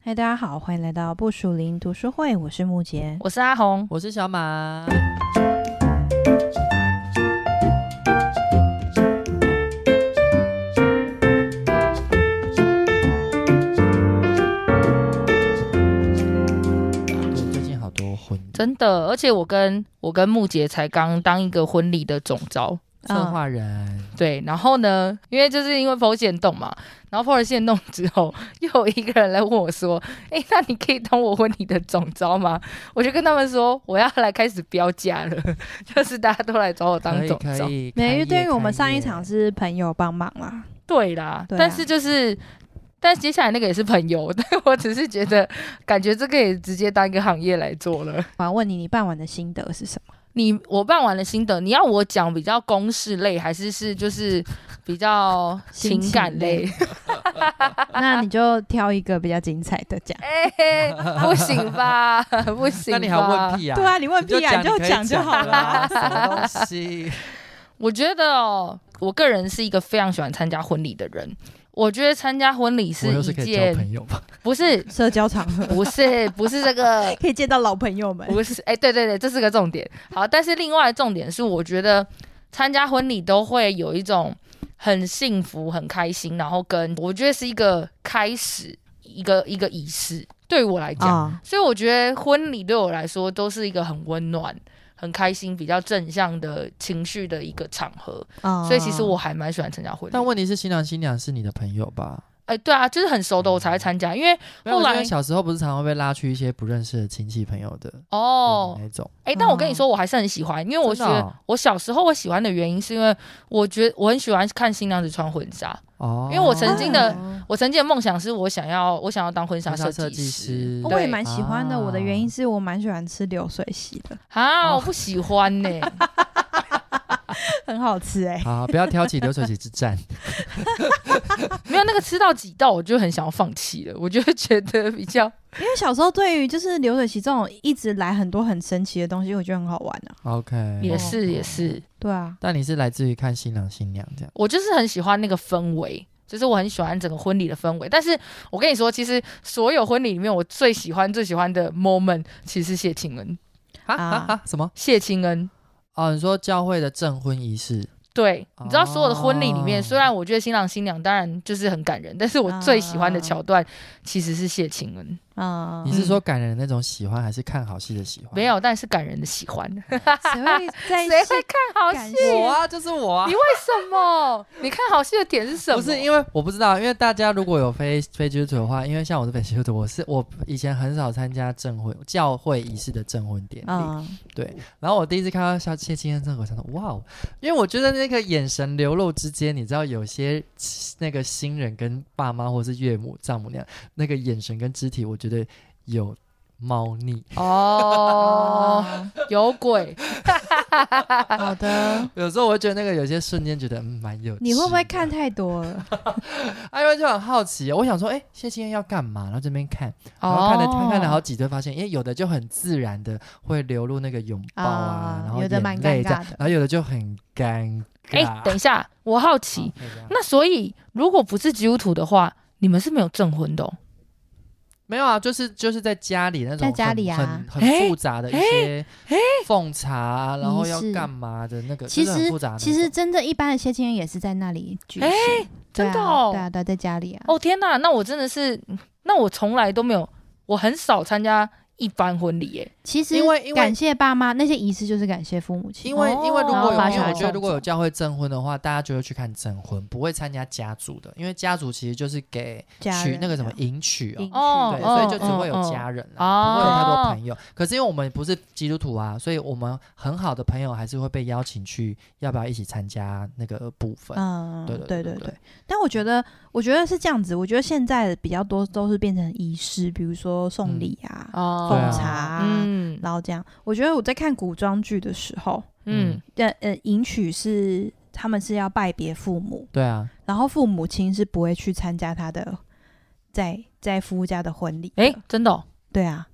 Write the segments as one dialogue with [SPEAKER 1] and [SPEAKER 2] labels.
[SPEAKER 1] 嗨，大家好，欢迎来到布署林读书会，我是木杰。
[SPEAKER 2] 我是阿红，
[SPEAKER 3] 我是小马。对，最近好多婚
[SPEAKER 2] 真的，而且我跟我跟木姐才刚当一个婚礼的总招，
[SPEAKER 3] 策划人，
[SPEAKER 2] 对，然后呢，因为就是因为剖线洞嘛，然后剖了线洞之后， 又有一个人来问我说：“诶，那你可以当我婚礼的总招吗？”我就跟他们说：“我要来开始标价了， 就是大家都来找我当
[SPEAKER 3] 可以
[SPEAKER 2] 总
[SPEAKER 3] 可
[SPEAKER 2] 招。
[SPEAKER 3] 以。
[SPEAKER 1] 没有，因为
[SPEAKER 3] 开业
[SPEAKER 1] 对于我们上一，
[SPEAKER 3] 开
[SPEAKER 1] 场
[SPEAKER 3] 业
[SPEAKER 1] 是朋友帮忙啦，”
[SPEAKER 2] 对啦，
[SPEAKER 1] 对啊
[SPEAKER 2] 但是就是。但接下来那个也是朋友， 但我只是觉得，感觉这个也直接当一个行业来做了。
[SPEAKER 1] 我要问你，你办完的心得是什么？
[SPEAKER 2] 你我办完了心得，你要我讲比较公式类，还是是就是比较
[SPEAKER 1] 心
[SPEAKER 2] 情
[SPEAKER 1] 情
[SPEAKER 2] 感
[SPEAKER 1] 类
[SPEAKER 2] 类？
[SPEAKER 1] 那你就挑一个比较精彩的讲。
[SPEAKER 2] 哎、不行 吧，不行吧。
[SPEAKER 3] 那你还问屁啊？
[SPEAKER 1] 对啊，你问
[SPEAKER 3] 你
[SPEAKER 1] 屁
[SPEAKER 3] 就
[SPEAKER 1] 啊，
[SPEAKER 3] 讲，
[SPEAKER 1] 你就
[SPEAKER 3] 你可以
[SPEAKER 1] 讲就好
[SPEAKER 3] 了
[SPEAKER 1] 啦。
[SPEAKER 3] 啊，什么东 西？
[SPEAKER 2] 我觉得哦，我个人是一个非常喜欢参加婚礼的人。我觉得参加婚礼是
[SPEAKER 3] 我又
[SPEAKER 2] 一
[SPEAKER 3] 是可以交
[SPEAKER 2] 件，
[SPEAKER 3] 朋友吧？
[SPEAKER 2] 不是
[SPEAKER 1] 社交场合
[SPEAKER 2] 不是不是这个，
[SPEAKER 1] 可以见到老朋友们，
[SPEAKER 2] 不是哎、对对对，这是个重点。好，但是另外的重点是，我觉得参加婚礼都会有一种很幸福、很开心，然后跟我觉得是一个开始，一个一个仪式。对我来
[SPEAKER 3] 哦
[SPEAKER 2] 讲，
[SPEAKER 1] 啊，
[SPEAKER 2] 所以我觉得婚礼对我来说都是一个很温暖、很开心、比较正向的情绪的一个场合，
[SPEAKER 1] 啊
[SPEAKER 2] 所以其实我还蛮喜欢参加婚
[SPEAKER 3] 哦但
[SPEAKER 2] 礼。
[SPEAKER 3] 问题是，新郎新娘是你的朋友吧？
[SPEAKER 2] 哎、对啊，就是很熟的我才会参加，因为
[SPEAKER 3] 没有我
[SPEAKER 2] 后
[SPEAKER 3] 觉
[SPEAKER 2] 来
[SPEAKER 3] 得小时候不是常常被拉去一些不认识的亲戚朋友的
[SPEAKER 2] 哦，
[SPEAKER 3] 那种，
[SPEAKER 2] 哎、但我跟你说，我还是很喜欢，因为我觉
[SPEAKER 3] 嗯真的
[SPEAKER 2] 得
[SPEAKER 3] 哦
[SPEAKER 2] 我小时候我喜欢的原因，是因为我觉得我很喜欢看新娘子穿婚纱。
[SPEAKER 3] 哦，
[SPEAKER 2] 因为我曾经的
[SPEAKER 3] 哦
[SPEAKER 2] 我曾经的梦想是我想要，我想要当婚纱
[SPEAKER 3] 婚纱设
[SPEAKER 2] 计
[SPEAKER 3] 计师
[SPEAKER 1] 哦我
[SPEAKER 2] 对
[SPEAKER 1] 也蛮喜欢的。
[SPEAKER 3] 啊
[SPEAKER 1] 我的原因是我蛮喜欢吃流水席的，
[SPEAKER 2] 啊，
[SPEAKER 3] 哦
[SPEAKER 2] 我不喜欢呢、
[SPEAKER 1] 很好吃哎。
[SPEAKER 3] 好，哦不要挑起流水席之战。
[SPEAKER 2] 没有那个吃到几道，我就很想要放弃了。我就觉得比 较
[SPEAKER 1] 因为小时候对于就是流水席这种一直来很多很神奇的东西，我觉得很好玩啊。
[SPEAKER 3] OK，哦
[SPEAKER 2] 也是也是，
[SPEAKER 1] 对啊，
[SPEAKER 3] 但你是来自于看新郎新娘这样，
[SPEAKER 2] 我就是很喜欢那个氛围，就是我很喜欢整个婚礼的氛围。但是我跟你说，其实所有婚礼里面，我最喜欢最喜欢的 moment 其实是谢清恩，
[SPEAKER 3] 哈
[SPEAKER 1] 啊
[SPEAKER 3] 哈哈，什么？
[SPEAKER 2] 谢清恩。
[SPEAKER 3] 哦，你说教会的证婚仪式，
[SPEAKER 2] 对，你知道所有的婚礼里面，
[SPEAKER 3] 哦
[SPEAKER 2] 虽然我觉得新郎新娘当然就是很感人，但是我最喜
[SPEAKER 3] 啊
[SPEAKER 2] 欢的桥段其实是谢清恩，
[SPEAKER 1] 啊、
[SPEAKER 3] 你是说感人的那种喜欢，还是看好戏的喜欢？
[SPEAKER 2] 嗯没，有，但是感人的喜欢。
[SPEAKER 1] 谁会在
[SPEAKER 2] 谁
[SPEAKER 1] 现
[SPEAKER 2] 会看好
[SPEAKER 1] 感
[SPEAKER 2] 戏？
[SPEAKER 1] 谢
[SPEAKER 3] 我啊，就是我啊
[SPEAKER 2] 你。为什么？你看好戏的点是什么？
[SPEAKER 3] 不是
[SPEAKER 2] 为
[SPEAKER 3] 因为我不知道，因为大家如果有非非基督徒的话，因为像我是非基督徒，我是我以前很少参加证婚教会仪式的证婚典
[SPEAKER 2] 嗯
[SPEAKER 3] 礼，
[SPEAKER 1] 啊、
[SPEAKER 3] 对。然后我第一次看到像谢金燕这个，我想说哇哦，因为我觉得那个眼神流露之间，你知道有些那个新人跟爸妈或是岳母丈母娘那个眼神跟肢体，我觉得有猫腻，
[SPEAKER 2] 哦，有鬼。
[SPEAKER 3] 啊
[SPEAKER 1] 好的，
[SPEAKER 3] 有时候我会觉得那个有些瞬间觉得嗯蛮有趣。
[SPEAKER 1] 你会不会看？太多了？
[SPEAKER 3] 哎，我就很好奇，我想说，哎，谢金燕要干嘛？然后这边看。然后
[SPEAKER 2] 哦，
[SPEAKER 3] 看了、看看了 好几对，发现因为有的就很自然的会流露那个拥抱啊，
[SPEAKER 1] 啊
[SPEAKER 3] 然后
[SPEAKER 1] 有的
[SPEAKER 3] 眼
[SPEAKER 1] 蛮尴
[SPEAKER 3] 泪这
[SPEAKER 1] 尬
[SPEAKER 3] 样
[SPEAKER 1] 的
[SPEAKER 3] 然后有的就很尴尬。
[SPEAKER 2] 哎、等一下，我好奇，
[SPEAKER 3] 啊好可以这样
[SPEAKER 2] 那所以如果不是基督徒的话，你们是没有证婚的、哦。
[SPEAKER 3] 没有啊，就是就是在家里那种
[SPEAKER 1] 在家
[SPEAKER 3] 很
[SPEAKER 1] 里啊
[SPEAKER 3] 很很复杂的一些奉茶啊，然后
[SPEAKER 1] 仪
[SPEAKER 3] 要
[SPEAKER 1] 式
[SPEAKER 3] 干嘛的那个，
[SPEAKER 1] 其
[SPEAKER 3] 就是很
[SPEAKER 1] 实
[SPEAKER 3] 复杂的那哎
[SPEAKER 1] 其实
[SPEAKER 3] 种
[SPEAKER 1] 真正一般的谢亲宴也是在那里举行，对啊
[SPEAKER 2] 真的哦
[SPEAKER 1] 对啊，对啊，在家里啊。
[SPEAKER 2] 哦天哪，那我真的是，那我从来都没有，我很少参加一般婚礼耶。
[SPEAKER 1] 其实
[SPEAKER 3] 因为因为
[SPEAKER 1] 感哦谢爸妈那些仪式就是感谢父母亲，
[SPEAKER 3] 因为因为如
[SPEAKER 2] 然后
[SPEAKER 3] 果有，
[SPEAKER 2] 把
[SPEAKER 3] 因
[SPEAKER 2] 小
[SPEAKER 3] 为
[SPEAKER 2] 孩
[SPEAKER 3] 我觉得
[SPEAKER 1] 送
[SPEAKER 3] 如果
[SPEAKER 1] 走
[SPEAKER 3] 有教会证婚的话，大家就会去看证婚，不会参加家族的，因为家族其实就是给
[SPEAKER 1] 家
[SPEAKER 3] 娶
[SPEAKER 1] 人
[SPEAKER 3] 那个什么
[SPEAKER 1] 这样
[SPEAKER 3] 迎娶哦
[SPEAKER 1] 迎，
[SPEAKER 2] 哦
[SPEAKER 3] 对，
[SPEAKER 2] 哦
[SPEAKER 3] 所以就只会有
[SPEAKER 2] 哦
[SPEAKER 3] 家人啦，
[SPEAKER 2] 哦
[SPEAKER 3] 不会有太多朋友。可是因为我们不是基督徒啊，所以我们很好的朋友还是会被邀请去，要不要一起参加那个部分？
[SPEAKER 1] 嗯，
[SPEAKER 3] 对
[SPEAKER 1] 对
[SPEAKER 3] 对对对
[SPEAKER 1] 但我觉得，我觉得是这样子。我觉得现在比较多都是变成仪式，比如说送礼啊，
[SPEAKER 2] 哦
[SPEAKER 3] 嗯对啊
[SPEAKER 1] 奉茶啊
[SPEAKER 2] 嗯
[SPEAKER 1] 然后这样。我觉得我在看古装剧的时候，
[SPEAKER 2] 嗯
[SPEAKER 3] 嗯，
[SPEAKER 1] 呃呃，迎娶是他们是要拜别父母，
[SPEAKER 3] 对啊，
[SPEAKER 1] 然后父母亲是不会去参加他的在在夫家的婚礼的。
[SPEAKER 2] 哎、真的哦、
[SPEAKER 1] 对啊，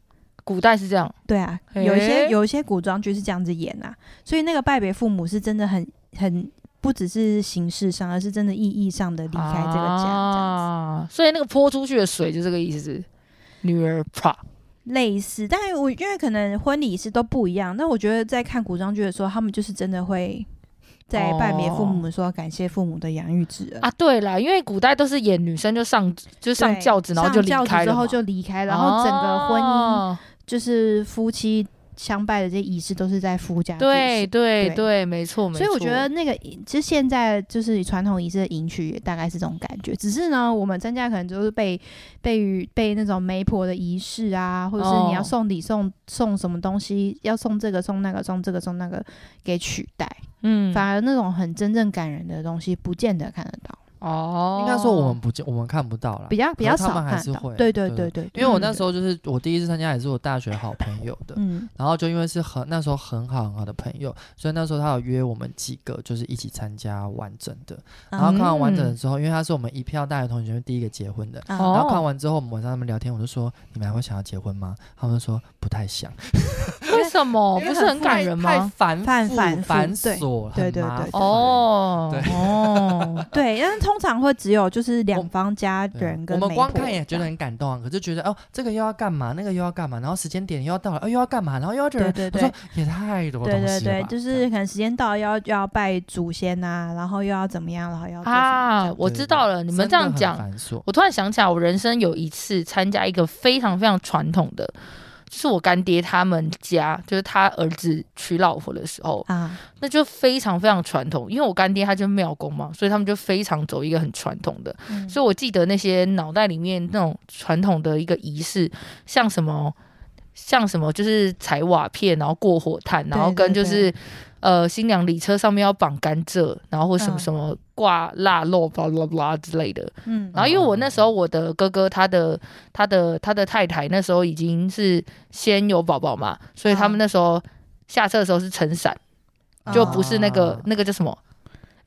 [SPEAKER 2] 古代是这样。
[SPEAKER 1] 对啊，
[SPEAKER 2] 诶
[SPEAKER 1] 有一些有一些古装剧是这样子演啊，所以那个拜别父母是真的很很不只是形式上，而是真
[SPEAKER 2] 啊
[SPEAKER 1] 的意义上的离开这个家，这样子。
[SPEAKER 2] 啊，所以那个泼出去的水就这个意思。女儿 pra，
[SPEAKER 1] 类似，但我因为可能婚礼是都不一样，但我觉得在看古装剧的时候，他们就是真的会在拜别父母，说感谢父母的养育之恩。
[SPEAKER 2] 啊，对啦，因为古代都是演女生就上就上
[SPEAKER 1] 对
[SPEAKER 2] 轿子，然后就离
[SPEAKER 1] 上轿
[SPEAKER 2] 开
[SPEAKER 1] 子
[SPEAKER 2] 了
[SPEAKER 1] 之
[SPEAKER 2] 嘛，
[SPEAKER 1] 后就离开，然后整个婚姻
[SPEAKER 2] 哦
[SPEAKER 1] 就是夫妻相拜的这些仪式都是在夫家举
[SPEAKER 2] 对
[SPEAKER 1] 行。
[SPEAKER 2] 对
[SPEAKER 1] 对
[SPEAKER 2] 对，没错没错。
[SPEAKER 1] 所以我觉得那个其实现在就是传统仪式的迎娶也大概是这种感觉，只是呢，我们增加可能就是被被被那种媒婆的仪式啊，或者是
[SPEAKER 2] 哦
[SPEAKER 1] 你要送礼送送什么东西，要送这个送那个送这个送那个给取代，
[SPEAKER 2] 嗯
[SPEAKER 1] 反而那种很真正感人的东西，不见得看得到，
[SPEAKER 2] 哦，
[SPEAKER 3] 应该说我们不见我们看不到啦
[SPEAKER 1] 比。较比较
[SPEAKER 3] 可是他
[SPEAKER 1] 少
[SPEAKER 3] 们还
[SPEAKER 1] 看
[SPEAKER 3] 是
[SPEAKER 1] 得到
[SPEAKER 3] 会。
[SPEAKER 1] 对对
[SPEAKER 3] 对
[SPEAKER 1] 对对，
[SPEAKER 3] 因为我
[SPEAKER 2] 嗯
[SPEAKER 3] 那时候就是我第一次参加，也是我大学好朋友的，
[SPEAKER 1] 嗯
[SPEAKER 3] 然后就因为是很那时候很好很好的朋友，所以那时候他有约我们几个，就是一起参加完整的。然
[SPEAKER 1] 嗯
[SPEAKER 3] 后看完完
[SPEAKER 2] 嗯
[SPEAKER 3] 整的之后，因为他是我们一票大学同学第一个结婚的，
[SPEAKER 1] 嗯
[SPEAKER 2] 哦
[SPEAKER 3] 然后看完之后，我们晚上他们聊天，我就说你们还会想要结婚吗？他们就说不太想，
[SPEAKER 2] 为什么
[SPEAKER 3] 因为
[SPEAKER 2] 哦不是很
[SPEAKER 3] 复
[SPEAKER 2] 感人
[SPEAKER 3] 太
[SPEAKER 2] 吗？
[SPEAKER 3] 繁
[SPEAKER 1] 繁
[SPEAKER 3] 复
[SPEAKER 1] 繁复
[SPEAKER 3] 繁
[SPEAKER 1] 对
[SPEAKER 3] 琐，
[SPEAKER 1] 对对
[SPEAKER 3] 很麻
[SPEAKER 1] 对对，
[SPEAKER 3] 烦
[SPEAKER 2] 哦
[SPEAKER 3] 对
[SPEAKER 2] 哦
[SPEAKER 1] 对，但是通常会只有就是两
[SPEAKER 3] 我
[SPEAKER 1] 方家
[SPEAKER 2] 啊
[SPEAKER 3] 对啊
[SPEAKER 1] 人
[SPEAKER 3] 我
[SPEAKER 1] 跟
[SPEAKER 3] 们
[SPEAKER 1] 媒
[SPEAKER 3] 光
[SPEAKER 1] 婆
[SPEAKER 3] 看也觉得很感动啊，可是觉得哦，这个又要干嘛，那个又要干嘛，然后时间点又要到了，哦又要干嘛，然后又要觉
[SPEAKER 1] 对
[SPEAKER 3] 得，
[SPEAKER 1] 对
[SPEAKER 3] 我
[SPEAKER 1] 对
[SPEAKER 3] 说。也太多
[SPEAKER 1] 对
[SPEAKER 3] 东
[SPEAKER 1] 对
[SPEAKER 3] 西
[SPEAKER 1] 对
[SPEAKER 3] 了，吧
[SPEAKER 1] 就是可能时间到了要要拜祖先呐、然后又要怎么样，然后要做什么这
[SPEAKER 2] 啊，
[SPEAKER 1] 样
[SPEAKER 2] 我知道了，你们这样讲，
[SPEAKER 3] 真的很繁琐，
[SPEAKER 2] 我突然想起来，我人生有一次参加一个非常非常传统的，就是我干爹他们家，就是他儿子娶老婆的时候，
[SPEAKER 1] 啊，
[SPEAKER 2] 那就非常非常传统。因为我干爹他就是庙公嘛，所以他们就非常走一个很传统的。
[SPEAKER 1] 嗯
[SPEAKER 2] 所以我记得那些脑袋里面那种传统的一个仪式，像什么。像什么就是踩瓦片，然后过火炭，然后跟
[SPEAKER 1] 对对
[SPEAKER 2] 就是呃新娘礼车上面要绑甘蔗，然后或什么
[SPEAKER 1] 嗯
[SPEAKER 2] 什么挂腊肉，巴拉巴拉之类的。
[SPEAKER 1] 嗯
[SPEAKER 2] 然后因为我那时候我的哥哥他的他的他的太太那时候已经是先有宝宝嘛，所以他们那时候下车的时候是撑伞，就不是那个、
[SPEAKER 3] 啊
[SPEAKER 2] 那个叫什么，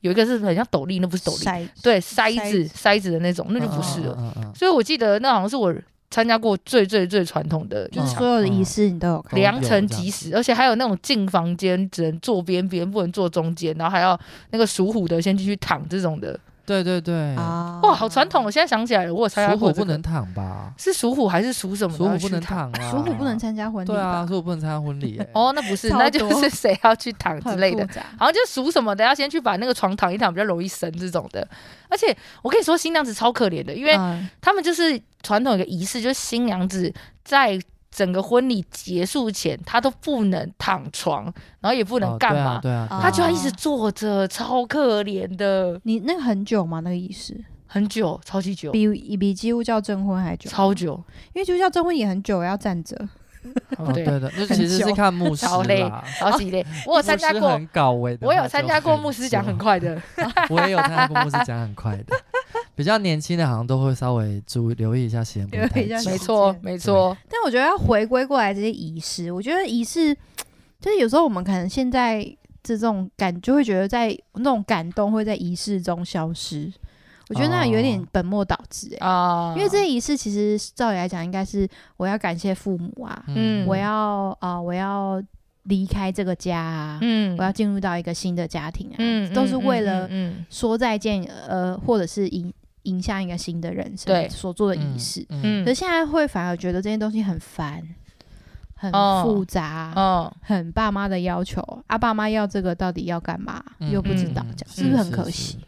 [SPEAKER 2] 有一个是很像斗笠，那不是斗笠，
[SPEAKER 1] 晒
[SPEAKER 2] 对，筛
[SPEAKER 1] 筛
[SPEAKER 2] 子筛子的那种，那就不是了。
[SPEAKER 3] 嗯。嗯嗯嗯
[SPEAKER 2] 所以我记得那好像是我参加过最最最传统的仪
[SPEAKER 1] 就
[SPEAKER 2] 式，
[SPEAKER 1] 是所有的仪式你都有看，
[SPEAKER 3] 都有
[SPEAKER 2] 良辰
[SPEAKER 3] 这
[SPEAKER 2] 吉
[SPEAKER 3] 样
[SPEAKER 2] 时，而且还有那种进房间只能坐边边，不能坐中间，然后还要那个属虎的先进去躺这种的，
[SPEAKER 3] 对对对，
[SPEAKER 1] 啊，
[SPEAKER 2] 哇，好传统！我现在想起来了，我有参加
[SPEAKER 3] 嗯属
[SPEAKER 2] 过、
[SPEAKER 3] 虎
[SPEAKER 2] 这个
[SPEAKER 3] 不能躺吧？
[SPEAKER 2] 是属虎还是属什么？
[SPEAKER 3] 属
[SPEAKER 2] 然
[SPEAKER 3] 虎
[SPEAKER 2] 后
[SPEAKER 3] 不
[SPEAKER 2] 去
[SPEAKER 3] 能
[SPEAKER 2] 躺。
[SPEAKER 3] 躺啊，
[SPEAKER 1] 属虎不能参加婚礼
[SPEAKER 3] 对啊，
[SPEAKER 1] 吧，
[SPEAKER 3] 属虎不能参加婚礼欸。
[SPEAKER 2] 哦，那不是，
[SPEAKER 1] 超
[SPEAKER 2] 那就是
[SPEAKER 1] 多
[SPEAKER 2] 谁要去 躺之
[SPEAKER 1] 很
[SPEAKER 2] 类
[SPEAKER 1] 复
[SPEAKER 2] 的。
[SPEAKER 1] 杂
[SPEAKER 2] 好像就属什么的，要先去把那个床躺一躺，比较容易生这种的。而且我跟你说，新娘子超可怜的，因为
[SPEAKER 1] 嗯
[SPEAKER 2] 他们就是传统有个仪式，就是新娘子在整个婚礼结束前，她都不能躺床，然后也 不
[SPEAKER 3] 不
[SPEAKER 2] 能干嘛，
[SPEAKER 3] 对啊，对啊
[SPEAKER 2] 她就要一
[SPEAKER 1] 哦
[SPEAKER 2] 直坐着，超可怜的，
[SPEAKER 1] 你那个很久吗？那个仪式
[SPEAKER 2] 很久，超级久，
[SPEAKER 1] 比比基督教证婚还久，
[SPEAKER 2] 超久。
[SPEAKER 1] 因为基督教证婚也很久，要站着，
[SPEAKER 3] 哦
[SPEAKER 2] 对，
[SPEAKER 3] 对的，那其实
[SPEAKER 1] 很
[SPEAKER 3] 是
[SPEAKER 1] 久
[SPEAKER 3] 看牧师
[SPEAKER 2] 好累
[SPEAKER 3] 啦。
[SPEAKER 2] 超级 累。我有参加
[SPEAKER 3] 牧师
[SPEAKER 2] 过
[SPEAKER 3] 很，搞味的
[SPEAKER 2] 我有
[SPEAKER 3] 话
[SPEAKER 2] 参
[SPEAKER 3] 就
[SPEAKER 2] 加过
[SPEAKER 3] 很
[SPEAKER 2] 牧师 讲
[SPEAKER 3] 久
[SPEAKER 2] 很快的，
[SPEAKER 3] 我也有参加过牧师讲很快 的，比较年轻的好像都会稍微注意留意一下时间，不会太
[SPEAKER 1] 留意一下时
[SPEAKER 3] 久
[SPEAKER 2] 没
[SPEAKER 1] 间
[SPEAKER 2] 错，没错。
[SPEAKER 1] 但我觉得要回归过来这些仪式，我觉得仪式就是有时候我们可能现在这种感就会觉得在那种感动会在仪式中消失，我觉得那有点
[SPEAKER 3] 哦
[SPEAKER 1] 本末倒置哎、欸
[SPEAKER 2] 啊，
[SPEAKER 1] 因为这些仪式其实照理来讲应该是我要感谢父母啊，
[SPEAKER 2] 嗯
[SPEAKER 1] 我要啊、我要离开这个家啊，
[SPEAKER 2] 嗯
[SPEAKER 1] 我要进入到一个新的家庭啊，
[SPEAKER 2] 嗯
[SPEAKER 1] 都是为了
[SPEAKER 2] 嗯嗯
[SPEAKER 1] 说再见呃，或者是迎迎向一个新的人
[SPEAKER 2] 对
[SPEAKER 1] 生所做的
[SPEAKER 3] 嗯
[SPEAKER 1] 仪式。
[SPEAKER 3] 嗯
[SPEAKER 2] 嗯
[SPEAKER 1] 可是现在会反而觉得这些东西很烦、很
[SPEAKER 2] 哦
[SPEAKER 1] 复杂、
[SPEAKER 2] 哦，
[SPEAKER 1] 很爸妈的要求啊，爸妈要这个到底要干嘛、
[SPEAKER 3] 嗯
[SPEAKER 1] 又不知道
[SPEAKER 3] 嗯，
[SPEAKER 1] 这样、
[SPEAKER 2] 是
[SPEAKER 1] 是不是很可惜？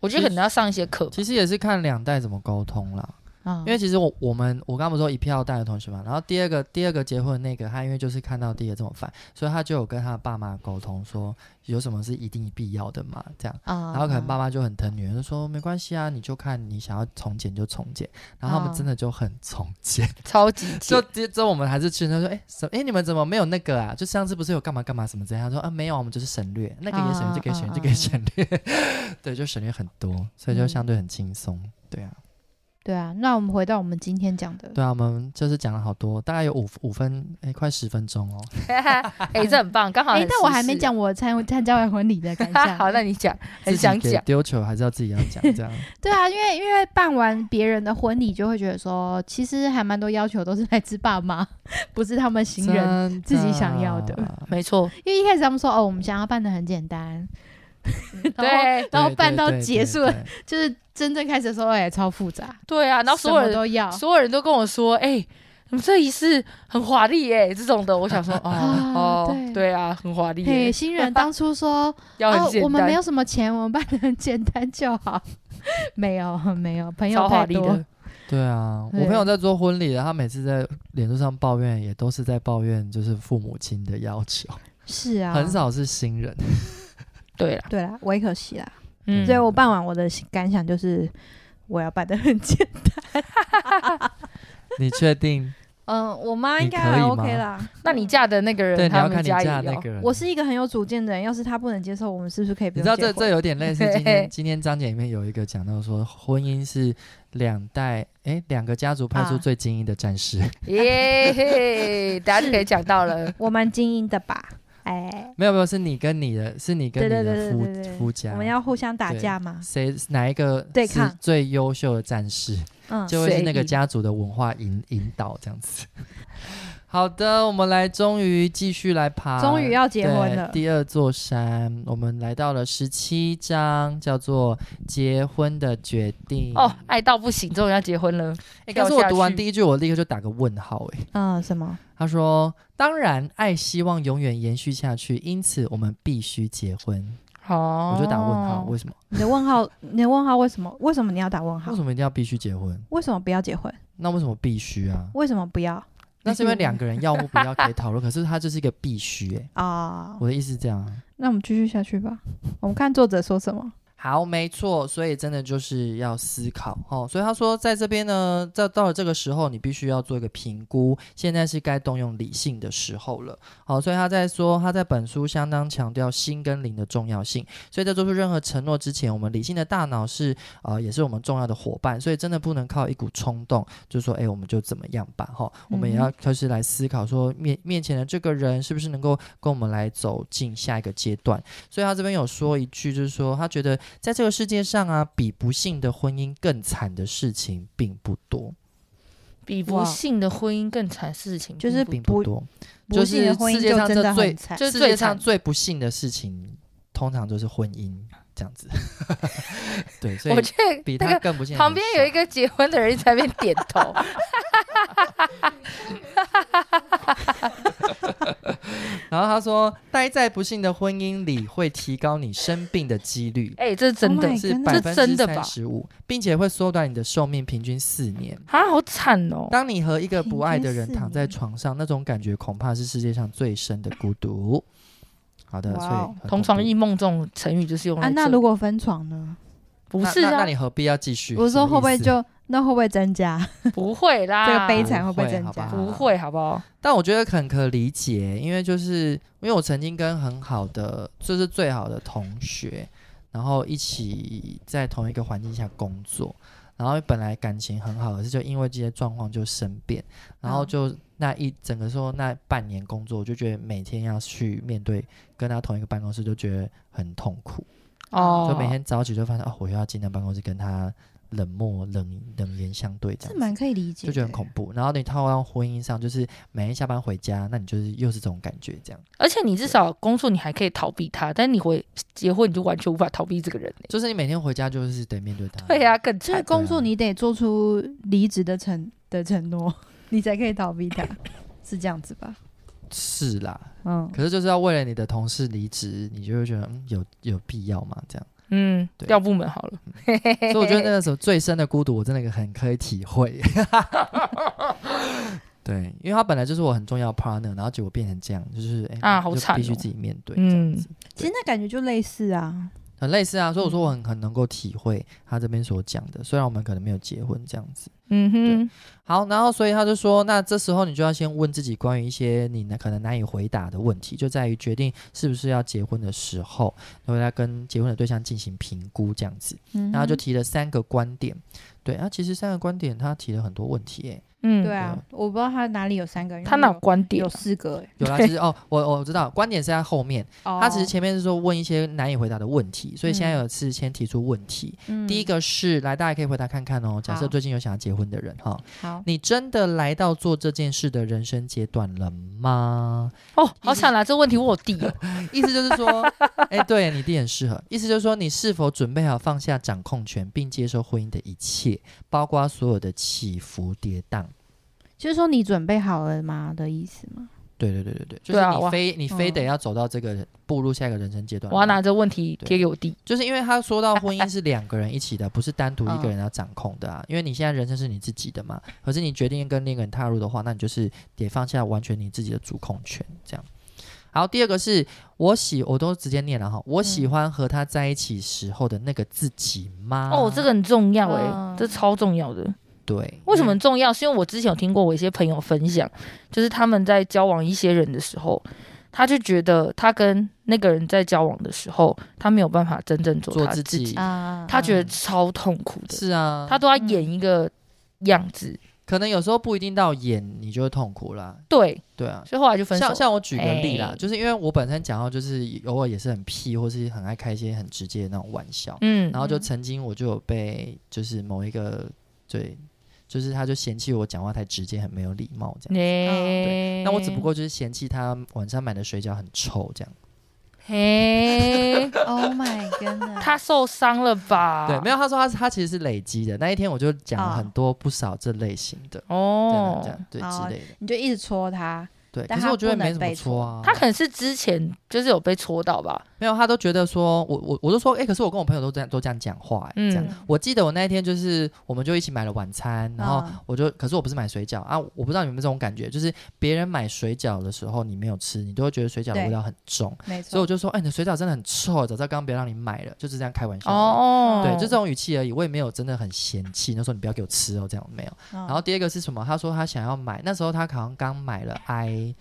[SPEAKER 2] 我觉得可能要上一些课吧，
[SPEAKER 3] 其实也是看两代怎么沟通啦，
[SPEAKER 1] 啊？
[SPEAKER 3] 因为其实我我们我刚刚不是说一票带的同学嘛，然后第二个第二个结婚的那个，他因为就是看到第一个这么烦，所以他就有跟他的爸妈沟通说有什么是一定必要的嘛，这样，
[SPEAKER 1] 啊
[SPEAKER 3] 然后可能爸妈就很疼女儿，就说没关系啊，你就看你想要从简就从简，然后他们
[SPEAKER 1] 哦
[SPEAKER 3] 真的就很从简，
[SPEAKER 2] 超级
[SPEAKER 3] 就
[SPEAKER 2] 简
[SPEAKER 3] 这这我们还是去，他说哎什哎你们怎么没有那个啊？就上次不是有干嘛干嘛什么这样？他说啊没有啊，我们就是省略，那个也省略，
[SPEAKER 1] 啊
[SPEAKER 3] 这个也省
[SPEAKER 1] 啊
[SPEAKER 3] 略，这个也省略，对，就省略很多，所以就
[SPEAKER 1] 嗯
[SPEAKER 3] 相对很轻松，对啊。
[SPEAKER 1] 对啊，那我们回到我们今天讲的，
[SPEAKER 3] 对啊，我们就是讲了好多，大概有五五分，哎，快十分钟哦。
[SPEAKER 2] 哎，这很棒，刚好
[SPEAKER 1] 哎、
[SPEAKER 2] 很
[SPEAKER 1] 但我还
[SPEAKER 2] 时
[SPEAKER 1] 没
[SPEAKER 2] 事。
[SPEAKER 1] 讲我参参加完婚礼的感 想。
[SPEAKER 2] 好，那你讲，很
[SPEAKER 3] 自己
[SPEAKER 2] 想
[SPEAKER 3] 给
[SPEAKER 2] 讲，
[SPEAKER 3] 丢球，还是要自己要讲这样。
[SPEAKER 1] 对啊，因为因为办完别人的婚礼，就会觉得说，其实还蛮多要求都是来自爸妈， 不是他们行人。
[SPEAKER 3] 真
[SPEAKER 1] 自己
[SPEAKER 3] 的
[SPEAKER 1] 想要的
[SPEAKER 2] 没错，
[SPEAKER 1] 因为一开始他们说，哦，我们想要办的很简单， 然后
[SPEAKER 2] 对
[SPEAKER 1] 然后
[SPEAKER 3] 对
[SPEAKER 1] 办
[SPEAKER 3] 对
[SPEAKER 1] 到
[SPEAKER 3] 对
[SPEAKER 1] 结
[SPEAKER 3] 对
[SPEAKER 1] 束了
[SPEAKER 3] 对
[SPEAKER 1] 就是真正开始的时候也超复杂，
[SPEAKER 2] 对啊，然后所有
[SPEAKER 1] 什么
[SPEAKER 2] 人
[SPEAKER 1] 都要
[SPEAKER 2] 所有人都跟我说，哎、你们这仪式很华丽耶，这种的，我想说，哦
[SPEAKER 1] 啊
[SPEAKER 2] 哦，
[SPEAKER 1] 对
[SPEAKER 2] 对啊，很华丽耶
[SPEAKER 1] 嘿，，新人当初说，
[SPEAKER 2] 要
[SPEAKER 1] 哦
[SPEAKER 2] 很，简
[SPEAKER 1] 我们没
[SPEAKER 2] 单，
[SPEAKER 1] 有什么钱，我们办的很简单就好。 没有， 没有，朋友
[SPEAKER 2] 超华
[SPEAKER 1] 太
[SPEAKER 2] 丽
[SPEAKER 1] 多
[SPEAKER 2] 的。，
[SPEAKER 3] 对啊，
[SPEAKER 1] 对
[SPEAKER 3] 我朋友在做婚礼的，他每次在脸书上抱怨，也都是在抱怨就是父母亲的要求，
[SPEAKER 1] 是啊，
[SPEAKER 3] 很。少是新人。
[SPEAKER 2] 对啦，
[SPEAKER 1] 对啦，我也可惜啦。
[SPEAKER 2] 嗯
[SPEAKER 1] 所以我办完我的感想就是，我要办的很简单。
[SPEAKER 3] 你确定？
[SPEAKER 1] 嗯，我妈应该
[SPEAKER 3] 你可以
[SPEAKER 1] 还
[SPEAKER 3] 吗
[SPEAKER 1] OK 啦。
[SPEAKER 2] 那你嫁的那个
[SPEAKER 3] 对，
[SPEAKER 2] 人，
[SPEAKER 3] 你要
[SPEAKER 2] 他
[SPEAKER 3] 看
[SPEAKER 2] 们
[SPEAKER 3] 你
[SPEAKER 2] 家也
[SPEAKER 3] 嫁
[SPEAKER 2] 有
[SPEAKER 3] 那个人。啊
[SPEAKER 1] 我是一个很有主见的人，要是她不能接受，我们是不是可以不用
[SPEAKER 3] 你知道
[SPEAKER 1] 结
[SPEAKER 3] 这这
[SPEAKER 1] 婚
[SPEAKER 3] 有点类似
[SPEAKER 2] 嘿
[SPEAKER 3] 今
[SPEAKER 2] 嘿
[SPEAKER 3] 天今天章节里面有一个讲到说，婚姻是两代诶，两个家族派出
[SPEAKER 1] 啊
[SPEAKER 3] 最精英的战士。
[SPEAKER 2] 耶嘿，大家就可以讲到了。
[SPEAKER 1] 我蛮精英的吧？哎，
[SPEAKER 3] 没有没有，是你跟你的，是你跟
[SPEAKER 1] 对
[SPEAKER 3] 你
[SPEAKER 1] 对对
[SPEAKER 3] 的
[SPEAKER 1] 对对
[SPEAKER 3] 夫
[SPEAKER 1] 对，
[SPEAKER 3] 夫家，
[SPEAKER 1] 我们要互相打架吗？
[SPEAKER 3] 谁哪一个
[SPEAKER 1] 对
[SPEAKER 3] 是
[SPEAKER 1] 抗
[SPEAKER 3] 最优秀的战士，
[SPEAKER 1] 嗯，
[SPEAKER 3] 就会是那
[SPEAKER 2] 谁
[SPEAKER 3] 个
[SPEAKER 2] 赢
[SPEAKER 3] 家族的文化引引导这样子。 好的，我们来，终于继续来爬，
[SPEAKER 1] 终于要结
[SPEAKER 3] 对
[SPEAKER 1] 婚了。
[SPEAKER 3] 第二座山，我们来到了十七章，叫做“结婚的决定”。
[SPEAKER 2] 哦，爱到不行，终于要结婚了。
[SPEAKER 3] 诶，但是我
[SPEAKER 2] 掉下
[SPEAKER 3] 读完
[SPEAKER 2] 去
[SPEAKER 3] 第一句，我立刻就打个问号、诶，
[SPEAKER 1] 嗯，什么？
[SPEAKER 3] 他说：“当然，爱希望永远延续下去，因此我们必须结婚。
[SPEAKER 2] 哦，
[SPEAKER 3] 我就打问号，为什么？
[SPEAKER 1] 你的问号？ 你的问号为什么？为什么你要打问号
[SPEAKER 3] 为？什么一定要必须结婚？
[SPEAKER 1] 为什么不要结婚？
[SPEAKER 3] 那为什么必须啊？
[SPEAKER 1] 为什么不要
[SPEAKER 3] 那是因为两个人要或不要可以 讨论，可是它就是一个必须、诶，
[SPEAKER 1] 啊、
[SPEAKER 3] 我的意思是这样啊。
[SPEAKER 1] 那我们继续下去吧，我们看作者说什么。
[SPEAKER 3] 好，没错，所以真的就是要思考哦。所以他说，在这边呢，在到了这个时候，你必须要做一个评估，现在是该动用理性的时候了。好、所以他在说，他在本书相当强调心跟灵的重要性。所以在做出任何承诺之前，我们理性的大脑是呃，也是我们重要的伙伴。所以真的不能靠一股冲动，就说哎，我们就怎么样吧哈、我们也
[SPEAKER 1] 嗯
[SPEAKER 3] 要开始来思考说，面面前的这个人是不是能够跟我们来走进下一个阶段。所以他这边有说一句，就是说他觉得在这个世界上啊，比不幸的婚姻更惨的事情并不多，
[SPEAKER 2] 比不
[SPEAKER 1] 哇
[SPEAKER 2] 幸的婚姻更惨事情，
[SPEAKER 1] 就是
[SPEAKER 3] 并
[SPEAKER 1] 不
[SPEAKER 3] 不多。
[SPEAKER 1] 不幸的婚姻就真的很惨，
[SPEAKER 2] 这
[SPEAKER 3] 世
[SPEAKER 2] 是
[SPEAKER 3] 界
[SPEAKER 2] 最
[SPEAKER 3] 上
[SPEAKER 2] 惨。
[SPEAKER 3] 最不幸的事情，通常就是婚姻 这样子。对，所以
[SPEAKER 2] 我觉得
[SPEAKER 3] 比
[SPEAKER 2] 那
[SPEAKER 3] 他
[SPEAKER 2] 个
[SPEAKER 3] 更不幸的
[SPEAKER 2] 旁边有一
[SPEAKER 3] 个，
[SPEAKER 2] 个结婚的人一直在那边点 头，
[SPEAKER 3] 然后他说，待在不幸的婚姻里会提高你生病的几率。
[SPEAKER 2] 哎，这是真的
[SPEAKER 1] Oh my
[SPEAKER 3] 是
[SPEAKER 1] goodness
[SPEAKER 3] 百
[SPEAKER 2] 这
[SPEAKER 3] 分
[SPEAKER 2] 真
[SPEAKER 3] 之
[SPEAKER 2] 的吧
[SPEAKER 3] 三十五，并且会缩短你的寿命，平均四年。
[SPEAKER 2] 啊，好惨哦。
[SPEAKER 3] 当你和一个不爱的
[SPEAKER 1] 平均
[SPEAKER 3] 人
[SPEAKER 1] 四
[SPEAKER 3] 躺在
[SPEAKER 1] 年
[SPEAKER 3] 床上，那种感觉恐怕是世界上最深的孤独。好的，所
[SPEAKER 1] 哇
[SPEAKER 3] 以
[SPEAKER 1] 哦
[SPEAKER 3] 很恐
[SPEAKER 2] 同床
[SPEAKER 3] 怖
[SPEAKER 2] 异梦这种成语就是用来
[SPEAKER 1] 啊，那
[SPEAKER 2] 这
[SPEAKER 1] 如果分床呢？
[SPEAKER 2] 不
[SPEAKER 3] 那
[SPEAKER 2] 是
[SPEAKER 3] 那那
[SPEAKER 2] 啊，
[SPEAKER 3] 你何必要继续？
[SPEAKER 1] 我
[SPEAKER 3] 什
[SPEAKER 1] 说
[SPEAKER 3] 么
[SPEAKER 1] 会不会
[SPEAKER 3] 意思
[SPEAKER 1] 就那会不会增加？
[SPEAKER 2] 不会啦，
[SPEAKER 1] 这个悲
[SPEAKER 3] 不
[SPEAKER 1] 惨啊会不会
[SPEAKER 3] 会
[SPEAKER 1] 增
[SPEAKER 3] 好
[SPEAKER 1] 加
[SPEAKER 3] 吧
[SPEAKER 2] 不会好不好？
[SPEAKER 3] 但我觉得很可理解，因为就是因为我曾经跟很好的，就是最好的同学，然后一起在同一个环境下工作，然后本来感情很好，可是就因为这些状况就生变，然后
[SPEAKER 1] 嗯
[SPEAKER 3] 就那一整个说那半年工作，我就觉得每天要去面对跟他同一个办公室，就觉得很痛苦，
[SPEAKER 2] 哦，
[SPEAKER 3] 就每天早起就发现哦，我又要进到办公室跟他冷漠冷冷言相对这样
[SPEAKER 1] 这
[SPEAKER 3] 子。
[SPEAKER 1] 蛮可以理解
[SPEAKER 3] 就
[SPEAKER 1] 的，
[SPEAKER 3] 觉得很恐怖。然后你套到婚姻上，就是每天下班回家，那你就是又是这种感觉，这样
[SPEAKER 2] 而且你至少工作你还可以逃避他，但你回结婚你就完全无法逃避这个人欸
[SPEAKER 3] 就是你每天回家就是得面对他。
[SPEAKER 2] 对啊呀、，更
[SPEAKER 1] 嗯就是
[SPEAKER 2] 惨。
[SPEAKER 1] 工作你得做出离职的承的承诺， 你才可以逃避 它，是这样子吧？
[SPEAKER 3] 是啦。
[SPEAKER 1] 嗯，
[SPEAKER 3] 可是就是要为了你的同事离职，你就会觉得嗯，有有必要吗？这样，
[SPEAKER 2] 嗯，
[SPEAKER 3] 对
[SPEAKER 2] 调部门好了。
[SPEAKER 3] 所以我觉得那个时候最深的孤独，我真的很可以 体会。对，因为他本来就是我很重要的 partner，然后结果变成这样，就是哎、
[SPEAKER 2] 啊好
[SPEAKER 3] 就
[SPEAKER 2] 惨
[SPEAKER 3] 必须
[SPEAKER 2] 哦
[SPEAKER 3] 自己面对，
[SPEAKER 2] 嗯，
[SPEAKER 1] 其实那感觉就类似啊，
[SPEAKER 3] 很类似啊。所以
[SPEAKER 2] 嗯
[SPEAKER 3] 我说我很很能够体会他这边所讲的，虽然我们可能没有结婚这样子。
[SPEAKER 2] 嗯哼，
[SPEAKER 3] 好，然后所以他就说，那这时候你就要先问自己关于一些你呢可能难以回答的问题，就在于决定是不是要结婚的时候，然后要跟结婚的对象进行评估这样子。
[SPEAKER 1] 嗯哼，
[SPEAKER 3] 然后就提了三个观点，对啊，其实三个观点他提了很多问题耶，
[SPEAKER 2] 嗯，
[SPEAKER 1] 对啊，我不知道他哪里有三个，
[SPEAKER 2] 他哪有
[SPEAKER 1] 有
[SPEAKER 2] 观点
[SPEAKER 1] 有
[SPEAKER 2] 啊？
[SPEAKER 1] 四个欸？
[SPEAKER 3] 有啦，就是哦，我我我知道，观点是在后面，
[SPEAKER 1] 哦嗯
[SPEAKER 3] 他只是前面是说问一些难以回答的问题，所以现在有是先提出问题。第一
[SPEAKER 1] 个
[SPEAKER 3] 个是来，大家可以回答看看哦。假设
[SPEAKER 1] 嗯好
[SPEAKER 3] 最近有想要结婚的人哈，
[SPEAKER 1] 嗯好，
[SPEAKER 3] 你真的来到做这件事的人生阶段了吗？
[SPEAKER 2] 哦，好想拿这问题问我 弟哦。
[SPEAKER 3] 意思就是说，哎、对你弟很适合。意思就是说，你是否准备好放下掌控权，并接受婚姻的一切，包括所有的起伏跌宕？
[SPEAKER 1] 就是说你准备好了吗的意思吗？
[SPEAKER 3] 对对对对对，就
[SPEAKER 2] 对
[SPEAKER 3] 是
[SPEAKER 2] 啊
[SPEAKER 3] 你
[SPEAKER 2] 哇
[SPEAKER 3] 非、你非
[SPEAKER 1] 嗯
[SPEAKER 3] 得要走到这个步入下一个人生阶段。
[SPEAKER 2] 我要拿这问题贴给我弟。
[SPEAKER 3] 就是因为他说到婚姻是两个人一起的，不是单独一
[SPEAKER 2] 嗯
[SPEAKER 3] 个人要掌控的啊。因为你现在人生是你自己的嘛，可是你决定跟另一个人踏入的话，那你就是得放下完全你自己的主控权，这样。好，第二个是我喜，我都直接念了哈。我喜欢和他在一起时候的那个自己吗？
[SPEAKER 2] 哦，这个很重要哎、
[SPEAKER 3] 啊
[SPEAKER 1] 嗯
[SPEAKER 2] 这超重要的。
[SPEAKER 3] 对，
[SPEAKER 2] 为什么很重要？是因为我之前有听过我一些朋友分享，就是他们在交往一些人的时候，他就觉得他跟那个人在交往的时候，他没有办法真正做
[SPEAKER 3] 做
[SPEAKER 2] 他
[SPEAKER 3] 自
[SPEAKER 2] 己，
[SPEAKER 3] 己
[SPEAKER 1] 啊
[SPEAKER 2] 他觉得超痛苦的，
[SPEAKER 3] 是啊，
[SPEAKER 2] 他都要演一个样子。
[SPEAKER 3] 可能有时候不一定到演你就会痛苦啦，
[SPEAKER 2] 对，
[SPEAKER 3] 对啊。
[SPEAKER 2] 所以后来就分手
[SPEAKER 3] 像
[SPEAKER 2] 了。
[SPEAKER 3] 像我举个例啦，
[SPEAKER 2] 哎
[SPEAKER 3] 就是因为我本身讲到就是偶尔也是很屁，或是很爱开一些很直接的那种玩笑，
[SPEAKER 2] 嗯
[SPEAKER 3] 然后就
[SPEAKER 1] 嗯
[SPEAKER 3] 曾经我就有被就是某一个对，就是他就嫌弃我讲话太直接，很没有礼貌这样。
[SPEAKER 2] 哎
[SPEAKER 3] 那我只
[SPEAKER 1] 嗯
[SPEAKER 3] 不过就是嫌弃他晚上买的水饺很臭这样。
[SPEAKER 2] 嘿，
[SPEAKER 1] Oh my god，
[SPEAKER 2] 他受伤了
[SPEAKER 1] 啊
[SPEAKER 2] 吧？
[SPEAKER 3] 对，没有，他说他他其实是累积的。那一天我就讲了
[SPEAKER 1] 哦
[SPEAKER 3] 很多不少这类型的，
[SPEAKER 2] 哦
[SPEAKER 3] 这，样这样
[SPEAKER 1] 哦
[SPEAKER 3] 对之类的。
[SPEAKER 1] 你就一直戳他，
[SPEAKER 3] 对，
[SPEAKER 1] 但
[SPEAKER 3] 可是
[SPEAKER 1] 他
[SPEAKER 3] 我觉得
[SPEAKER 1] 不能
[SPEAKER 3] 没什么
[SPEAKER 1] 被
[SPEAKER 3] 错啊。
[SPEAKER 2] 他可能是之前就是有被戳到吧？
[SPEAKER 3] 没有，他都觉得说我我我就说，哎、可是我跟我朋友都这样都这样讲话、哎这样。
[SPEAKER 2] 嗯
[SPEAKER 3] 我记得我那一天就是，我们就一起买了晚餐，然后
[SPEAKER 1] 嗯
[SPEAKER 3] 我就，可是我不是买水饺啊，我不知道你们有没有这种感觉，就是别人买水饺的时候你没有吃，你都会觉得水饺的
[SPEAKER 1] 对
[SPEAKER 3] 味道很重，
[SPEAKER 1] 没
[SPEAKER 3] 所以
[SPEAKER 1] 错
[SPEAKER 3] 我，就说，哎、你的水饺真的很臭，早知道刚刚不要让你买了，就是这样开玩笑。哦
[SPEAKER 2] 哦，
[SPEAKER 3] 对，就这种语气而已，我也没有真的很嫌弃。那时候你不要给我吃哦，这样没有。
[SPEAKER 1] 然
[SPEAKER 3] 然后第二个是什么？他说他想要买，那时候他好像刚买了 i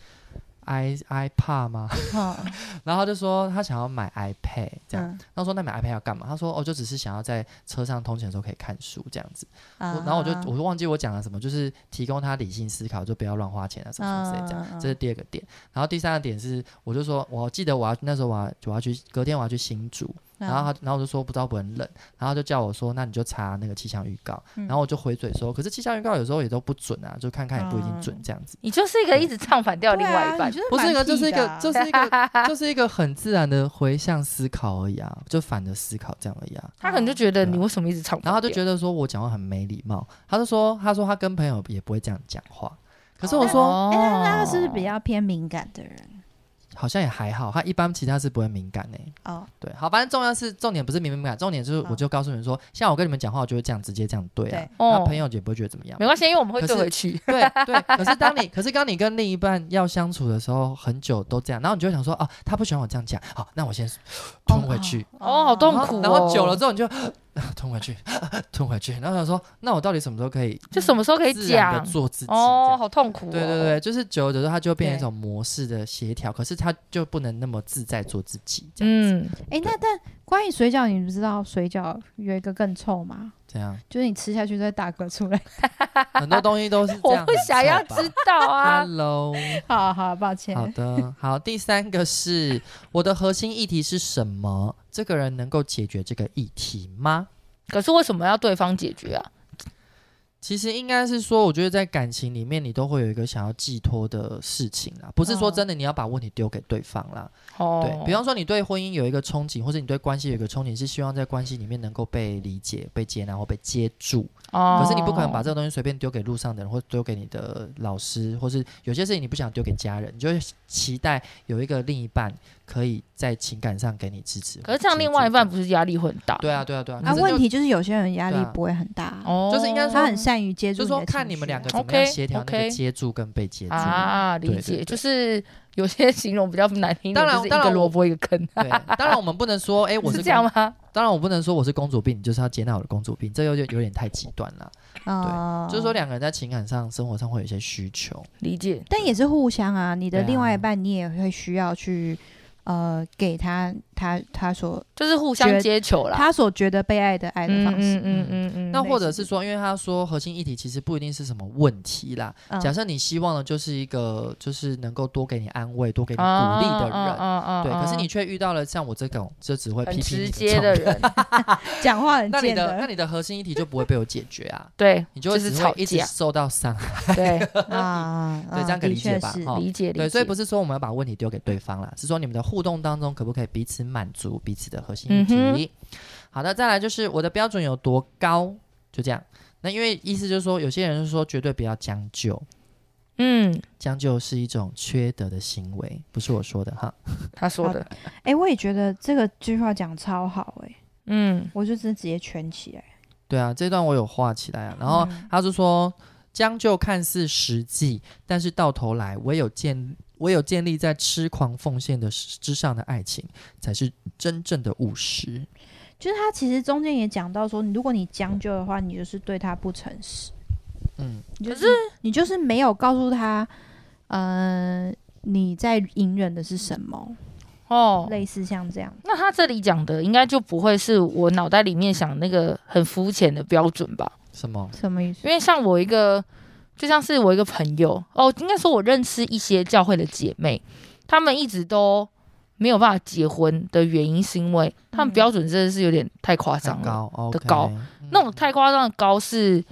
[SPEAKER 3] i iPad 吗？
[SPEAKER 1] 嗯
[SPEAKER 3] 然后他就说他想要买 iPad 这样。然后说那买 iPad 要干嘛？他说哦，就只是想要在车上通勤的时候可以看书这样子。我
[SPEAKER 1] 嗯
[SPEAKER 3] 然后我就我就忘记我讲了什么，就是提供他理性思考，就不要乱花钱啊什么什么之类
[SPEAKER 1] 嗯
[SPEAKER 3] 这样。这是第二个点。然后第三个点是，我就说我记得我要那时候我要我要去隔天我要去新竹，然后他然后我就说不知道会不会很冷，然后他就叫我说那你就查那个气象预告，
[SPEAKER 1] 嗯
[SPEAKER 3] 然后我就回嘴说，可是气象预告有时候也都不准啊，就看看也不一定准这样子。
[SPEAKER 2] 你就是一个一直唱反调的
[SPEAKER 1] 对
[SPEAKER 2] 另
[SPEAKER 1] 啊
[SPEAKER 2] 外一半
[SPEAKER 1] 你。就是
[SPEAKER 3] 不是一个，
[SPEAKER 1] 蛮
[SPEAKER 3] 就是一
[SPEAKER 1] 屁的
[SPEAKER 3] 个
[SPEAKER 1] 啊，
[SPEAKER 3] 就是一个，就是一个很自然的回向思考而已啊，就反着思考这样而已啊。
[SPEAKER 2] 他可能就觉得
[SPEAKER 3] 对啊
[SPEAKER 2] 你为什么一直唱反调，
[SPEAKER 3] 然后他就觉得说我讲话很没礼貌，他就说他说他跟朋友也不会这样讲话，可是我说、
[SPEAKER 1] 哎，那那他是不是比较偏敏感的人
[SPEAKER 3] 好像也还好，他一般其他是不会敏感呢、欸
[SPEAKER 1] 哦？
[SPEAKER 3] 对，好，反正重要是重点不是敏不敏感，重点就是
[SPEAKER 1] 好
[SPEAKER 3] 我就告诉你们说，像我跟你们讲话，我就会这样直接这样对啊
[SPEAKER 1] 对，
[SPEAKER 3] 那
[SPEAKER 2] 哦
[SPEAKER 3] 朋友也不会觉得怎么样
[SPEAKER 2] 没。关系，因为我们会
[SPEAKER 3] 可
[SPEAKER 2] 退
[SPEAKER 3] 是
[SPEAKER 2] 回去。
[SPEAKER 3] 对对，可是当你可是当你跟另一半要相处的时候，很久都这样，然后你就会想说，哦，他不喜欢我这样讲，好，那我先吞回去。
[SPEAKER 2] 哦好痛
[SPEAKER 3] 然
[SPEAKER 2] 苦
[SPEAKER 3] 后然后
[SPEAKER 2] 哦
[SPEAKER 3] 久了之后你就 吞回去， 吞回去，然后想说，那我到底什么时候可以
[SPEAKER 2] 就什么时候可以
[SPEAKER 3] 自然
[SPEAKER 2] 讲
[SPEAKER 3] 的？做自己？
[SPEAKER 2] 哦，
[SPEAKER 3] 这样
[SPEAKER 2] 好痛苦、哦。
[SPEAKER 3] 对对对，就是久而久之，它就会变成一
[SPEAKER 1] 对
[SPEAKER 3] 种模式的协调，可是它就不能那么自在做自己，这样子，
[SPEAKER 2] 嗯，
[SPEAKER 1] 哎，那但关于水饺，你不知道水饺有一个更臭吗？
[SPEAKER 3] 这样
[SPEAKER 1] 就是你吃下去都会打嗝出来。
[SPEAKER 3] 很多东西都是这
[SPEAKER 2] 我
[SPEAKER 3] 样。
[SPEAKER 2] 不想要
[SPEAKER 3] 很臭吧
[SPEAKER 2] 知道啊。
[SPEAKER 3] Hello，
[SPEAKER 1] 好好，抱歉。啊
[SPEAKER 3] 好的，好，第三个是我的核心议题是什么？这个人能够解决这个议题吗？
[SPEAKER 2] 可是为什么要对方解决啊？
[SPEAKER 3] 其实应该是说，我觉得在感情里面，你都会有一个想要寄托的事情啦，不是
[SPEAKER 2] 嗯
[SPEAKER 3] 说
[SPEAKER 1] 哦
[SPEAKER 3] 真的你要把问题丢给对方啦。
[SPEAKER 2] 哦，
[SPEAKER 3] 对比方说，你对婚姻有一个憧憬，或者你对关系有一个憧憬，是希望在关系里面能够被理解、被接纳或被接住。
[SPEAKER 2] 哦，
[SPEAKER 3] 可是你不可能把这个东西随便丢给路上的人，或丢给你的老师，或是有些事情你不想丢给家人，你就会期待有一个另一半可以在情感上给你支持。
[SPEAKER 2] 可是这样，另外一半不是压力会很大？
[SPEAKER 3] 对啊，对啊，对啊。
[SPEAKER 1] 啊，
[SPEAKER 3] 可是就
[SPEAKER 1] 问题就是有些人压力
[SPEAKER 3] 对啊
[SPEAKER 1] 不会很大，
[SPEAKER 2] 哦，
[SPEAKER 3] 就是应该
[SPEAKER 1] 他很善于接住
[SPEAKER 3] 就
[SPEAKER 1] 你
[SPEAKER 3] 是
[SPEAKER 1] 的
[SPEAKER 3] 说看
[SPEAKER 1] 情
[SPEAKER 3] 你们
[SPEAKER 1] 绪
[SPEAKER 3] 两个
[SPEAKER 1] 啊
[SPEAKER 3] 怎么样
[SPEAKER 2] OK，
[SPEAKER 3] 协调那个
[SPEAKER 2] OK
[SPEAKER 3] 接住跟 被接住。
[SPEAKER 2] 啊，
[SPEAKER 3] 对
[SPEAKER 2] 理
[SPEAKER 3] 对
[SPEAKER 2] 解，
[SPEAKER 3] 对
[SPEAKER 2] 就是有些形容比较难听一点，
[SPEAKER 3] 当然
[SPEAKER 2] 就是
[SPEAKER 3] 当
[SPEAKER 2] 一
[SPEAKER 3] 然
[SPEAKER 2] 个
[SPEAKER 3] 我
[SPEAKER 2] 萝卜一个坑，
[SPEAKER 3] 对，当然我们不能说，哎、我
[SPEAKER 2] 是
[SPEAKER 3] 是
[SPEAKER 2] 这样
[SPEAKER 3] 公
[SPEAKER 2] 吗？
[SPEAKER 3] 当然我不能说我是公主病，你就是要接纳我的公主病，这有点有点太极端了。
[SPEAKER 1] 哦
[SPEAKER 3] 就是说，两个人在情感上、生活上会有一些需求，
[SPEAKER 2] 理解，
[SPEAKER 1] 但也是互相啊，你的
[SPEAKER 3] 对啊
[SPEAKER 1] 另外一半你也会需要去。呃，给他他他所
[SPEAKER 2] 就是互相接球啦。
[SPEAKER 1] 他所觉得被爱的爱的方式。
[SPEAKER 2] 嗯嗯嗯嗯，
[SPEAKER 3] 那
[SPEAKER 1] 类
[SPEAKER 3] 或
[SPEAKER 1] 似
[SPEAKER 3] 者
[SPEAKER 1] 这
[SPEAKER 3] 是说，因为他说核心议题其实不一定是什么问题啦。
[SPEAKER 1] 嗯
[SPEAKER 3] 假设你希望的就是一个就是能够多给你安慰、多给你鼓
[SPEAKER 2] 啊
[SPEAKER 3] 励的人，
[SPEAKER 2] 啊啊啊
[SPEAKER 3] 对。可是
[SPEAKER 2] 啊
[SPEAKER 3] 你却遇到了像我这种就只会
[SPEAKER 2] 很
[SPEAKER 3] 批评你
[SPEAKER 2] 直
[SPEAKER 3] 的
[SPEAKER 2] 接的
[SPEAKER 3] 这种，
[SPEAKER 2] 人，
[SPEAKER 1] 讲话很
[SPEAKER 3] 嗯那你
[SPEAKER 1] 贱
[SPEAKER 3] 的那你的核心议题就不会被我解决啊，
[SPEAKER 2] 对，
[SPEAKER 3] 你
[SPEAKER 2] 就
[SPEAKER 3] 就会
[SPEAKER 2] 是
[SPEAKER 3] 只
[SPEAKER 2] 吵
[SPEAKER 3] 会一直
[SPEAKER 2] 架，
[SPEAKER 3] 受到伤害。
[SPEAKER 2] 对
[SPEAKER 1] 啊，
[SPEAKER 3] 嗯对这样可以理解吧哈
[SPEAKER 2] 理解理解。
[SPEAKER 3] 哦对，所以不是说我们要把问题丢给对方啦，是说你们的互动当中可不可以彼此满足彼此的核心议题？
[SPEAKER 2] 嗯哼
[SPEAKER 3] 好的，再来就是我的标准有多高，就这样。那因为意思就是说，有些人是说绝对不要将就，
[SPEAKER 2] 嗯，
[SPEAKER 3] 将就是一种缺德的行为，不是我说的哈。
[SPEAKER 2] 他说的，
[SPEAKER 1] 哎、我也觉得这个句话讲超好哎、
[SPEAKER 2] 嗯，
[SPEAKER 1] 我就真的直接圈起来。
[SPEAKER 3] 对啊，这段我有画起来啊。然后
[SPEAKER 1] 嗯
[SPEAKER 3] 他就说，将就看似实际，但是到头来唯有建唯有建立在痴狂奉献的之上的爱情，才是真正的务实。
[SPEAKER 1] 就是他其实中间也讲到说，如果你将就的话，你就是对他不诚实，
[SPEAKER 3] 嗯，
[SPEAKER 1] 你就是你就是没有告诉他，呃，你在隐忍的是什么，
[SPEAKER 2] 哦，
[SPEAKER 1] 类似像这样。
[SPEAKER 2] 那他这里讲的应该就不会是我脑袋里面想那个很肤浅的标准吧？
[SPEAKER 3] 什么？
[SPEAKER 1] 什么意思
[SPEAKER 2] 因？为像我一个，就像是我一个朋友哦，应该说我认识一些教会的姐妹，她们一直都没有办法结婚的原因，是因为她们
[SPEAKER 1] 嗯
[SPEAKER 2] 标准真的是有点太夸
[SPEAKER 3] 太
[SPEAKER 2] 张了。
[SPEAKER 3] 高
[SPEAKER 2] 的
[SPEAKER 3] OK
[SPEAKER 2] 高
[SPEAKER 3] 嗯
[SPEAKER 2] 那种太夸张的高是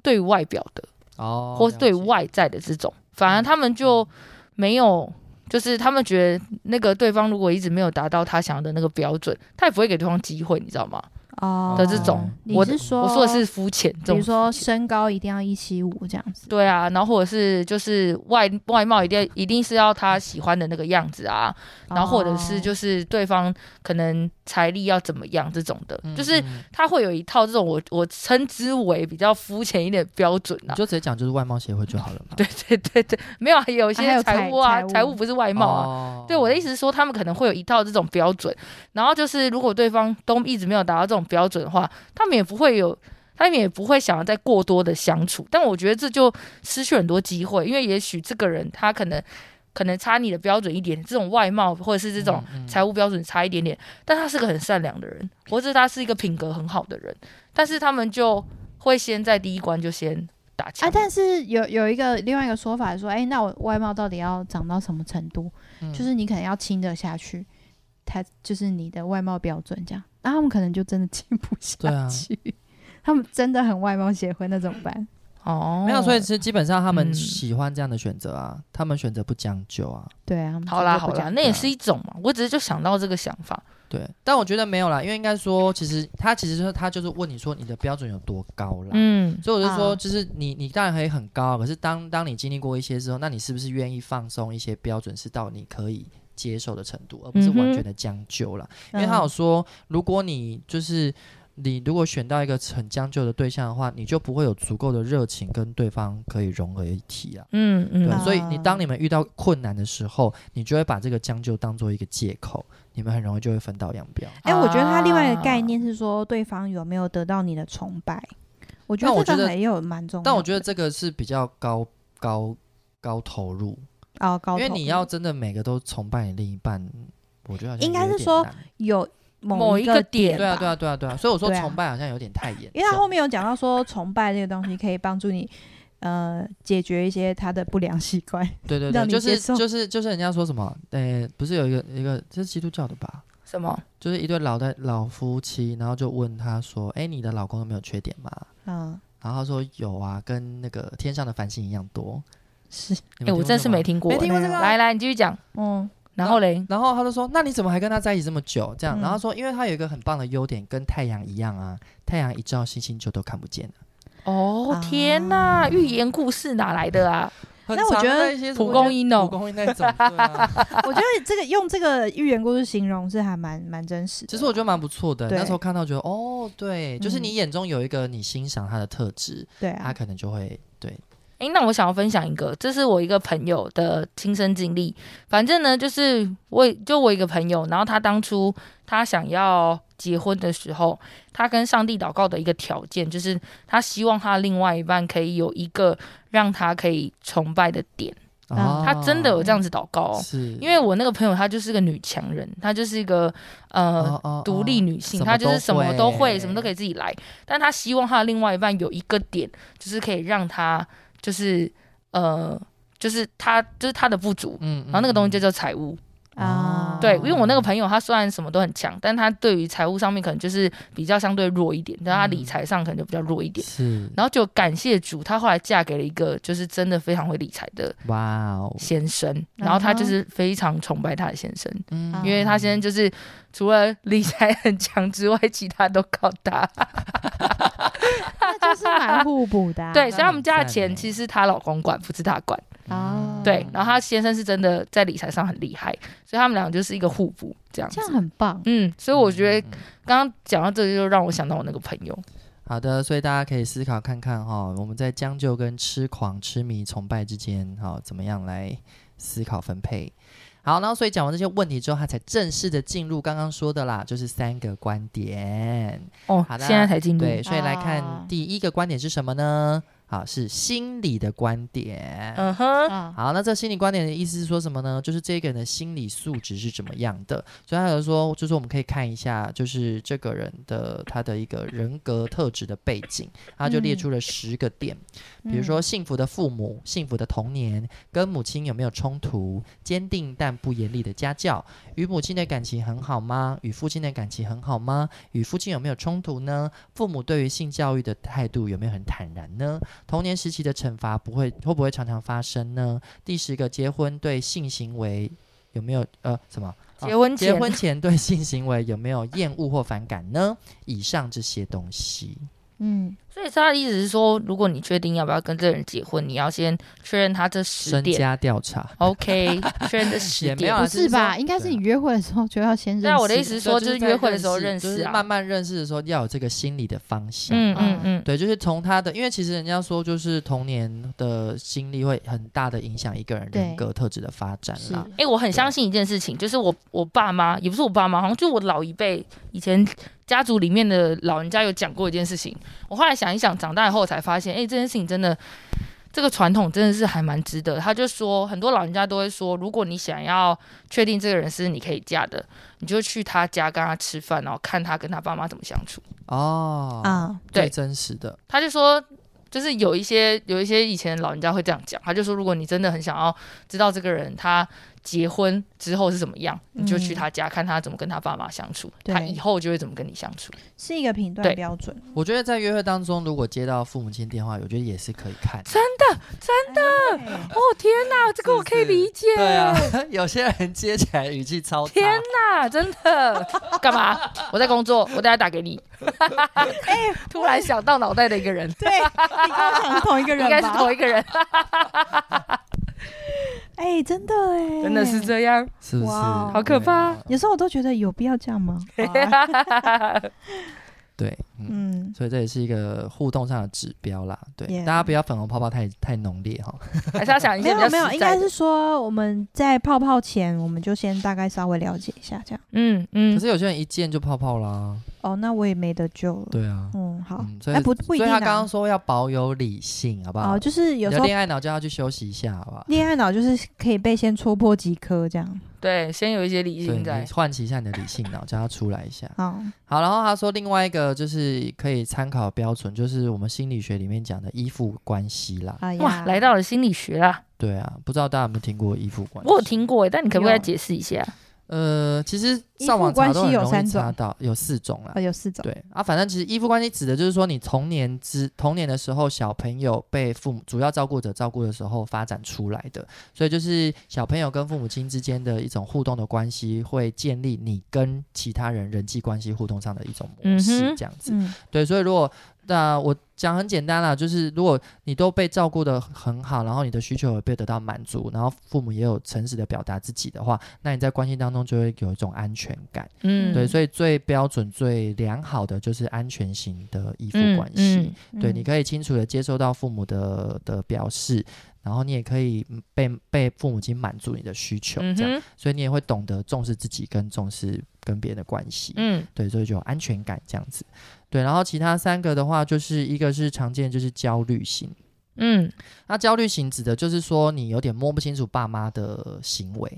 [SPEAKER 2] 对于外表的，
[SPEAKER 3] 哦，
[SPEAKER 2] 或是对于
[SPEAKER 3] 了解嗯
[SPEAKER 2] 外在的这种，反而他们就没有。就是他们觉得那个对方如果一直没有达到他想要的那个标准，他也不会给对方机会，你知道吗？
[SPEAKER 1] 哦
[SPEAKER 2] 的这种
[SPEAKER 1] 你
[SPEAKER 2] 我
[SPEAKER 1] 是说
[SPEAKER 2] 我说的是，肤浅这
[SPEAKER 1] 比
[SPEAKER 2] 种
[SPEAKER 1] 如说身高一定要一七五这样子。
[SPEAKER 2] 对啊，然后或者是就是外外貌一定一定是要他喜欢的那个样子啊，
[SPEAKER 1] 哦
[SPEAKER 2] 然后或者
[SPEAKER 3] 哦
[SPEAKER 2] 是就是对方可能财力要怎么样这种的，
[SPEAKER 3] 嗯
[SPEAKER 2] 就是
[SPEAKER 3] 嗯
[SPEAKER 2] 他会有一套这种我我称之为比较肤浅一点的标准
[SPEAKER 3] 你
[SPEAKER 2] 啊。
[SPEAKER 3] 就直接讲就是外貌协会就好了 嘛。
[SPEAKER 2] 对 对对对，没有啊，有一
[SPEAKER 1] 还
[SPEAKER 2] 些
[SPEAKER 1] 有
[SPEAKER 2] 财
[SPEAKER 1] 财
[SPEAKER 2] 务啊，
[SPEAKER 1] 财务
[SPEAKER 2] 财务不是外貌啊。
[SPEAKER 3] 哦
[SPEAKER 2] 对我的意思是说，他们可能会有一套这种标准，然后就是如果对方都一直没有达到这种标准的话，他们也不会有，他们也不会想要再过多的相处。但我觉得这就失去很多机会，因为也许这个人他可能可能差你的标准一点，这种外貌或者是这种
[SPEAKER 3] 嗯嗯
[SPEAKER 2] 财务标准差一点点，但他是个很善良的人，或者他是一个品格很好的人，但是他们就会先在第一关就先打
[SPEAKER 1] 啊
[SPEAKER 2] 枪，。
[SPEAKER 1] 但是有有一个另外一个说法说，哎、那我外貌到底要长到什么程度？
[SPEAKER 3] 嗯
[SPEAKER 1] 就是你可能要亲得下去，他就是你的外貌标准这样。那、他们可能就真的亲不
[SPEAKER 3] 对
[SPEAKER 1] 下
[SPEAKER 3] 啊
[SPEAKER 1] 去， 他们真的很外貌协会，那怎么办？
[SPEAKER 2] 哦
[SPEAKER 3] 没有，所以其实基本上他们
[SPEAKER 2] 嗯
[SPEAKER 3] 喜欢这样的选择啊，他们选择不将就啊。
[SPEAKER 1] 对啊，
[SPEAKER 2] 好啦
[SPEAKER 1] 这就
[SPEAKER 2] 好
[SPEAKER 1] 不
[SPEAKER 2] 啦，
[SPEAKER 1] 讲
[SPEAKER 2] 那也是一种嘛，我只是就想到这个想法。
[SPEAKER 3] 对，但我觉得没有啦，因为应该说，其实他其实就是他就是问你说你的标准有多高啦。
[SPEAKER 2] 嗯，
[SPEAKER 3] 所以我就说，
[SPEAKER 1] 啊
[SPEAKER 3] 就是你，你当然可以很高，可是当当你经历过一些之后，那你是不是愿意放松一些标准，是到你可以接受的程度，而不是
[SPEAKER 2] 嗯
[SPEAKER 3] 完
[SPEAKER 2] 哼
[SPEAKER 3] 全的将就啦？因
[SPEAKER 1] 嗯
[SPEAKER 3] 为他有说，如果你就是你如果选到一个很将就的对象的话，你就不会有足够的热情跟对方可以融合一体啊。
[SPEAKER 2] 嗯
[SPEAKER 3] 对，
[SPEAKER 1] 啊
[SPEAKER 2] 嗯，
[SPEAKER 3] 所以你当你们遇到困难的时候，你就会把这个将就当做一个借口，你们很容易就会分道扬镳。
[SPEAKER 1] 哎、我觉得他另外一个概
[SPEAKER 2] 啊
[SPEAKER 1] 念是说，对方有没有得到你的崇拜？我觉
[SPEAKER 3] 但
[SPEAKER 1] 得
[SPEAKER 3] 我
[SPEAKER 1] 这
[SPEAKER 3] 觉
[SPEAKER 1] 个
[SPEAKER 3] 得
[SPEAKER 1] 还有蛮重要的。
[SPEAKER 3] 但我觉得这个是比较高高高投入，
[SPEAKER 1] 哦，高
[SPEAKER 3] 因为
[SPEAKER 1] 头
[SPEAKER 3] 你要真的每个都崇拜你另一半，我觉得好像
[SPEAKER 1] 应该
[SPEAKER 3] 有
[SPEAKER 1] 是
[SPEAKER 3] 点
[SPEAKER 1] 说
[SPEAKER 3] 难
[SPEAKER 1] 有
[SPEAKER 2] 某
[SPEAKER 1] 某
[SPEAKER 2] 一
[SPEAKER 1] 个
[SPEAKER 2] 个点
[SPEAKER 3] 对啊
[SPEAKER 1] 吧
[SPEAKER 3] 对啊对啊对啊，所以我说
[SPEAKER 1] 对啊
[SPEAKER 3] 崇拜好像有点太严重，
[SPEAKER 1] 因为他后面有讲到说，崇拜这个东西可以帮助你，呃，解决一些他的不良习惯。
[SPEAKER 3] 对对对，
[SPEAKER 1] 让你
[SPEAKER 3] 就
[SPEAKER 1] 接
[SPEAKER 3] 是
[SPEAKER 1] 受
[SPEAKER 3] 就是就是人家说什么，呃，不是有一个一个这是基督教的吧？
[SPEAKER 2] 什么？
[SPEAKER 3] 就是一对老的老夫妻，然后就问他说：“哎，你的老公有没有缺点吗
[SPEAKER 1] 嗯，？”
[SPEAKER 3] 然后他说：“有啊，跟那个天上的繁星一样多。
[SPEAKER 1] 是，”
[SPEAKER 3] 哎
[SPEAKER 2] 哎，我真是没。听过
[SPEAKER 3] 没
[SPEAKER 2] 欸。
[SPEAKER 3] 听过这个啊
[SPEAKER 2] 来来，你继续讲。
[SPEAKER 1] 嗯，
[SPEAKER 2] 然后嘞，
[SPEAKER 3] 然后他就说：“那你怎么还跟他在一起这么久？”这样，
[SPEAKER 1] 嗯
[SPEAKER 3] 然后他说：“因为他有一个很棒的优点，跟太阳一样啊，太阳一照，星星就都看不见了。
[SPEAKER 2] 哦
[SPEAKER 1] 啊
[SPEAKER 2] 天哪，寓言故事哪来的啊？”
[SPEAKER 1] 那我觉得
[SPEAKER 2] 蒲公英哦
[SPEAKER 3] 蒲公英那种，对啊
[SPEAKER 1] 我觉得这个用这个寓言故事形容是还蛮蛮真实的。
[SPEAKER 3] 其实我觉得蛮不错的。
[SPEAKER 1] 对
[SPEAKER 3] 那时候看到觉得，哦，对，就是
[SPEAKER 1] 嗯
[SPEAKER 3] 你眼中有一个你欣赏他的特质，
[SPEAKER 1] 对
[SPEAKER 3] 他
[SPEAKER 1] 啊，
[SPEAKER 3] 可能就会对，
[SPEAKER 2] 诶，那我想要分享一个，这是我一个朋友的亲身经历。反正呢，就是我就我一个朋友，然后他当初他想要结婚的时候，他跟上帝祷告的一个条件，就是他希望他另外一半可以有一个让他可以崇拜的点。
[SPEAKER 1] 啊
[SPEAKER 2] 她嗯真的有这样子祷告哦、
[SPEAKER 3] 是，
[SPEAKER 2] 因为我那个朋友她就是个女强人，她就是一个呃
[SPEAKER 3] 为
[SPEAKER 2] 独立女性，
[SPEAKER 3] 哦什么
[SPEAKER 2] 她就是
[SPEAKER 3] 都
[SPEAKER 2] 什么都
[SPEAKER 3] 会
[SPEAKER 2] 会，什么都可以自己来。但她希望她的另外一半有一个点，就是可以让她就是呃就是她就是她的不足，
[SPEAKER 3] 嗯，哦
[SPEAKER 2] 然后那个东西就叫财务。
[SPEAKER 1] 啊，
[SPEAKER 2] 对，因为我那个朋友，他虽然什么都很强，但他对于财务上面可能就是比较相对弱一点，但他理
[SPEAKER 3] 嗯
[SPEAKER 2] 财上可能就比较弱一点。
[SPEAKER 3] 是
[SPEAKER 2] 然后就感谢主，她后来嫁给了一个就是真的非常会理财的
[SPEAKER 3] 哇哦，
[SPEAKER 2] 先生，然后她就是非常崇拜她的先生，
[SPEAKER 3] 嗯
[SPEAKER 1] 啊
[SPEAKER 2] 因为她先生就是除了理财很强之外，其他都靠他。
[SPEAKER 1] 啊那就是蛮互补的啊、
[SPEAKER 2] 对，
[SPEAKER 3] 那
[SPEAKER 2] 所以他们家的
[SPEAKER 3] 很赞欸
[SPEAKER 2] 钱其实是她老公管，不是她管。
[SPEAKER 1] 啊，
[SPEAKER 2] 对，然后她先生是真的在理财上很厉害，所以他们俩就是一个互补这样子
[SPEAKER 1] 这。样很棒。
[SPEAKER 2] 嗯，所以我觉得
[SPEAKER 3] 嗯嗯嗯
[SPEAKER 2] 刚刚讲到这个，就让我想到我那个朋友。
[SPEAKER 3] 好的，所以大家可以思考看看哈、我们在将就跟痴狂、痴迷、崇拜之间，哈、怎么样来思考分配？好，然后所以讲完这些问题之后，他才正式的进入刚刚说的啦，就是三个观点。
[SPEAKER 2] 哦
[SPEAKER 3] 好，的
[SPEAKER 2] 现在才进入。
[SPEAKER 3] 对，所以来
[SPEAKER 1] 啊
[SPEAKER 3] 看第一个观点是什么呢？好，是心理的观点。
[SPEAKER 2] 嗯哼，
[SPEAKER 1] 啊，
[SPEAKER 3] 好，那这心理观点的意思是说什么呢？就是这个人的心理素质是怎么样的。所以他有说，就是我们可以看一下，就是这个人的他的一个人格特质的背景，他就列
[SPEAKER 1] 嗯
[SPEAKER 3] 出了十个点，比如说幸福的父母、幸福的童年、跟母亲有没有冲突、坚定但不严厉的家教、与母亲的感情很好吗？与父亲的感情很好吗？与父亲有没有冲突呢？父母对于性教育的态度有没有很坦然呢？童年时期的惩罚不会会不会常常发生呢？第十个，结婚对性行为有没有呃什么？啊
[SPEAKER 2] 结婚
[SPEAKER 3] 结
[SPEAKER 2] 前
[SPEAKER 3] 婚前对性行为有没有厌恶或反感呢？以上这些东西，
[SPEAKER 1] 嗯，
[SPEAKER 2] 所以他的意思是说，如果你确定要不要跟这个人结婚，你要先确认他这十
[SPEAKER 3] 身
[SPEAKER 2] 点。
[SPEAKER 3] 家调查
[SPEAKER 2] OK，确认这十
[SPEAKER 3] 也没
[SPEAKER 2] 点
[SPEAKER 3] 有。啊
[SPEAKER 1] 不
[SPEAKER 3] 就是
[SPEAKER 1] 是吧？
[SPEAKER 3] 说
[SPEAKER 1] 应该是
[SPEAKER 3] 对啊
[SPEAKER 1] 你约会的时候就要先认识。
[SPEAKER 2] 对啊我的意思是说
[SPEAKER 3] 对
[SPEAKER 2] 就是
[SPEAKER 3] 在
[SPEAKER 2] 约会的时候认
[SPEAKER 3] 就
[SPEAKER 2] 识
[SPEAKER 3] 是
[SPEAKER 2] 啊
[SPEAKER 3] 慢慢认识的时候要有这个心理的方向。
[SPEAKER 2] 嗯嗯嗯，
[SPEAKER 3] 对，就是从他的，因为其实人家说，就是童年的经历会很大的影响一个人
[SPEAKER 1] 对
[SPEAKER 3] 人格特质的发展
[SPEAKER 1] 是
[SPEAKER 3] 啦。
[SPEAKER 2] 哎、我很相信一件事情，就是我我爸妈，也不是我爸妈，好像就我老一辈以前家族里面的老人家有讲过一件事情。我后来想一想，长大以后才发现，哎、这件事情真的，这个传统真的是还蛮值得。他就说，很多老人家都会说，如果你想要确定这个人是你可以嫁的，你就去他家跟他吃饭，然后看他跟他爸妈怎么相处。
[SPEAKER 3] 哦，
[SPEAKER 1] 啊，
[SPEAKER 3] 最
[SPEAKER 2] 对
[SPEAKER 3] 真实的，
[SPEAKER 2] 他就说，就是有一些有一些以前老人家会这样讲，他就说，如果你真的很想要知道这个人他结婚之后是怎么样，
[SPEAKER 1] 嗯
[SPEAKER 2] 你就去他家看他怎么跟他爸妈相处，
[SPEAKER 1] 对
[SPEAKER 2] 他以后就会怎么跟你相处。
[SPEAKER 1] 是一个评断
[SPEAKER 2] 对
[SPEAKER 1] 标准。
[SPEAKER 3] 我觉得在约会当中，如果接到父母亲电话，我觉得也是可以看。
[SPEAKER 1] 真的，
[SPEAKER 2] 哦天哪，这
[SPEAKER 3] 个我可以理
[SPEAKER 2] 解
[SPEAKER 3] 对啊， 有些人接起来语气超差
[SPEAKER 2] 天哪，真的 干嘛？我在工作，我等下打给 你。哎突然想到脑袋的一个人，
[SPEAKER 1] 对，你跟我想是同一个
[SPEAKER 2] 应
[SPEAKER 1] 人
[SPEAKER 2] 该是
[SPEAKER 1] 吧？
[SPEAKER 2] 同一个人，
[SPEAKER 1] 哎，真的哎，
[SPEAKER 2] 真的是。这样。
[SPEAKER 3] 是不是？
[SPEAKER 1] 哇哦
[SPEAKER 2] 好可怕
[SPEAKER 3] 对啊
[SPEAKER 1] 有时候我都觉得有必要这样 吗？
[SPEAKER 3] 嗯对，嗯，
[SPEAKER 1] 嗯，
[SPEAKER 3] 所以这也是一个互动上的指标啦。对
[SPEAKER 1] Yeah
[SPEAKER 3] 大家不要粉红泡泡太太浓烈哈。
[SPEAKER 2] 还是要想一
[SPEAKER 1] 没
[SPEAKER 2] 些比较
[SPEAKER 1] 有没有，
[SPEAKER 2] 实
[SPEAKER 1] 应
[SPEAKER 2] 在
[SPEAKER 1] 该
[SPEAKER 2] 的
[SPEAKER 1] 是说我们在泡泡前，我们就先大概稍微了解一下这样。
[SPEAKER 2] 嗯
[SPEAKER 3] 可
[SPEAKER 2] 嗯，
[SPEAKER 3] 是有些人一见就泡泡啦。
[SPEAKER 1] 哦，那我也没得救了。
[SPEAKER 3] 对啊，
[SPEAKER 1] 嗯，好
[SPEAKER 3] 嗯，所以
[SPEAKER 1] 哎，不不一
[SPEAKER 3] 所
[SPEAKER 1] 定
[SPEAKER 3] 以他刚
[SPEAKER 1] 啊
[SPEAKER 3] 刚。说要保有理性，好不好？
[SPEAKER 1] 哦，就是有
[SPEAKER 3] 你
[SPEAKER 1] 时
[SPEAKER 3] 的
[SPEAKER 1] 候
[SPEAKER 3] 恋爱脑叫他去休息一下，好不好？
[SPEAKER 1] 恋爱脑就是可以被先戳破几颗这样。
[SPEAKER 2] 对，先有一些理
[SPEAKER 3] 对，
[SPEAKER 2] 性
[SPEAKER 3] 你
[SPEAKER 2] 在。
[SPEAKER 3] 唤起一下你的理性脑，叫他出来一下。
[SPEAKER 1] 好，
[SPEAKER 3] 好，然后他说另外一个就是可以参考标准，就是我们心理学里面讲的依附关系啦。
[SPEAKER 1] 哎呀，
[SPEAKER 2] 哇，来到了心理学啦，
[SPEAKER 3] 对啊，不知道大家有没有听过依附关系？
[SPEAKER 2] 我有听过耶，但你可不可以
[SPEAKER 1] 有
[SPEAKER 2] 再解释一下？
[SPEAKER 3] 呃，其实上网查都很容易查到，有四种啦
[SPEAKER 1] 哦，。有四种。
[SPEAKER 3] 对啊，反正其实依附关系指的就是说，你童年之童年的时候，小朋友被父母主要照顾者照顾的时候发展出来的，所以就是小朋友跟父母亲之间的一种互动的关系，会建立你跟其他人人际关系互动上的一种模
[SPEAKER 2] 嗯
[SPEAKER 3] 式，
[SPEAKER 2] 哼
[SPEAKER 3] 这样子。
[SPEAKER 1] 嗯，
[SPEAKER 3] 对，所以如果那我讲很简单啦，就是如果你都被照顾的很好，然后你的需求也被得到满足，然后父母也有诚实的表达自己的话，那你在关系当中就会有一种安全感。
[SPEAKER 2] 嗯，
[SPEAKER 3] 对，
[SPEAKER 1] 嗯
[SPEAKER 3] 所以最标准、最良好的就是安全型的依附
[SPEAKER 2] 嗯
[SPEAKER 3] 关系。
[SPEAKER 2] 嗯
[SPEAKER 3] 对，
[SPEAKER 1] 嗯
[SPEAKER 3] 你可以清楚的接收到父母的的表示，然后你也可以嗯被被父母亲满足你的需求，
[SPEAKER 2] 嗯
[SPEAKER 3] 这样，
[SPEAKER 2] 哼，
[SPEAKER 3] 所以你也会懂得重视自己跟重视跟别人的关系。
[SPEAKER 2] 嗯
[SPEAKER 3] 对，所以就有安全感这样子。对，然后其他三个的话，就是一个是常见，就是焦虑型，
[SPEAKER 2] 嗯，
[SPEAKER 3] 那焦虑型指的就是说你有点摸不清楚爸妈的行为，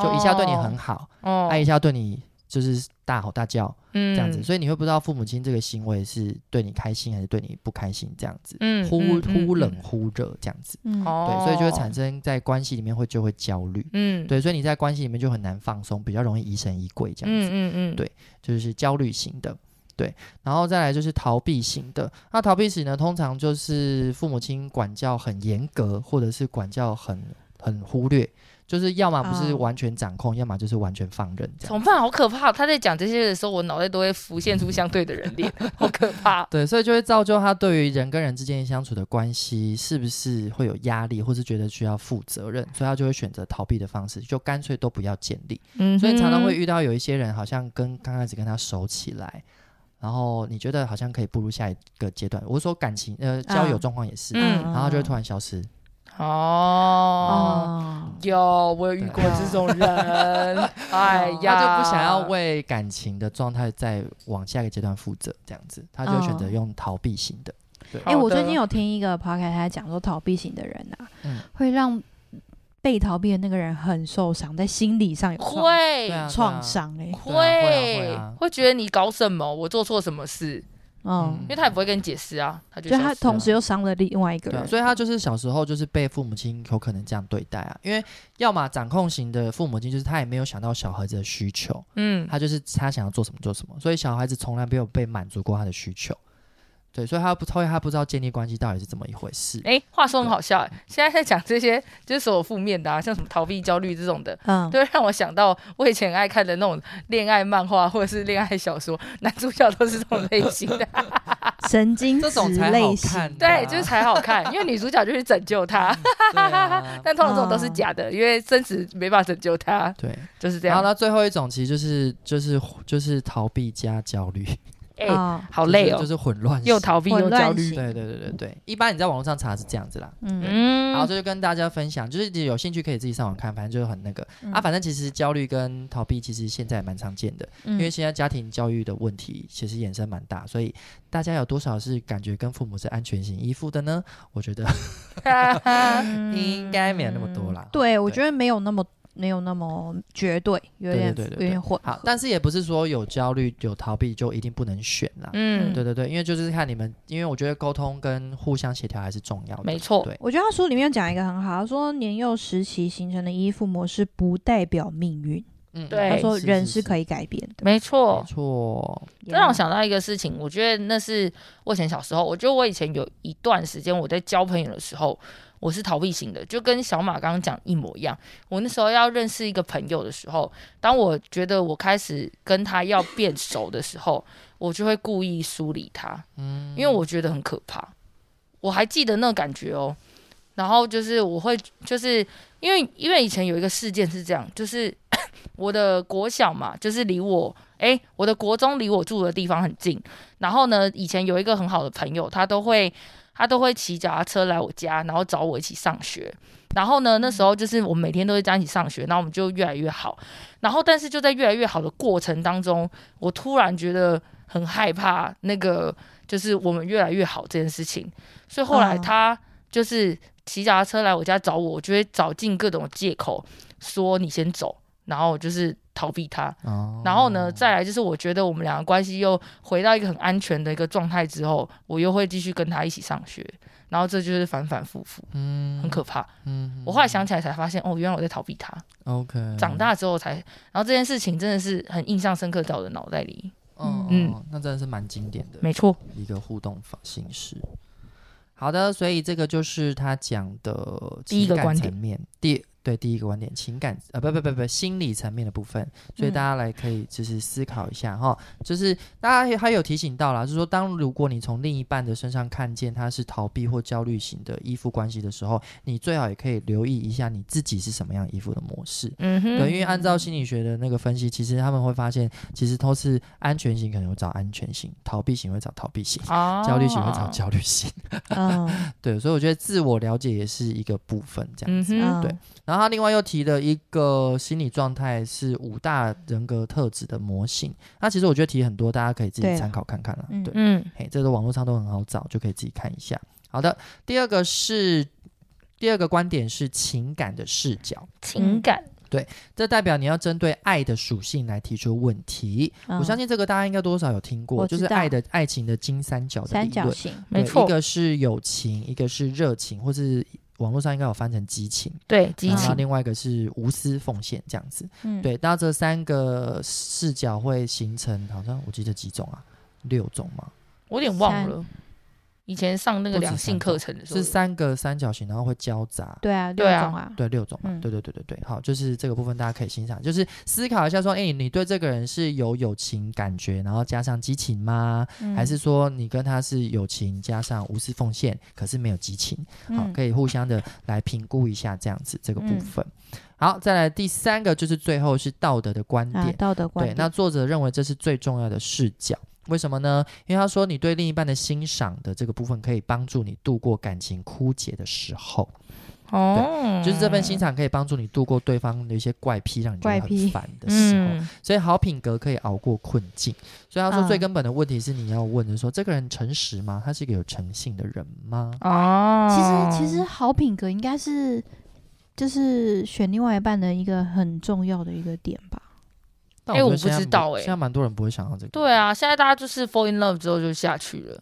[SPEAKER 3] 就一下对你很好，啊
[SPEAKER 2] 哦，嗯
[SPEAKER 3] 爱一下对你就是大吼大叫
[SPEAKER 2] 这
[SPEAKER 3] 这样子，所以你会不知道父母亲这个行为是对你开心还是对你不开心这样子，
[SPEAKER 2] 嗯
[SPEAKER 3] 忽
[SPEAKER 2] 嗯嗯
[SPEAKER 3] 忽冷
[SPEAKER 2] 嗯
[SPEAKER 3] 忽热这样子，
[SPEAKER 1] 嗯，
[SPEAKER 2] 哦，
[SPEAKER 3] 对，所以就会产，生在关系里面会就会焦虑。
[SPEAKER 2] 嗯，
[SPEAKER 3] 对，所以你在关系里面就很难放松，比较容易疑神疑鬼这样子。
[SPEAKER 2] 嗯嗯嗯，
[SPEAKER 3] 对就是焦虑型的，对，然后再来就是逃避型的。那逃避型呢，通常就是父母亲管教很严格，或者是管教很很忽略，就是要么不是
[SPEAKER 1] 哦
[SPEAKER 3] 完全掌控，要么就是完全放任这
[SPEAKER 2] 怎
[SPEAKER 3] 样。
[SPEAKER 2] 么办？ 好可怕！他在讲这些的时候，我脑袋都会浮现出相对的人脸，好可怕。
[SPEAKER 3] 对，所以就会造就他对于人跟人之间相处的关系是不是会有压力，或是觉得需要负责任，所以他就会选择逃避的方式，就干脆都不要建立。
[SPEAKER 2] 嗯
[SPEAKER 3] 所以常常会遇到有一些人，好像跟刚开始跟他熟起来，然后你觉得好像可以步入下一个阶段。我说感情呃交友
[SPEAKER 1] 嗯
[SPEAKER 3] 状况也是，
[SPEAKER 2] 嗯
[SPEAKER 3] 然后就会突然消失。
[SPEAKER 2] 哦。
[SPEAKER 1] 哦，
[SPEAKER 2] 有，我有遇过这种 人，哎呀，
[SPEAKER 3] 他就不想要为感情的状态再往下一个阶段负责，这样子，他就会选择
[SPEAKER 1] 嗯
[SPEAKER 3] 用逃避型的。
[SPEAKER 1] 哎、我最近
[SPEAKER 2] 有
[SPEAKER 1] 有听一个 p o 他讲说，逃避型的人啊，
[SPEAKER 3] 嗯
[SPEAKER 1] 会让被逃避的那个人很受伤，在心理上有创
[SPEAKER 2] 会
[SPEAKER 3] 对啊
[SPEAKER 1] 创伤哎，
[SPEAKER 3] 对啊会啊会
[SPEAKER 2] 会
[SPEAKER 3] 啊
[SPEAKER 2] 会觉得你搞什么，我做错什么事，
[SPEAKER 1] 嗯
[SPEAKER 2] 因，为他也不会跟你解释啊，他就
[SPEAKER 1] 就
[SPEAKER 2] 消
[SPEAKER 1] 他
[SPEAKER 2] 失了
[SPEAKER 1] 同时又伤了另外一个
[SPEAKER 3] 对啊、
[SPEAKER 1] 人，
[SPEAKER 3] 所以他就是小时候就是被父母亲有可能这样对待啊，因为要么掌控型的父母亲就是他也没有想到小孩子的需求，
[SPEAKER 2] 嗯
[SPEAKER 3] 他就是他想要做什么做什么，所以小孩子从来没有被满足过他的需求。对，所以他不，所以他不知道建立关系到底是怎么一回事。
[SPEAKER 2] 哎、话说很好笑、欸，现在在讲这些就是所有负面的啊，像什么逃避、焦虑这种的，
[SPEAKER 1] 嗯，
[SPEAKER 2] 就会让我想到我以前很爱看的那种恋爱漫画或者是恋爱小说，男主角都是这种类型 的，
[SPEAKER 1] 神经
[SPEAKER 3] 啊这种
[SPEAKER 1] 质
[SPEAKER 3] 才好
[SPEAKER 1] 类型，
[SPEAKER 3] 看啊、
[SPEAKER 2] 对，就是才好看，因为女主角就去拯救 他，
[SPEAKER 3] 对
[SPEAKER 1] 嗯
[SPEAKER 3] 啊
[SPEAKER 2] 但通常这种都是假的，因为真实没办法拯救他，
[SPEAKER 3] 对，
[SPEAKER 2] 就是这
[SPEAKER 3] 然后
[SPEAKER 2] 样。
[SPEAKER 3] 呢，最后一种其实就是就是就是逃避加焦虑，
[SPEAKER 2] 哎、
[SPEAKER 1] 啊，
[SPEAKER 2] 好累
[SPEAKER 3] 就是
[SPEAKER 2] 哦
[SPEAKER 3] 就，是混乱型，
[SPEAKER 2] 又逃避又
[SPEAKER 1] 混乱
[SPEAKER 2] 焦虑
[SPEAKER 1] 型，
[SPEAKER 3] 对对对对对，一般你在网络上查是这样子啦。
[SPEAKER 1] 嗯
[SPEAKER 2] 嗯，
[SPEAKER 3] 然后这就跟大家分享，就是你有兴趣可以自己上网看，反正就是很那个、
[SPEAKER 1] 嗯
[SPEAKER 3] 啊。反正其实焦虑跟逃避其实现在也蛮常见的，
[SPEAKER 1] 嗯
[SPEAKER 3] 因为现在家庭教育的问题其实衍生蛮大，所以大家有多少是感觉跟父母是安全型依附的呢？我觉得
[SPEAKER 1] 嗯
[SPEAKER 2] 嗯
[SPEAKER 3] 应该没有那么多啦。
[SPEAKER 1] 对，我觉得没有那么没有那么绝对，有
[SPEAKER 3] 对
[SPEAKER 1] 点
[SPEAKER 3] 对对对
[SPEAKER 1] 有点混
[SPEAKER 3] 好
[SPEAKER 1] 合，，
[SPEAKER 3] 但是也不是说有焦虑有逃避就一定不能选啦。
[SPEAKER 2] 嗯，
[SPEAKER 3] 对对对，因为就是看你们，因为我觉得沟通跟互相协调还是重要的。
[SPEAKER 2] 没错
[SPEAKER 3] 对，
[SPEAKER 1] 我觉得他书里面讲一个很好，他说年幼时期形成的依附模式不代表命运，
[SPEAKER 3] 嗯，
[SPEAKER 2] 对
[SPEAKER 1] 他说人是
[SPEAKER 3] 是
[SPEAKER 1] 可以改变的。
[SPEAKER 2] 没错
[SPEAKER 3] 没，错，
[SPEAKER 2] 这让我想到一个事情，我觉得那是我以前小时候，我觉得我以前有一段时间我在交朋友的时候，我是逃避型的，就跟小马刚刚讲一模一样。我那时候要认识一个朋友的时候，当我觉得我开始跟他要变熟的时候，我就会故意疏离他，
[SPEAKER 3] 嗯，
[SPEAKER 2] 因为我觉得很可怕。我还记得那个感觉哦。然后就是我会，就是因为因为以前有一个事件是这样，就是 我的国小嘛，就是离我诶，我的国中离我住的地方很近。然后呢，以前有一个很好的朋友，他都会他都会骑脚踏车来我家，然后找我一起上学。然后呢，那时候就是我们每天都会在一起上学，然后我们就越来越好。然后但是就在越来越好的过程当中，我突然觉得很害怕那个就是我们越来越好这件事情。所以后来
[SPEAKER 1] 嗯
[SPEAKER 2] 他就是骑脚踏车来我家找我，我就会找尽各种借口说你先走，然后我就是逃避他。
[SPEAKER 3] 哦
[SPEAKER 2] 然后呢，再来就是我觉得我们两个关系又回到一个很安全的一个状态之后，我又会继续跟他一起上学，然后这就是反反复复，
[SPEAKER 3] 嗯
[SPEAKER 2] 很可怕。
[SPEAKER 3] 嗯
[SPEAKER 2] 我后来想起来才发现，哦，原来我在逃避他。
[SPEAKER 3] ，OK，
[SPEAKER 2] 长大之后才，然后这件事情真的是很印象深刻在我的脑袋里。
[SPEAKER 3] 嗯，
[SPEAKER 2] 嗯
[SPEAKER 3] 嗯，那真的是蛮经典的
[SPEAKER 2] 没错，
[SPEAKER 3] 一个互动方形式。好的，所以这个就是他讲的
[SPEAKER 2] 第一个
[SPEAKER 3] 情感
[SPEAKER 2] 观点
[SPEAKER 3] 层面，第对第一个观点，情感呃不不不不心理层面的部分，所以
[SPEAKER 1] 嗯
[SPEAKER 3] 大家来可以就是思考一下哈、就是大家还有提醒到啦，就是说当如果你从另一半的身上看见他是逃避或焦虑型的依附关系的时候，你最好也可以留意一下你自己是什么样依附的模式，
[SPEAKER 2] 嗯哼，
[SPEAKER 3] 对，因为按照心理学的那个分析，其实他们会发现，其实都是安全型可能会找安全型，逃避型会找逃避型，
[SPEAKER 1] 哦
[SPEAKER 2] 啊
[SPEAKER 3] 焦虑型会找焦虑型。
[SPEAKER 1] 嗯，
[SPEAKER 3] 对，所以我觉得自我了解也是一个部分这样
[SPEAKER 2] 嗯
[SPEAKER 3] 子。
[SPEAKER 1] 嗯
[SPEAKER 2] 哼，
[SPEAKER 3] 对，然后他另外又提了一个心理状态是五大人格特质的模型，那其实我觉得提很多，大家可以自己
[SPEAKER 1] 对啊
[SPEAKER 3] 参考看看啦。
[SPEAKER 1] 嗯
[SPEAKER 3] 对，
[SPEAKER 2] 嗯，
[SPEAKER 3] 嘿，这个网络上都很好找，就可以自己看一下。好的，第二个是第二个观点是情感的视角，
[SPEAKER 1] 嗯
[SPEAKER 2] 情感，
[SPEAKER 3] 这代表你要针对爱的属性来提出问题。我相
[SPEAKER 1] 信
[SPEAKER 3] 信这个大家应该多少有听过，
[SPEAKER 1] 嗯我
[SPEAKER 3] 就
[SPEAKER 1] 知
[SPEAKER 3] 是爱
[SPEAKER 1] 道
[SPEAKER 3] 的爱情的金三角的
[SPEAKER 1] 三
[SPEAKER 3] 理
[SPEAKER 1] 角
[SPEAKER 3] 论，
[SPEAKER 1] 形，
[SPEAKER 2] 没
[SPEAKER 3] 对
[SPEAKER 2] 错
[SPEAKER 3] 一，个是友情，一个是热情，或是网络上应该有翻成激情，
[SPEAKER 2] 对，激
[SPEAKER 3] 然后
[SPEAKER 2] 情，
[SPEAKER 3] 另外一个是无私奉献这样子。
[SPEAKER 1] 嗯，
[SPEAKER 3] 对，那这三个视角会形成，好像我记得几种啊，六种吗？
[SPEAKER 2] 我有点忘了。以前上那个
[SPEAKER 3] 不止
[SPEAKER 2] 两性
[SPEAKER 3] 三
[SPEAKER 2] 课
[SPEAKER 3] 种
[SPEAKER 2] 程的时候
[SPEAKER 3] 是，三个三角形，然后会交杂。
[SPEAKER 1] 对啊，
[SPEAKER 2] 对啊
[SPEAKER 1] 六种啊，
[SPEAKER 3] 对，六种嘛，
[SPEAKER 1] 嗯
[SPEAKER 3] 对对对对对，好，就是这个部分大家可以欣赏，就是思考一下说，哎、你对这个人是有友情感觉，然后加上激情吗？
[SPEAKER 1] 嗯
[SPEAKER 3] 还是说你跟他是友情加上无私奉献，可是没有激情？好，
[SPEAKER 1] 嗯
[SPEAKER 3] 可以互相的来评估一下这样子这个部
[SPEAKER 1] 嗯
[SPEAKER 3] 分。好，再来第三个就是最后是道德的观点
[SPEAKER 1] 啊，，道德观
[SPEAKER 3] 对，
[SPEAKER 1] 点，
[SPEAKER 3] 那作者认为这是最重要的视角。为什么呢？因为他说，你对另一半的欣赏的这个部分，可以帮助你度过感情枯竭的时候，
[SPEAKER 2] 哦，
[SPEAKER 3] 就是这份欣赏可以帮助你度过对方的一些怪癖，让你觉得
[SPEAKER 1] 怪癖
[SPEAKER 3] 很烦的时候。
[SPEAKER 2] 嗯，
[SPEAKER 3] 所以好品格可以熬过困境。所以他
[SPEAKER 1] 嗯
[SPEAKER 3] 说，最根本的问题是你要问的说，这个人诚实吗？他是一个有诚信的人吗？
[SPEAKER 2] 嗯哦，
[SPEAKER 1] 其实其
[SPEAKER 3] 嗯
[SPEAKER 1] 实好品格应该是就是选另外一半的一个很重要的一个点吧。
[SPEAKER 3] 但
[SPEAKER 2] 哎
[SPEAKER 3] 觉
[SPEAKER 2] 我
[SPEAKER 3] 得
[SPEAKER 2] 不
[SPEAKER 3] 现在
[SPEAKER 2] 知
[SPEAKER 3] 蛮
[SPEAKER 2] 道哎
[SPEAKER 3] 现在蛮多人不会想到这个。
[SPEAKER 2] 对啊，现在大家就是 fall in love 之后就下去了。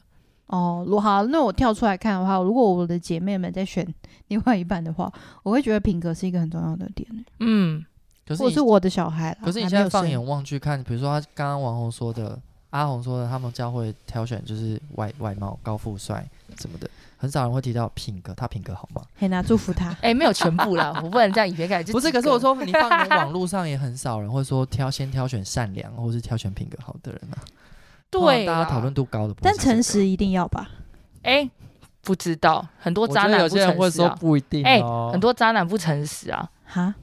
[SPEAKER 1] 哦，如好，那我跳出来看的话，如果我的姐妹们在选另外一半的话，我会觉得品格是一个很重要的点，
[SPEAKER 2] 嗯，。
[SPEAKER 3] 可是
[SPEAKER 1] 或
[SPEAKER 3] 你
[SPEAKER 1] 者是我的小孩啦。
[SPEAKER 3] 可是你
[SPEAKER 1] 还
[SPEAKER 3] 现
[SPEAKER 1] 没有
[SPEAKER 3] 在放
[SPEAKER 1] 生
[SPEAKER 3] 眼望去看，比如说他刚刚王红说的，阿红说的，他们教会挑选就是外外貌、高富帅什么的，很少人会提到品格，他品格好吗？
[SPEAKER 1] 嘿娜祝福他
[SPEAKER 2] 哎、没有全部啦，我不能这样以偏概全。就
[SPEAKER 3] 不是，
[SPEAKER 2] 几
[SPEAKER 3] 可是
[SPEAKER 2] 个
[SPEAKER 3] 我，说你放眼 网络上也很少人会说挑先挑选善良或是挑选品格好的人啊。通常
[SPEAKER 2] 对啦，
[SPEAKER 3] 大家讨论度高的不会
[SPEAKER 1] 但
[SPEAKER 3] 是这个，
[SPEAKER 1] 诚实一定要吧？
[SPEAKER 2] 哎、不知道，很多
[SPEAKER 3] 我
[SPEAKER 2] 渣
[SPEAKER 3] 觉得
[SPEAKER 2] 男
[SPEAKER 3] 有
[SPEAKER 2] 不
[SPEAKER 3] 些人
[SPEAKER 2] 诚
[SPEAKER 3] 会
[SPEAKER 2] 实
[SPEAKER 3] 说
[SPEAKER 2] 啊，
[SPEAKER 3] 不一定
[SPEAKER 2] 哎
[SPEAKER 3] 哦。
[SPEAKER 2] 很多渣男不诚实啊。
[SPEAKER 1] 哈，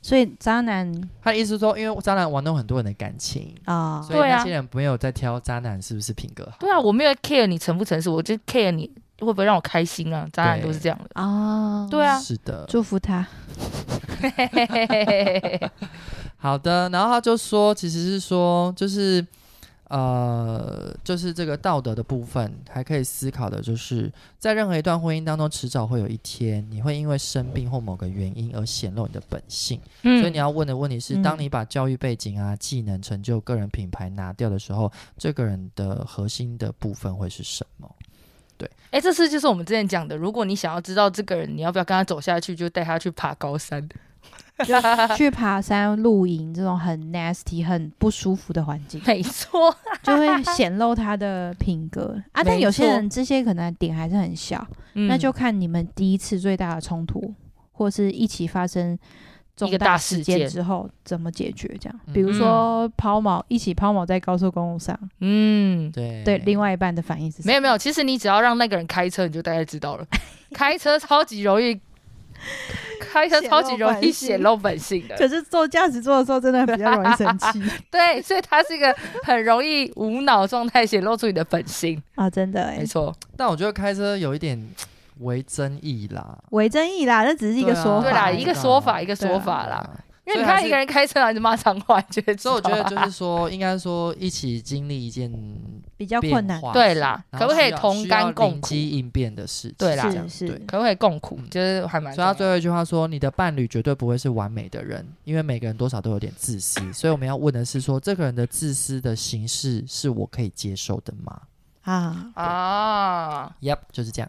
[SPEAKER 1] 所以渣男
[SPEAKER 3] 他的意思是说，因为渣男玩弄很多人的感情，
[SPEAKER 1] 啊、
[SPEAKER 3] 所以
[SPEAKER 2] 对啊
[SPEAKER 3] 那些人没有在挑渣男是不是品格好。
[SPEAKER 2] 对啊，我没有 care 你诚不诚实，我就 care 你会不会让我开心啊。渣男都是这样的。
[SPEAKER 1] 啊，
[SPEAKER 2] 对啊，
[SPEAKER 3] 是的，
[SPEAKER 1] 祝福他。
[SPEAKER 2] 嘿嘿嘿嘿嘿嘿嘿
[SPEAKER 3] 好的，然后他就说，其实是说，就是呃，就是这个道德的部分，还可以思考的，就是在任何一段婚姻当中，迟早会有一天，你会因为生病或某个原因而显露你的本性。
[SPEAKER 2] 嗯
[SPEAKER 3] 所以你要问的问题是，
[SPEAKER 1] 嗯
[SPEAKER 3] 当你把教育背景啊、技能、成就、个人品牌拿掉的时候，这个人的核心的部分会是什么？
[SPEAKER 2] 哎、这次就是我们之前讲的，如果你想要知道这个人你要不要跟他走下去，就带他去爬高 山。
[SPEAKER 1] 去爬山、露营这种很 nasty、很不舒服的环境，
[SPEAKER 2] 没错，
[SPEAKER 1] 就会显露他的品 格啊。但
[SPEAKER 2] 没
[SPEAKER 1] 有些
[SPEAKER 2] 错
[SPEAKER 1] 人这些可能点还是很小，那
[SPEAKER 2] 嗯
[SPEAKER 1] 就看你们第一次最大的冲突，或是一起发生重
[SPEAKER 2] 一个大
[SPEAKER 1] 大
[SPEAKER 2] 事
[SPEAKER 1] 事
[SPEAKER 2] 件
[SPEAKER 1] 件之后怎么解决。这样，
[SPEAKER 3] 嗯
[SPEAKER 1] 比如说抛锚，一起抛锚在高速公路上，
[SPEAKER 2] 嗯，
[SPEAKER 3] 对
[SPEAKER 1] 对另外一半的反应是什
[SPEAKER 2] 没
[SPEAKER 1] 么？
[SPEAKER 2] 有没有，其实你只要让那个人开车，你就大概知道了。开车超级容易，开车超级容易显
[SPEAKER 1] 显
[SPEAKER 2] 露本性的。
[SPEAKER 1] 可是坐驾驶座的时候，真的比较容易生气
[SPEAKER 2] 对，所以他是一个很容易无脑状态显露出你的本性。
[SPEAKER 1] 啊，真的哎
[SPEAKER 2] 没，错，
[SPEAKER 3] 但我觉得开车有一点为争议啦。
[SPEAKER 1] 伪争议啦，那只是一个
[SPEAKER 3] 对啊
[SPEAKER 1] 说法
[SPEAKER 2] 对啦，
[SPEAKER 1] 而
[SPEAKER 3] 对
[SPEAKER 1] 已，
[SPEAKER 2] 一个说法
[SPEAKER 3] 对啊
[SPEAKER 2] 一个说法啦。
[SPEAKER 3] 对啊
[SPEAKER 2] 因为你
[SPEAKER 3] 所以还
[SPEAKER 2] 看
[SPEAKER 3] 是
[SPEAKER 2] 一个人开车，然后你就骂脏话，你就会知
[SPEAKER 3] 所以我觉
[SPEAKER 2] 道
[SPEAKER 3] 得就是说，应该说一起经历一件比
[SPEAKER 1] 比较困难。
[SPEAKER 2] 对啦，可不可以同甘共苦？
[SPEAKER 3] 机应变的事情？
[SPEAKER 2] 对啦
[SPEAKER 3] 这样
[SPEAKER 1] 是是
[SPEAKER 3] 对。
[SPEAKER 2] 可不可以共苦？
[SPEAKER 3] 嗯
[SPEAKER 2] 就是还蛮
[SPEAKER 3] 所
[SPEAKER 2] 重
[SPEAKER 3] 以
[SPEAKER 2] 要
[SPEAKER 3] 他
[SPEAKER 2] 的。
[SPEAKER 3] 最后一句话说：“你的伴侣绝对不会是完美的人，因为每个人多少都有点自私。所以我们要问的是说，这个人的自私的形式是我可以接受的吗
[SPEAKER 1] 啊，
[SPEAKER 2] 啊，
[SPEAKER 3] ？”Yep，就是这样。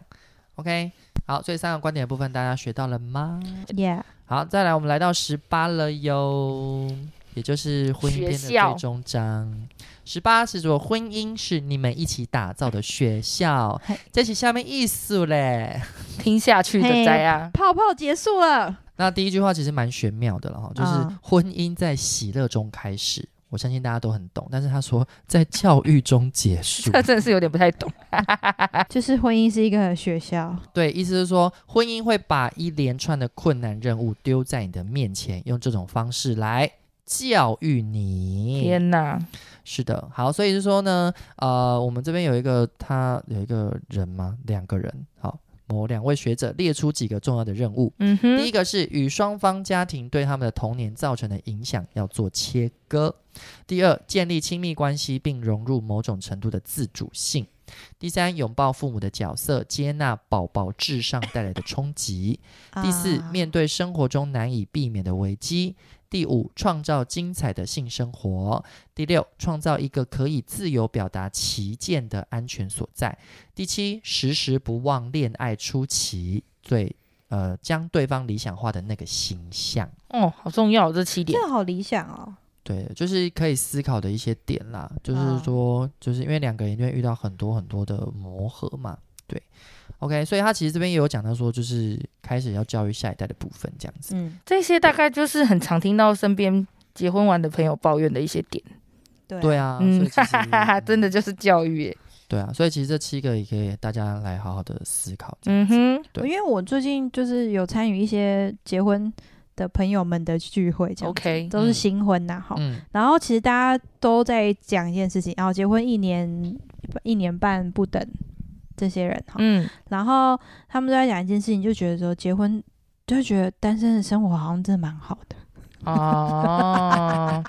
[SPEAKER 3] OK，好，所以三个观点的部分大家学到了吗？
[SPEAKER 1] 耶，
[SPEAKER 3] 好，再来，我们来到十八了哟，也就是婚姻篇的
[SPEAKER 2] 学校
[SPEAKER 3] 最终章。十八是说婚姻是你们一起打造的学校
[SPEAKER 1] 嘿，
[SPEAKER 3] 这是下面艺术嘞。
[SPEAKER 2] 听下去的灾啊，
[SPEAKER 1] 泡泡结束了，
[SPEAKER 3] 那第一句话其实蛮玄妙的了哈，就是
[SPEAKER 1] 嗯
[SPEAKER 3] 婚姻在喜乐中开始，我相信大家都很懂。但是他说在教育中结 束，
[SPEAKER 2] 这真的是有点不太懂。哎
[SPEAKER 1] 就是婚姻是一个学校，
[SPEAKER 3] 对，意思是说婚姻会把一连串的困难任务丢在你的面前，用这种方式来教育你。
[SPEAKER 2] 天哪，
[SPEAKER 3] 是的，好，所以是说呢，呃，我们这边有一个他有一个人吗？两个人，好，某两位学者列出几个重要的任务。
[SPEAKER 2] 嗯
[SPEAKER 3] 第
[SPEAKER 2] 哼
[SPEAKER 3] 一，个是与双方家庭对他们的童年造成的影响要做切割；第二，建立亲密关系并融入某种程度的自主性；第三，拥抱父母的角色，接纳宝宝智商带来的冲击。第四，
[SPEAKER 1] 啊
[SPEAKER 3] 面对生活中难以避免的危机。第五，创造精彩的性生活。第六，创造一个可以自由表达旗舰的安全所在。第七，时时不忘恋爱初期最呃将对方理想化的那个形象。
[SPEAKER 2] 哦，好重要这七点
[SPEAKER 1] 这。个好理想哦。
[SPEAKER 3] 对，就是可以思考的一些点啦，就是
[SPEAKER 1] 嗯
[SPEAKER 3] 说，就是因为两个人一定会遇到很多很多的磨合嘛，对，OK，所以他其实这边也有讲到说，就是开始要教育下一代的部分这样子，
[SPEAKER 1] 嗯，
[SPEAKER 2] 这些大概就是很常听到身边结婚完的朋友抱怨的一些点。
[SPEAKER 1] 对
[SPEAKER 3] 对
[SPEAKER 1] 啊，
[SPEAKER 3] 啊，所
[SPEAKER 2] 嗯
[SPEAKER 3] 以 其，实
[SPEAKER 2] 真的就是教育耶。
[SPEAKER 3] 对啊，所以其实这七个也可以大家来好好的思考这样
[SPEAKER 2] 嗯
[SPEAKER 3] 子，
[SPEAKER 2] 哼，
[SPEAKER 3] 对
[SPEAKER 1] 因为我最近就是有参与一些结婚的朋友们的聚会，这样子
[SPEAKER 2] OK，
[SPEAKER 1] 都是
[SPEAKER 3] 嗯
[SPEAKER 1] 新婚呐、哈、
[SPEAKER 3] 嗯
[SPEAKER 1] 然后其实大家都在讲一件事情，然后结婚一年一年半不等这些人哈、
[SPEAKER 2] 嗯，
[SPEAKER 1] 然后他们都在讲一件事情，就觉得说结婚就会觉得单身的生活好像真的蛮好的。
[SPEAKER 2] 哦，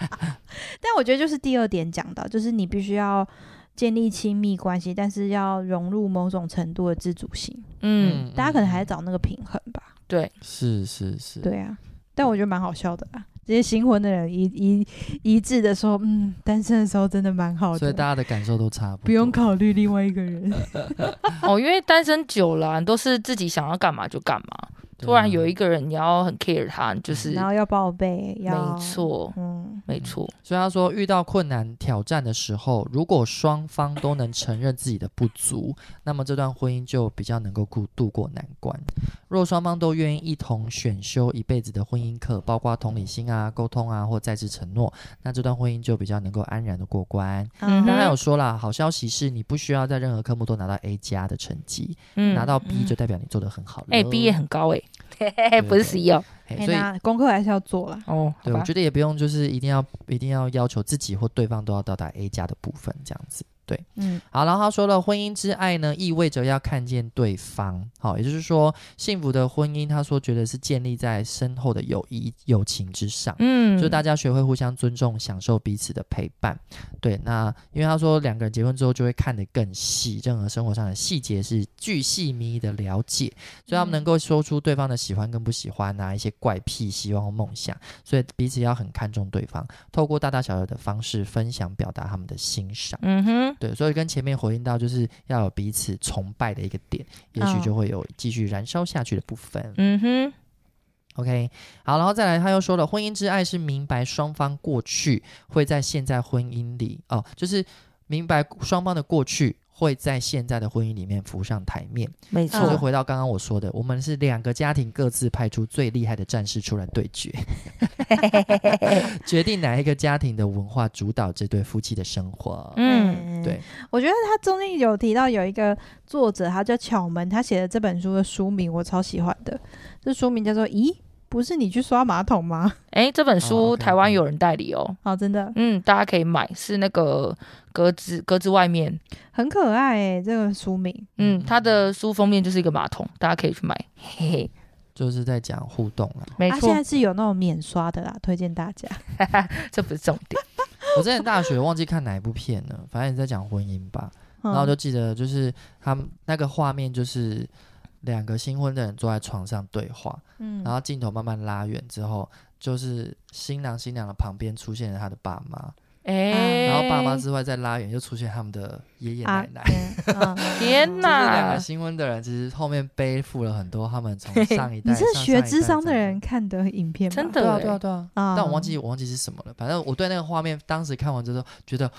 [SPEAKER 1] 但我觉得就是第二点讲到，就是你必须要建立亲密关系，但是要融入某种程度的自主性。
[SPEAKER 2] 嗯，
[SPEAKER 1] 大家可能还在
[SPEAKER 3] 嗯
[SPEAKER 1] 找那个平衡吧。
[SPEAKER 3] 是是是，
[SPEAKER 1] 对啊，但我觉得蛮好笑的啊。这些新婚的人一一一致的说，嗯，单身的时候真的蛮好
[SPEAKER 3] 所以大
[SPEAKER 1] 的，
[SPEAKER 3] 家的感受都差不多，
[SPEAKER 1] 不用考虑另外一个人。
[SPEAKER 2] 哦，因为单身久了啊、你都是自己想要干嘛就干嘛，
[SPEAKER 3] 对啊，嗯
[SPEAKER 2] 突然有一个人你要很 care 他，就是
[SPEAKER 1] 然后要报备，要
[SPEAKER 2] 没，错，
[SPEAKER 1] 嗯，
[SPEAKER 2] 没错，
[SPEAKER 3] 所以他说，遇到困难挑战的时候，如果双方都能承认自己的不足，那么这段婚姻就比较能够度度过难关。若双方都愿意一同选修一辈子的婚姻课，包括同理心啊、沟通啊或再次承诺，那这段婚姻就比较能够安然的过关。
[SPEAKER 2] 嗯
[SPEAKER 3] 刚
[SPEAKER 2] 哼
[SPEAKER 3] 才有说啦，好消息是你不需要在任何科目都拿到 A 加的成绩，
[SPEAKER 2] 嗯，
[SPEAKER 3] 拿到 B 就代表你做得很好了。
[SPEAKER 2] 哎、b 也很高哎、嘿嘿 嘿，不是十一哦，
[SPEAKER 3] 嘿
[SPEAKER 1] 哎，
[SPEAKER 3] 所以
[SPEAKER 1] 那功课还是要做啦。
[SPEAKER 2] 哦，好
[SPEAKER 3] 对，我
[SPEAKER 2] 吧，
[SPEAKER 3] 觉得也不用，就是一定要一定要要求自己或对方都要到达 A 加的部分，这样子。对，
[SPEAKER 1] 嗯，
[SPEAKER 3] 好，然后他说了，婚姻之爱呢，意味着要看见对方。好，也就是说，幸福的婚姻，他说觉得是建立在深厚的友谊、友情之上。
[SPEAKER 2] 嗯，
[SPEAKER 3] 就大家学会互相尊重，享受彼此的陪伴。对，那因为他说两个人结婚之后就会看得更细，任何生活上的细节是巨细靡遗的了解，所以他们
[SPEAKER 1] 嗯
[SPEAKER 3] 能够说出对方的喜欢跟不喜欢啊，一些怪癖、希望和梦想，所以彼此要很看重对方，透过大大小小的方式分享表达他们的欣赏。
[SPEAKER 2] 嗯哼，
[SPEAKER 3] 对，所以跟前面回应到，就是要有彼此崇拜的一个点，也许
[SPEAKER 1] 嗯
[SPEAKER 3] 就会有继续燃烧下去的部分。
[SPEAKER 2] 嗯哼，
[SPEAKER 3] OK，好，然后再来，他又说了，婚姻之爱是明白双方过去会在现在婚姻里哦，就是明白双方的过去会在现在的婚姻里面浮上台面。
[SPEAKER 2] 没
[SPEAKER 3] 所
[SPEAKER 2] 错
[SPEAKER 3] 以我
[SPEAKER 1] 嗯
[SPEAKER 3] 就回到刚刚我说的，我们是两个家庭各自派出最厉害的战士出来对决，决定哪一个家庭的文化主导这对夫妻的生活。
[SPEAKER 2] 嗯，
[SPEAKER 3] 对，
[SPEAKER 1] 我觉得他中间有提到有一个作者，他叫巧门，他写的这本书的书名我超喜欢的，这书名叫做《咦，不是你去刷马桶吗
[SPEAKER 2] 哎、这本
[SPEAKER 3] 哦
[SPEAKER 2] 书
[SPEAKER 3] ，OK，
[SPEAKER 2] 台湾
[SPEAKER 3] OK
[SPEAKER 2] 有人代理哦，》？
[SPEAKER 1] 哦，真的
[SPEAKER 2] 嗯，大家可以买，是那个格子格子外面，
[SPEAKER 1] 很可爱诶、这个书名。
[SPEAKER 2] 嗯，它的书封面就是一个马桶，大家可以去买，嘿嘿，
[SPEAKER 3] 就是在讲互动啊啦。
[SPEAKER 2] 没
[SPEAKER 1] 他、
[SPEAKER 2] 错
[SPEAKER 1] 啊现，在是有那种免刷的啦，推荐大家。
[SPEAKER 2] 这不是重点，
[SPEAKER 3] 我之前大学忘记看哪一部片了，反正也在讲婚姻吧。
[SPEAKER 1] 嗯、
[SPEAKER 3] 然后就记得就是他们那个画面就是两个新婚的人坐在床上对话，
[SPEAKER 1] 嗯
[SPEAKER 3] 然后镜头慢慢拉远之后，就是新郎新娘的旁边出现了他的爸妈，
[SPEAKER 2] 哎、
[SPEAKER 3] 然后爸妈之外再拉远又出现他们的爷爷
[SPEAKER 1] 啊
[SPEAKER 3] 奶奶。
[SPEAKER 1] 对嗯
[SPEAKER 2] 天
[SPEAKER 3] 就是两
[SPEAKER 2] 哪
[SPEAKER 3] 个！新婚的人，其实后面背负了很多他们从上一代。
[SPEAKER 1] 你是
[SPEAKER 3] 上
[SPEAKER 1] 学
[SPEAKER 3] 上一
[SPEAKER 1] 智
[SPEAKER 3] 代
[SPEAKER 1] 商的
[SPEAKER 3] 这样
[SPEAKER 1] 人看的影片吗？
[SPEAKER 2] 真
[SPEAKER 3] 对
[SPEAKER 2] 的
[SPEAKER 3] 啊，
[SPEAKER 2] 欸
[SPEAKER 3] 对啊，对啊。
[SPEAKER 1] 啊，
[SPEAKER 3] 但我忘记我忘记是什么了，反正我对那个画面当时看完之后觉得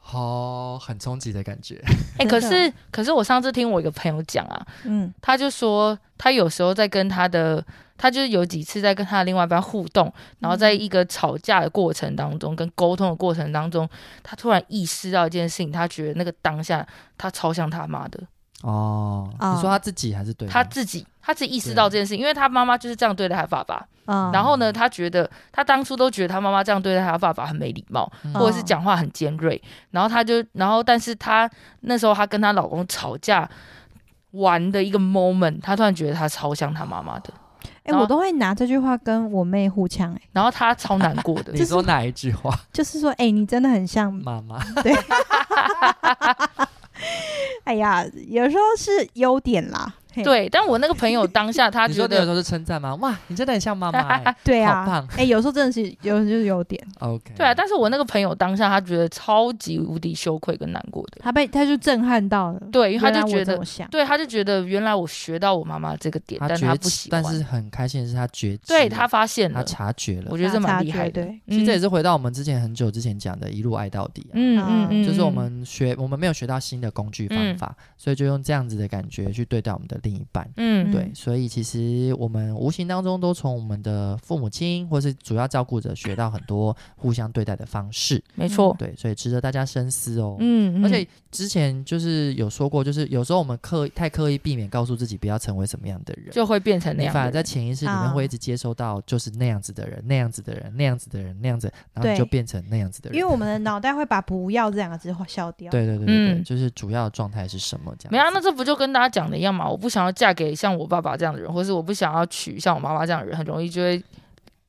[SPEAKER 3] 好很冲击的感觉。
[SPEAKER 2] 哎、
[SPEAKER 1] 真的
[SPEAKER 2] 可是可是我上次听我一个朋友讲啊，
[SPEAKER 1] 嗯
[SPEAKER 2] 他就说他有时候在跟他的，他就是有几次在跟他的另外一半互动，然后在一个吵架的过程当中，跟沟通的过程当中，他突然意识到一件事情，他觉得那个当下他超像他妈的，
[SPEAKER 3] 哦，你
[SPEAKER 1] 啊
[SPEAKER 3] 说他自己还是对
[SPEAKER 2] 他
[SPEAKER 3] 方
[SPEAKER 2] 自己他自己意识到这件事情，因为他妈妈就是这样对待他爸爸，
[SPEAKER 3] 嗯
[SPEAKER 1] 啊，
[SPEAKER 2] 然后呢，他觉得他当初都觉得他妈妈这样对待他爸爸很没礼貌，
[SPEAKER 3] 嗯
[SPEAKER 2] 或者是讲话很尖锐，然后他就，然后但是她那时候她跟她老公吵架玩的一个 moment，她突然觉得她超像她妈妈的，
[SPEAKER 1] 哎、
[SPEAKER 2] 然后
[SPEAKER 1] 我都会拿这句话跟我妹互呛、哎，
[SPEAKER 2] 然后她超难过的
[SPEAKER 3] 你，说哪一句话？
[SPEAKER 1] 就是说，哎、你真的很像
[SPEAKER 3] 妈妈，
[SPEAKER 1] 哎呀，有时候是优点啦。嘿
[SPEAKER 2] 对，但我那个朋友当下他
[SPEAKER 3] 你
[SPEAKER 2] 觉
[SPEAKER 3] 说你有时
[SPEAKER 2] 得，
[SPEAKER 3] 候是称 赞吗？哇，你真的很像妈 妈、欸。
[SPEAKER 1] 对
[SPEAKER 3] 好
[SPEAKER 1] 啊
[SPEAKER 3] 棒，
[SPEAKER 1] 哎、有时候真的是有就是优点，
[SPEAKER 3] OK，
[SPEAKER 2] 对啊，但是我那个朋友当下他觉得超级无敌羞愧跟难过的，
[SPEAKER 1] 他被他就震撼到了，
[SPEAKER 2] 对，因为他就觉
[SPEAKER 1] 原来我这
[SPEAKER 3] 嗯
[SPEAKER 2] 得
[SPEAKER 1] 么，想，
[SPEAKER 2] 对，他就觉得原来我学到我妈妈这个点，但
[SPEAKER 3] 觉
[SPEAKER 2] 他
[SPEAKER 3] 知，
[SPEAKER 2] 不喜欢，
[SPEAKER 3] 但是很开心的是他觉知，
[SPEAKER 2] 对他发现
[SPEAKER 3] 他
[SPEAKER 2] 了，
[SPEAKER 3] 察觉了
[SPEAKER 2] 我。觉得这蛮厉害
[SPEAKER 1] 对
[SPEAKER 2] 的。
[SPEAKER 1] 对，
[SPEAKER 3] 其实这也
[SPEAKER 2] 嗯
[SPEAKER 3] 是回到我们之前很久之前讲的，一路爱到底、啊。
[SPEAKER 2] 嗯嗯嗯，
[SPEAKER 3] 就是我
[SPEAKER 2] 嗯
[SPEAKER 3] 们学，我们没有学到新的工具方
[SPEAKER 2] 嗯
[SPEAKER 3] 法，所以就用这样子的感觉去对待我们的另一半。
[SPEAKER 2] 嗯
[SPEAKER 3] 对，所以其实我们无形当中都从我们的父母亲或是主要照顾者学到很多互相对待的方式。
[SPEAKER 2] 没错，
[SPEAKER 3] 对，所以值得大家深思哦。
[SPEAKER 2] 嗯，
[SPEAKER 3] 而
[SPEAKER 2] 嗯
[SPEAKER 3] 且之前就是有说过，就是有时候我们刻太刻意避免告诉自己不要成为什么样的人，
[SPEAKER 2] 就会变成那
[SPEAKER 3] 你
[SPEAKER 2] 样
[SPEAKER 3] 反
[SPEAKER 2] 的
[SPEAKER 3] 而
[SPEAKER 2] 人。
[SPEAKER 3] 在潜意识里面
[SPEAKER 1] 啊
[SPEAKER 3] 会一直接收到就是那样子的人，那样子的人，那样子的人，那样子，然后你
[SPEAKER 1] 对
[SPEAKER 3] 就变成那样子的人。
[SPEAKER 1] 因为我们的脑袋会把“不要”这两个字消掉。
[SPEAKER 3] 对对对对对，
[SPEAKER 2] 嗯
[SPEAKER 3] 就是主要的状态是什么这样子？
[SPEAKER 2] 没啊，那这不就跟大家讲的一样嘛？我不想要嫁给像我爸爸这样的人，或是我不想要娶像我妈妈这样的人，很容易就会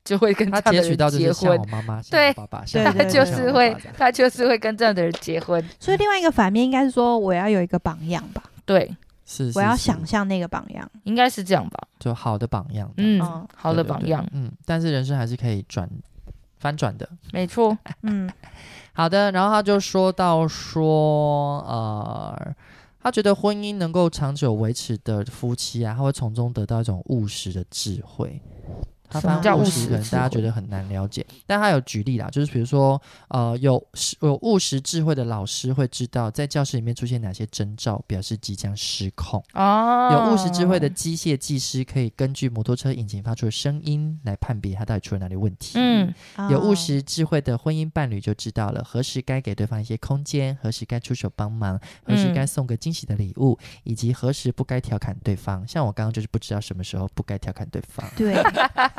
[SPEAKER 2] 就会跟这
[SPEAKER 3] 他
[SPEAKER 2] 样的
[SPEAKER 3] 截取到
[SPEAKER 2] 人
[SPEAKER 3] 就
[SPEAKER 2] 结
[SPEAKER 3] 是像
[SPEAKER 2] 婚
[SPEAKER 3] 我。妈妈，像
[SPEAKER 2] 对
[SPEAKER 3] 我爸爸，像
[SPEAKER 1] 对
[SPEAKER 3] 我
[SPEAKER 2] 他
[SPEAKER 3] 妈妈
[SPEAKER 2] 就
[SPEAKER 3] 像
[SPEAKER 2] 是
[SPEAKER 3] 我爸
[SPEAKER 2] 会
[SPEAKER 3] 爸这样，
[SPEAKER 2] 他就是会跟这样的人结婚。
[SPEAKER 1] 所以另外一个反面应该是说，我要有一个榜样吧，
[SPEAKER 2] 对，
[SPEAKER 3] 是
[SPEAKER 1] 我要
[SPEAKER 3] 是是
[SPEAKER 1] 想象那个榜 样。
[SPEAKER 2] 应该是这样吧。
[SPEAKER 3] 就好的榜样这样，
[SPEAKER 2] 嗯
[SPEAKER 1] 哦，
[SPEAKER 2] 好的
[SPEAKER 3] 对对
[SPEAKER 2] 榜
[SPEAKER 3] 对
[SPEAKER 2] 样，
[SPEAKER 3] 嗯，但是人生还是可以转翻转的。
[SPEAKER 2] 没错。
[SPEAKER 1] 嗯，
[SPEAKER 3] 好的，然后他就说到说，呃，他觉得婚姻能够长久维持的夫妻啊，他会从中得到一种务实的智慧。他
[SPEAKER 2] 什么
[SPEAKER 3] 发
[SPEAKER 2] 叫
[SPEAKER 3] 现务
[SPEAKER 2] 务
[SPEAKER 3] 实
[SPEAKER 2] 实
[SPEAKER 3] 可能
[SPEAKER 2] 智
[SPEAKER 3] 大家
[SPEAKER 2] 慧
[SPEAKER 3] 觉得很难了解，但他有举例啦，就是比如说，呃，有实有务实智慧的老师会知道，在教室里面出现哪些征兆，表示即将失控。
[SPEAKER 2] 哦，
[SPEAKER 3] 有务实智慧的，机械技师可以根据摩托车引擎发出的声音来判别它到底出了哪里问题。
[SPEAKER 2] 嗯，
[SPEAKER 3] 有务
[SPEAKER 1] 哦，
[SPEAKER 3] 实智慧的婚姻伴侣就知道了何时该给对方一些空间，何时该出手帮忙，何时
[SPEAKER 2] 嗯
[SPEAKER 3] 该送个惊喜的礼物，以及何时不该调侃对方。像我刚刚就是不知道什么时候不该调侃对方。
[SPEAKER 1] 对，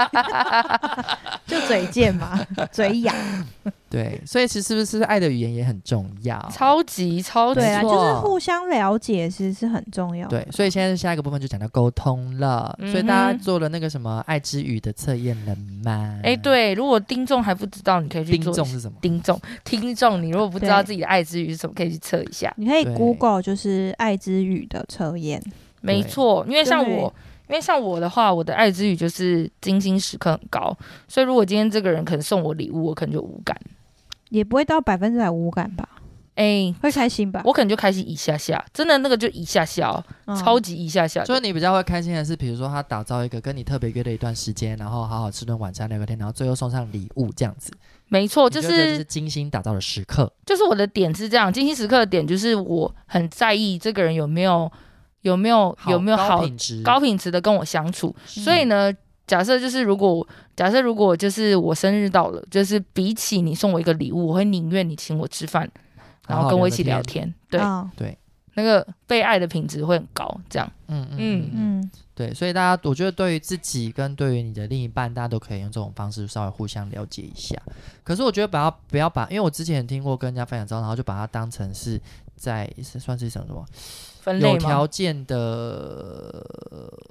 [SPEAKER 1] 就嘴贱嘛， 嘴痒。
[SPEAKER 3] 对，所以其实是不是爱的语言也很重要？
[SPEAKER 2] 超级超级
[SPEAKER 1] 对啊，
[SPEAKER 3] 没
[SPEAKER 1] 就
[SPEAKER 3] 错
[SPEAKER 1] 是互相了解，其实是很重要。，
[SPEAKER 3] 对，所以现在下一个部分就讲到沟通了。所以
[SPEAKER 2] 嗯
[SPEAKER 3] 大家
[SPEAKER 2] 哼
[SPEAKER 3] 做了那个什么爱之语的测验了吗？
[SPEAKER 2] 哎，，对，如果听众还不知道，你可以去
[SPEAKER 3] 嗯丁
[SPEAKER 2] 做一
[SPEAKER 3] 重
[SPEAKER 2] 下
[SPEAKER 3] 是什么？
[SPEAKER 2] 听众，听众，你如果不知道
[SPEAKER 1] 对
[SPEAKER 2] 自己的爱之语是什么，可以去测一下。
[SPEAKER 1] 你可以
[SPEAKER 3] 对
[SPEAKER 1] Google 就是爱之语的测验。
[SPEAKER 2] 没错，因为像
[SPEAKER 1] 对
[SPEAKER 2] 我，因为像我的话，我的爱之语就是精心时刻很高，所以如果今天这个人肯送我礼物，我可能就无感，
[SPEAKER 1] 也不会到百分之百无感吧，
[SPEAKER 2] 哎、
[SPEAKER 1] 会开心吧？
[SPEAKER 2] 我可能就开心一下下，真的那个就一下下、哦，
[SPEAKER 1] 嗯
[SPEAKER 2] 超级一下下的。
[SPEAKER 3] 所以你比较会开心的是，比如说他打造一个跟你特别约了一段时间，然后好好吃顿晚餐聊个天，然后最后送上礼物这样子。
[SPEAKER 2] 没错，
[SPEAKER 3] 我
[SPEAKER 2] 就
[SPEAKER 3] 这是
[SPEAKER 2] 是
[SPEAKER 3] 精心打造的时刻。
[SPEAKER 2] 就是我的点是这样，精心时刻的点就是我很在意这个人有没有有没有有没有
[SPEAKER 3] 好
[SPEAKER 2] 好
[SPEAKER 3] 品质？嗯
[SPEAKER 2] 高品质的跟我相处，
[SPEAKER 3] 是
[SPEAKER 2] 所以呢，假设就是如果假设如果就是我生日到了，就是比起你送我一个礼物，我会宁愿你请我吃饭，然后跟我一起聊。天。对，
[SPEAKER 1] 嗯
[SPEAKER 2] 那个被爱的品质会很高。这样，
[SPEAKER 3] 嗯嗯嗯
[SPEAKER 2] 嗯
[SPEAKER 3] 嗯，
[SPEAKER 1] 嗯，
[SPEAKER 3] 对，所以大家，我觉得对于自己跟对于你的另一半，大家都可以用这种方式稍微互相了解一下。可是我觉得不要不要把，因为我之前听过跟人家分享之后，然后就把它当成是在是算是一种什么
[SPEAKER 2] 分类
[SPEAKER 3] 有
[SPEAKER 2] 吗？
[SPEAKER 3] 条件的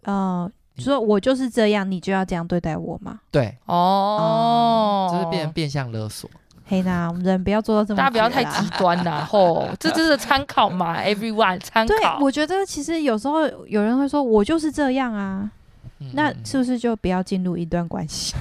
[SPEAKER 1] 呃，说我就是这样，你就要这样对待我嘛。
[SPEAKER 3] 对，
[SPEAKER 2] 哦，
[SPEAKER 3] 嗯就是变成变相勒索。
[SPEAKER 1] 嘿娜，我们人不要做到这么，啊
[SPEAKER 2] 大家不要太极。端啦，吼，这这是参考嘛，everyone 参
[SPEAKER 1] 对，
[SPEAKER 2] 考。
[SPEAKER 1] 我觉得其实有时候有人会说，我就是这样啊，
[SPEAKER 3] 嗯
[SPEAKER 1] 那
[SPEAKER 3] 嗯嗯
[SPEAKER 1] 是不是就不要进入一段关系？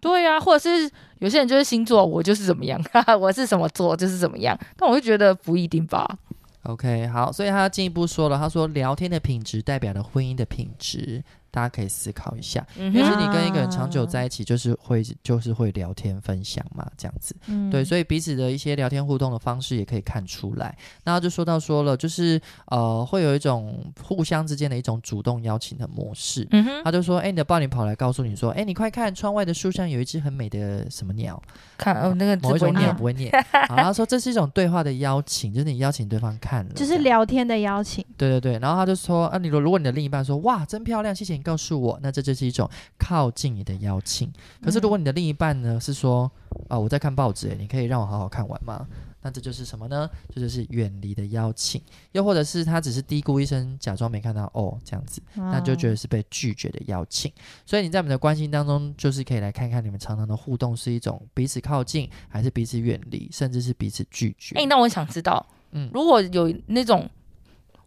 [SPEAKER 2] 对啊，或者是有些人就是星座，我就是怎么样， 哈哈，我是什么座就是怎么样，但我就觉得不一定吧。
[SPEAKER 3] OK，好，所以他进一步说了，他说聊天的品质代表了婚姻的品质，大家可以思考一下，
[SPEAKER 2] 嗯
[SPEAKER 3] 因为
[SPEAKER 2] 哼，
[SPEAKER 3] 是你跟一个人长
[SPEAKER 1] 嗯
[SPEAKER 3] 久在一起，就是会就是会聊天分享嘛，这样子，
[SPEAKER 1] 嗯，
[SPEAKER 3] 对，所以彼此的一些聊天互动的方式也可以看出来。那他就说到说了，就是呃，会有一种互相之间的一种主动邀请的模式。
[SPEAKER 2] 嗯哼，
[SPEAKER 3] 他就说：“哎、你的伴侣跑来告诉你说，哎、你快看，窗外的树上有一只很美的什么鸟，
[SPEAKER 2] 看哦，那个
[SPEAKER 3] 某一
[SPEAKER 2] 直播
[SPEAKER 3] 种鸟
[SPEAKER 2] 念
[SPEAKER 1] 啊
[SPEAKER 3] 不会念。好，他说这是一种对话的邀请，就是你邀请对方看了，
[SPEAKER 1] 就是
[SPEAKER 3] 这样
[SPEAKER 1] 聊天的邀请，
[SPEAKER 3] 对对对，然后他就说，啊，你如如果你的另一半说，哇，真漂亮，谢谢你告诉我，那这就是一种靠近你的邀请。可
[SPEAKER 1] 嗯
[SPEAKER 3] 是如果你的另一半呢是说，啊，我在看报纸耶，你可以让我好好看完吗？那这就是什么呢？这就是远离的邀请，又或者是他只是低估一声，假装没看到哦，这样子，那
[SPEAKER 1] 那
[SPEAKER 3] 就觉得是被拒绝的邀请。所以你在你们的关系当中，就是可以来看看你们常常的互动是一种彼此靠近，还是彼此远离，甚至是彼此拒绝。
[SPEAKER 2] 哎、那我想知道，
[SPEAKER 3] 嗯
[SPEAKER 2] 如果有那种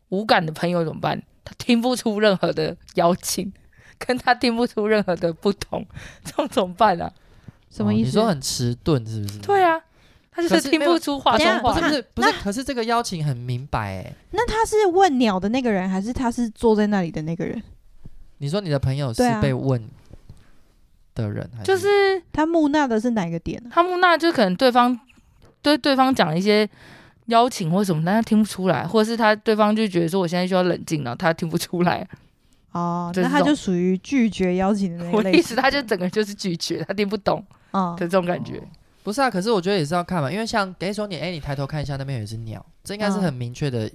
[SPEAKER 2] 无感的朋友怎么办？他听不出任何的邀请，跟他听不出任何的不同，这种怎么办啊？
[SPEAKER 1] 什么
[SPEAKER 3] 哦
[SPEAKER 1] 意
[SPEAKER 3] 你
[SPEAKER 1] 思？
[SPEAKER 3] 说很迟钝是不是？
[SPEAKER 2] 对啊，他就
[SPEAKER 3] 可
[SPEAKER 2] 是
[SPEAKER 3] 是
[SPEAKER 2] 听不出话
[SPEAKER 1] 没有
[SPEAKER 2] 中
[SPEAKER 1] 等
[SPEAKER 3] 不
[SPEAKER 1] 一
[SPEAKER 2] 话
[SPEAKER 1] 下
[SPEAKER 3] 是不是不
[SPEAKER 1] 那
[SPEAKER 3] 是，可是这个邀请很明白哎。
[SPEAKER 1] 那他是问鸟的那个人，还是他是坐在那里的那个人？
[SPEAKER 3] 你说你的朋友是
[SPEAKER 1] 对啊
[SPEAKER 3] 被问的人，还
[SPEAKER 2] 就是是
[SPEAKER 1] 他木讷的是哪一个点呢、
[SPEAKER 2] 他木讷，就可能对方对对方讲一些邀请或什么，但他听不出来，或者是他对方就觉得说我现在需要冷静，然后他听不出来，
[SPEAKER 1] 哦，
[SPEAKER 2] 就是
[SPEAKER 1] 那他
[SPEAKER 2] 这种
[SPEAKER 1] 就属于拒绝邀请的那
[SPEAKER 2] 我
[SPEAKER 1] 个
[SPEAKER 2] 的
[SPEAKER 1] 类
[SPEAKER 2] 意思
[SPEAKER 1] 型。
[SPEAKER 2] 他就整个就是拒绝，他听不懂
[SPEAKER 1] 啊、
[SPEAKER 2] 的这种感觉
[SPEAKER 3] 哦。不是啊？可是我觉得也是要看嘛，因为像比如说你哎，你抬头看一下那边有一只鸟，这应该是
[SPEAKER 1] 嗯
[SPEAKER 3] 很明确的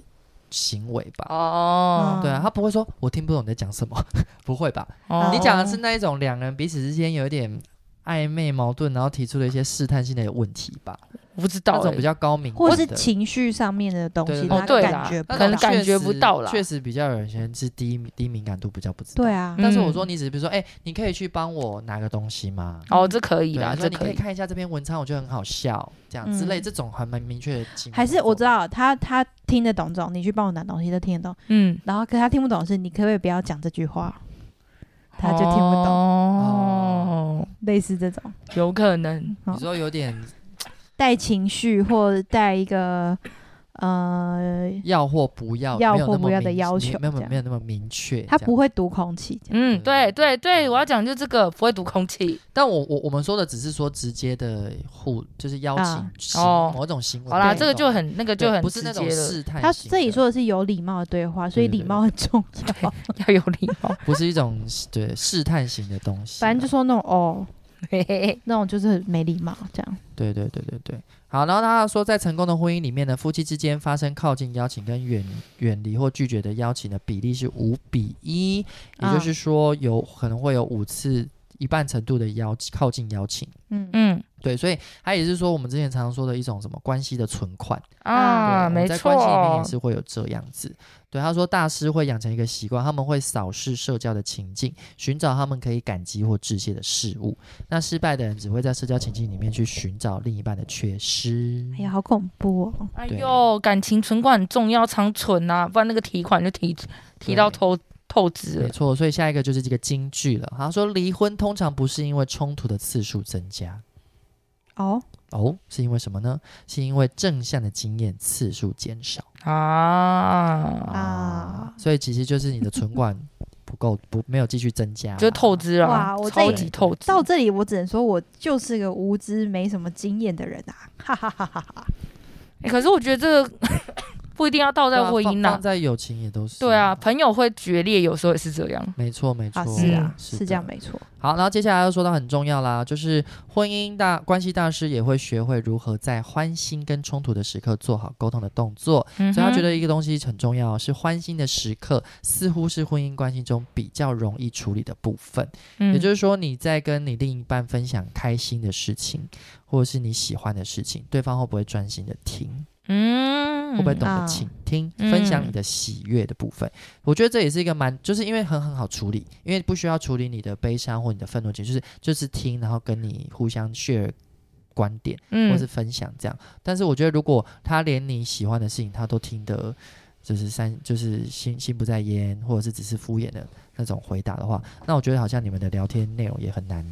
[SPEAKER 3] 行为吧？
[SPEAKER 2] 哦，
[SPEAKER 3] 对啊，他不会说我听不懂你在讲什么， 不会吧？
[SPEAKER 2] 哦
[SPEAKER 3] 你讲的是那一种两人彼此之间有一点暧昧矛盾，然后提出了一些试探性的问题吧？
[SPEAKER 2] 我不知道
[SPEAKER 3] 那
[SPEAKER 2] 欸、
[SPEAKER 3] 种比较高明的，
[SPEAKER 1] 或是情绪上面的东西，
[SPEAKER 3] 对对
[SPEAKER 1] 他
[SPEAKER 3] 对
[SPEAKER 2] 哦对啦
[SPEAKER 1] 感觉不
[SPEAKER 3] 那
[SPEAKER 1] 到
[SPEAKER 3] 种
[SPEAKER 2] 可能感
[SPEAKER 3] 确
[SPEAKER 2] 觉不
[SPEAKER 3] 实
[SPEAKER 2] 到啦
[SPEAKER 3] 确实比较有些人是低低敏感度比较不知道。
[SPEAKER 1] 对。啊，
[SPEAKER 2] 嗯
[SPEAKER 3] 但是我说你只是比如说，哎、你可以去帮我拿个东西吗？
[SPEAKER 2] 哦，这可以
[SPEAKER 3] 对
[SPEAKER 2] 啦，
[SPEAKER 3] 你
[SPEAKER 2] 这
[SPEAKER 3] 说你可
[SPEAKER 2] 可
[SPEAKER 3] 以
[SPEAKER 2] 以。
[SPEAKER 3] 看一下这篇文章，我觉得很好笑，这样之类，
[SPEAKER 1] 嗯
[SPEAKER 3] 这种还蛮明确的情况。
[SPEAKER 1] 还是我知道他他听得懂这种，你去帮我拿东西他听得懂，
[SPEAKER 2] 嗯，
[SPEAKER 1] 然后可他听不懂的是你可不可以不要讲这句话，他就听不懂，
[SPEAKER 2] 哦，
[SPEAKER 1] 类似这种
[SPEAKER 2] 有可能。
[SPEAKER 3] 你说有点
[SPEAKER 1] 带情绪或者带一个呃，
[SPEAKER 3] 要或不要，
[SPEAKER 1] 要
[SPEAKER 3] 没有
[SPEAKER 1] 或
[SPEAKER 3] 那么
[SPEAKER 1] 不要的
[SPEAKER 3] 明
[SPEAKER 1] 要求
[SPEAKER 3] 没有那
[SPEAKER 1] 这
[SPEAKER 3] 么
[SPEAKER 1] 样
[SPEAKER 3] 没有那么明确。
[SPEAKER 1] 他
[SPEAKER 3] 这样
[SPEAKER 1] 不会读空气，这样
[SPEAKER 2] 嗯，
[SPEAKER 3] 对
[SPEAKER 2] 对对对，我要讲就这个不会读空气。
[SPEAKER 3] 但我我我们说的只是说直接的互，就是邀
[SPEAKER 1] 啊
[SPEAKER 3] 请行
[SPEAKER 2] 哦
[SPEAKER 3] 某种行为
[SPEAKER 2] 好啦，
[SPEAKER 3] 对
[SPEAKER 2] 这个就很那个
[SPEAKER 3] 对
[SPEAKER 2] 就很
[SPEAKER 3] 不是
[SPEAKER 2] 直
[SPEAKER 3] 那
[SPEAKER 2] 接
[SPEAKER 3] 种
[SPEAKER 2] 了，
[SPEAKER 3] 试探性的。
[SPEAKER 1] 他这里说的是有礼貌的对话，所以
[SPEAKER 3] 对对
[SPEAKER 1] 礼
[SPEAKER 3] 对
[SPEAKER 1] 貌很 重要。
[SPEAKER 2] 要有礼貌。
[SPEAKER 3] 不是一种对试探型的东西啦，
[SPEAKER 1] 反正就说那种 哦，
[SPEAKER 2] 嘿嘿嘿
[SPEAKER 1] 那种就是很没礼貌这样。
[SPEAKER 3] 对对对对对，好，然后他说，在成功的婚姻里面呢，夫妻之间发生靠近邀请跟远远离或拒绝的邀请的比例是五比一，也就
[SPEAKER 1] 啊
[SPEAKER 3] 是说有可能会有五次一半程度的邀靠近邀请。
[SPEAKER 1] 嗯
[SPEAKER 2] 嗯
[SPEAKER 3] 对，所以他也是说我们之前常常说的一种什么关系的存款
[SPEAKER 2] 啊，
[SPEAKER 3] 对我们
[SPEAKER 2] 没
[SPEAKER 3] 在关系里面
[SPEAKER 2] 错
[SPEAKER 3] 也。是会有这样子。对，他说大师会养成一个习惯，他们会扫视社交的情境，寻找他们可以感激或致谢的事物。那失败的人只会在社交情境里面去寻找另一半的缺失。
[SPEAKER 1] 哎呀，好恐怖哦！
[SPEAKER 2] 哎
[SPEAKER 3] 对
[SPEAKER 2] 呦，感情存款很重要，常存啊，不然那个提款就提提到
[SPEAKER 3] 对
[SPEAKER 2] 透透支
[SPEAKER 3] 没
[SPEAKER 2] 了。
[SPEAKER 3] 错，所以下一个就是这个金句了。他说，离婚通常不是因为冲突的次数增加，
[SPEAKER 1] 哦，
[SPEAKER 3] 哦，是因为什么呢？是因为正向的经验次数减少
[SPEAKER 2] 啊，
[SPEAKER 1] 啊
[SPEAKER 3] 所以其实就是你的存款不够，不没有继续增加啦，
[SPEAKER 2] 就是透支了啊，
[SPEAKER 1] 哇我
[SPEAKER 2] 超
[SPEAKER 1] 这
[SPEAKER 2] 级透支。
[SPEAKER 1] 到这里我只能说我就是个无知、没什么经验的人啊！哈哈哈哈哈！
[SPEAKER 2] 欸可是我觉得这个 不一定要倒
[SPEAKER 3] 对
[SPEAKER 2] 在
[SPEAKER 3] 啊
[SPEAKER 2] 婚姻
[SPEAKER 3] 放
[SPEAKER 2] 呐
[SPEAKER 3] 放。在友情也都是。
[SPEAKER 2] 对啊，，朋友会决裂，有时候也是这样。
[SPEAKER 3] 没错没错，
[SPEAKER 1] 啊，是啊
[SPEAKER 2] 嗯，
[SPEAKER 1] 是
[SPEAKER 3] 的
[SPEAKER 1] 这样没错。
[SPEAKER 3] 好，然后接下来要说到很重要啦，就是婚姻大关系大师也会学会如何在欢欣跟冲突的时刻做好沟通的动作。
[SPEAKER 2] 嗯
[SPEAKER 3] 所以他
[SPEAKER 2] 哼
[SPEAKER 3] 觉得一个东西很重要，是欢欣的时刻，似乎是婚姻关系中比较容易处理的部分。也
[SPEAKER 2] 嗯
[SPEAKER 3] 就是说，你在跟你另一半分享开心的事情，或者是你喜欢的事情，对方会不会专心的听？
[SPEAKER 2] 嗯
[SPEAKER 3] 会不会懂得
[SPEAKER 1] 啊
[SPEAKER 3] 倾听，
[SPEAKER 2] 嗯
[SPEAKER 3] 分享你的喜悦的部分。
[SPEAKER 1] 嗯
[SPEAKER 3] 我觉得这也是一个蛮，就是因为很很好处理，因为不需要处理你的悲伤或你的愤怒情绪，就是就是听，然后跟你互相 share 观点或是
[SPEAKER 2] 嗯，
[SPEAKER 3] 分享这样。但是我觉得，如果他连你喜欢的事情他都听得。就是三，就是心心不在焉，或者是只是敷衍的那种回答的话，那我觉得好像你们的聊天内容也很难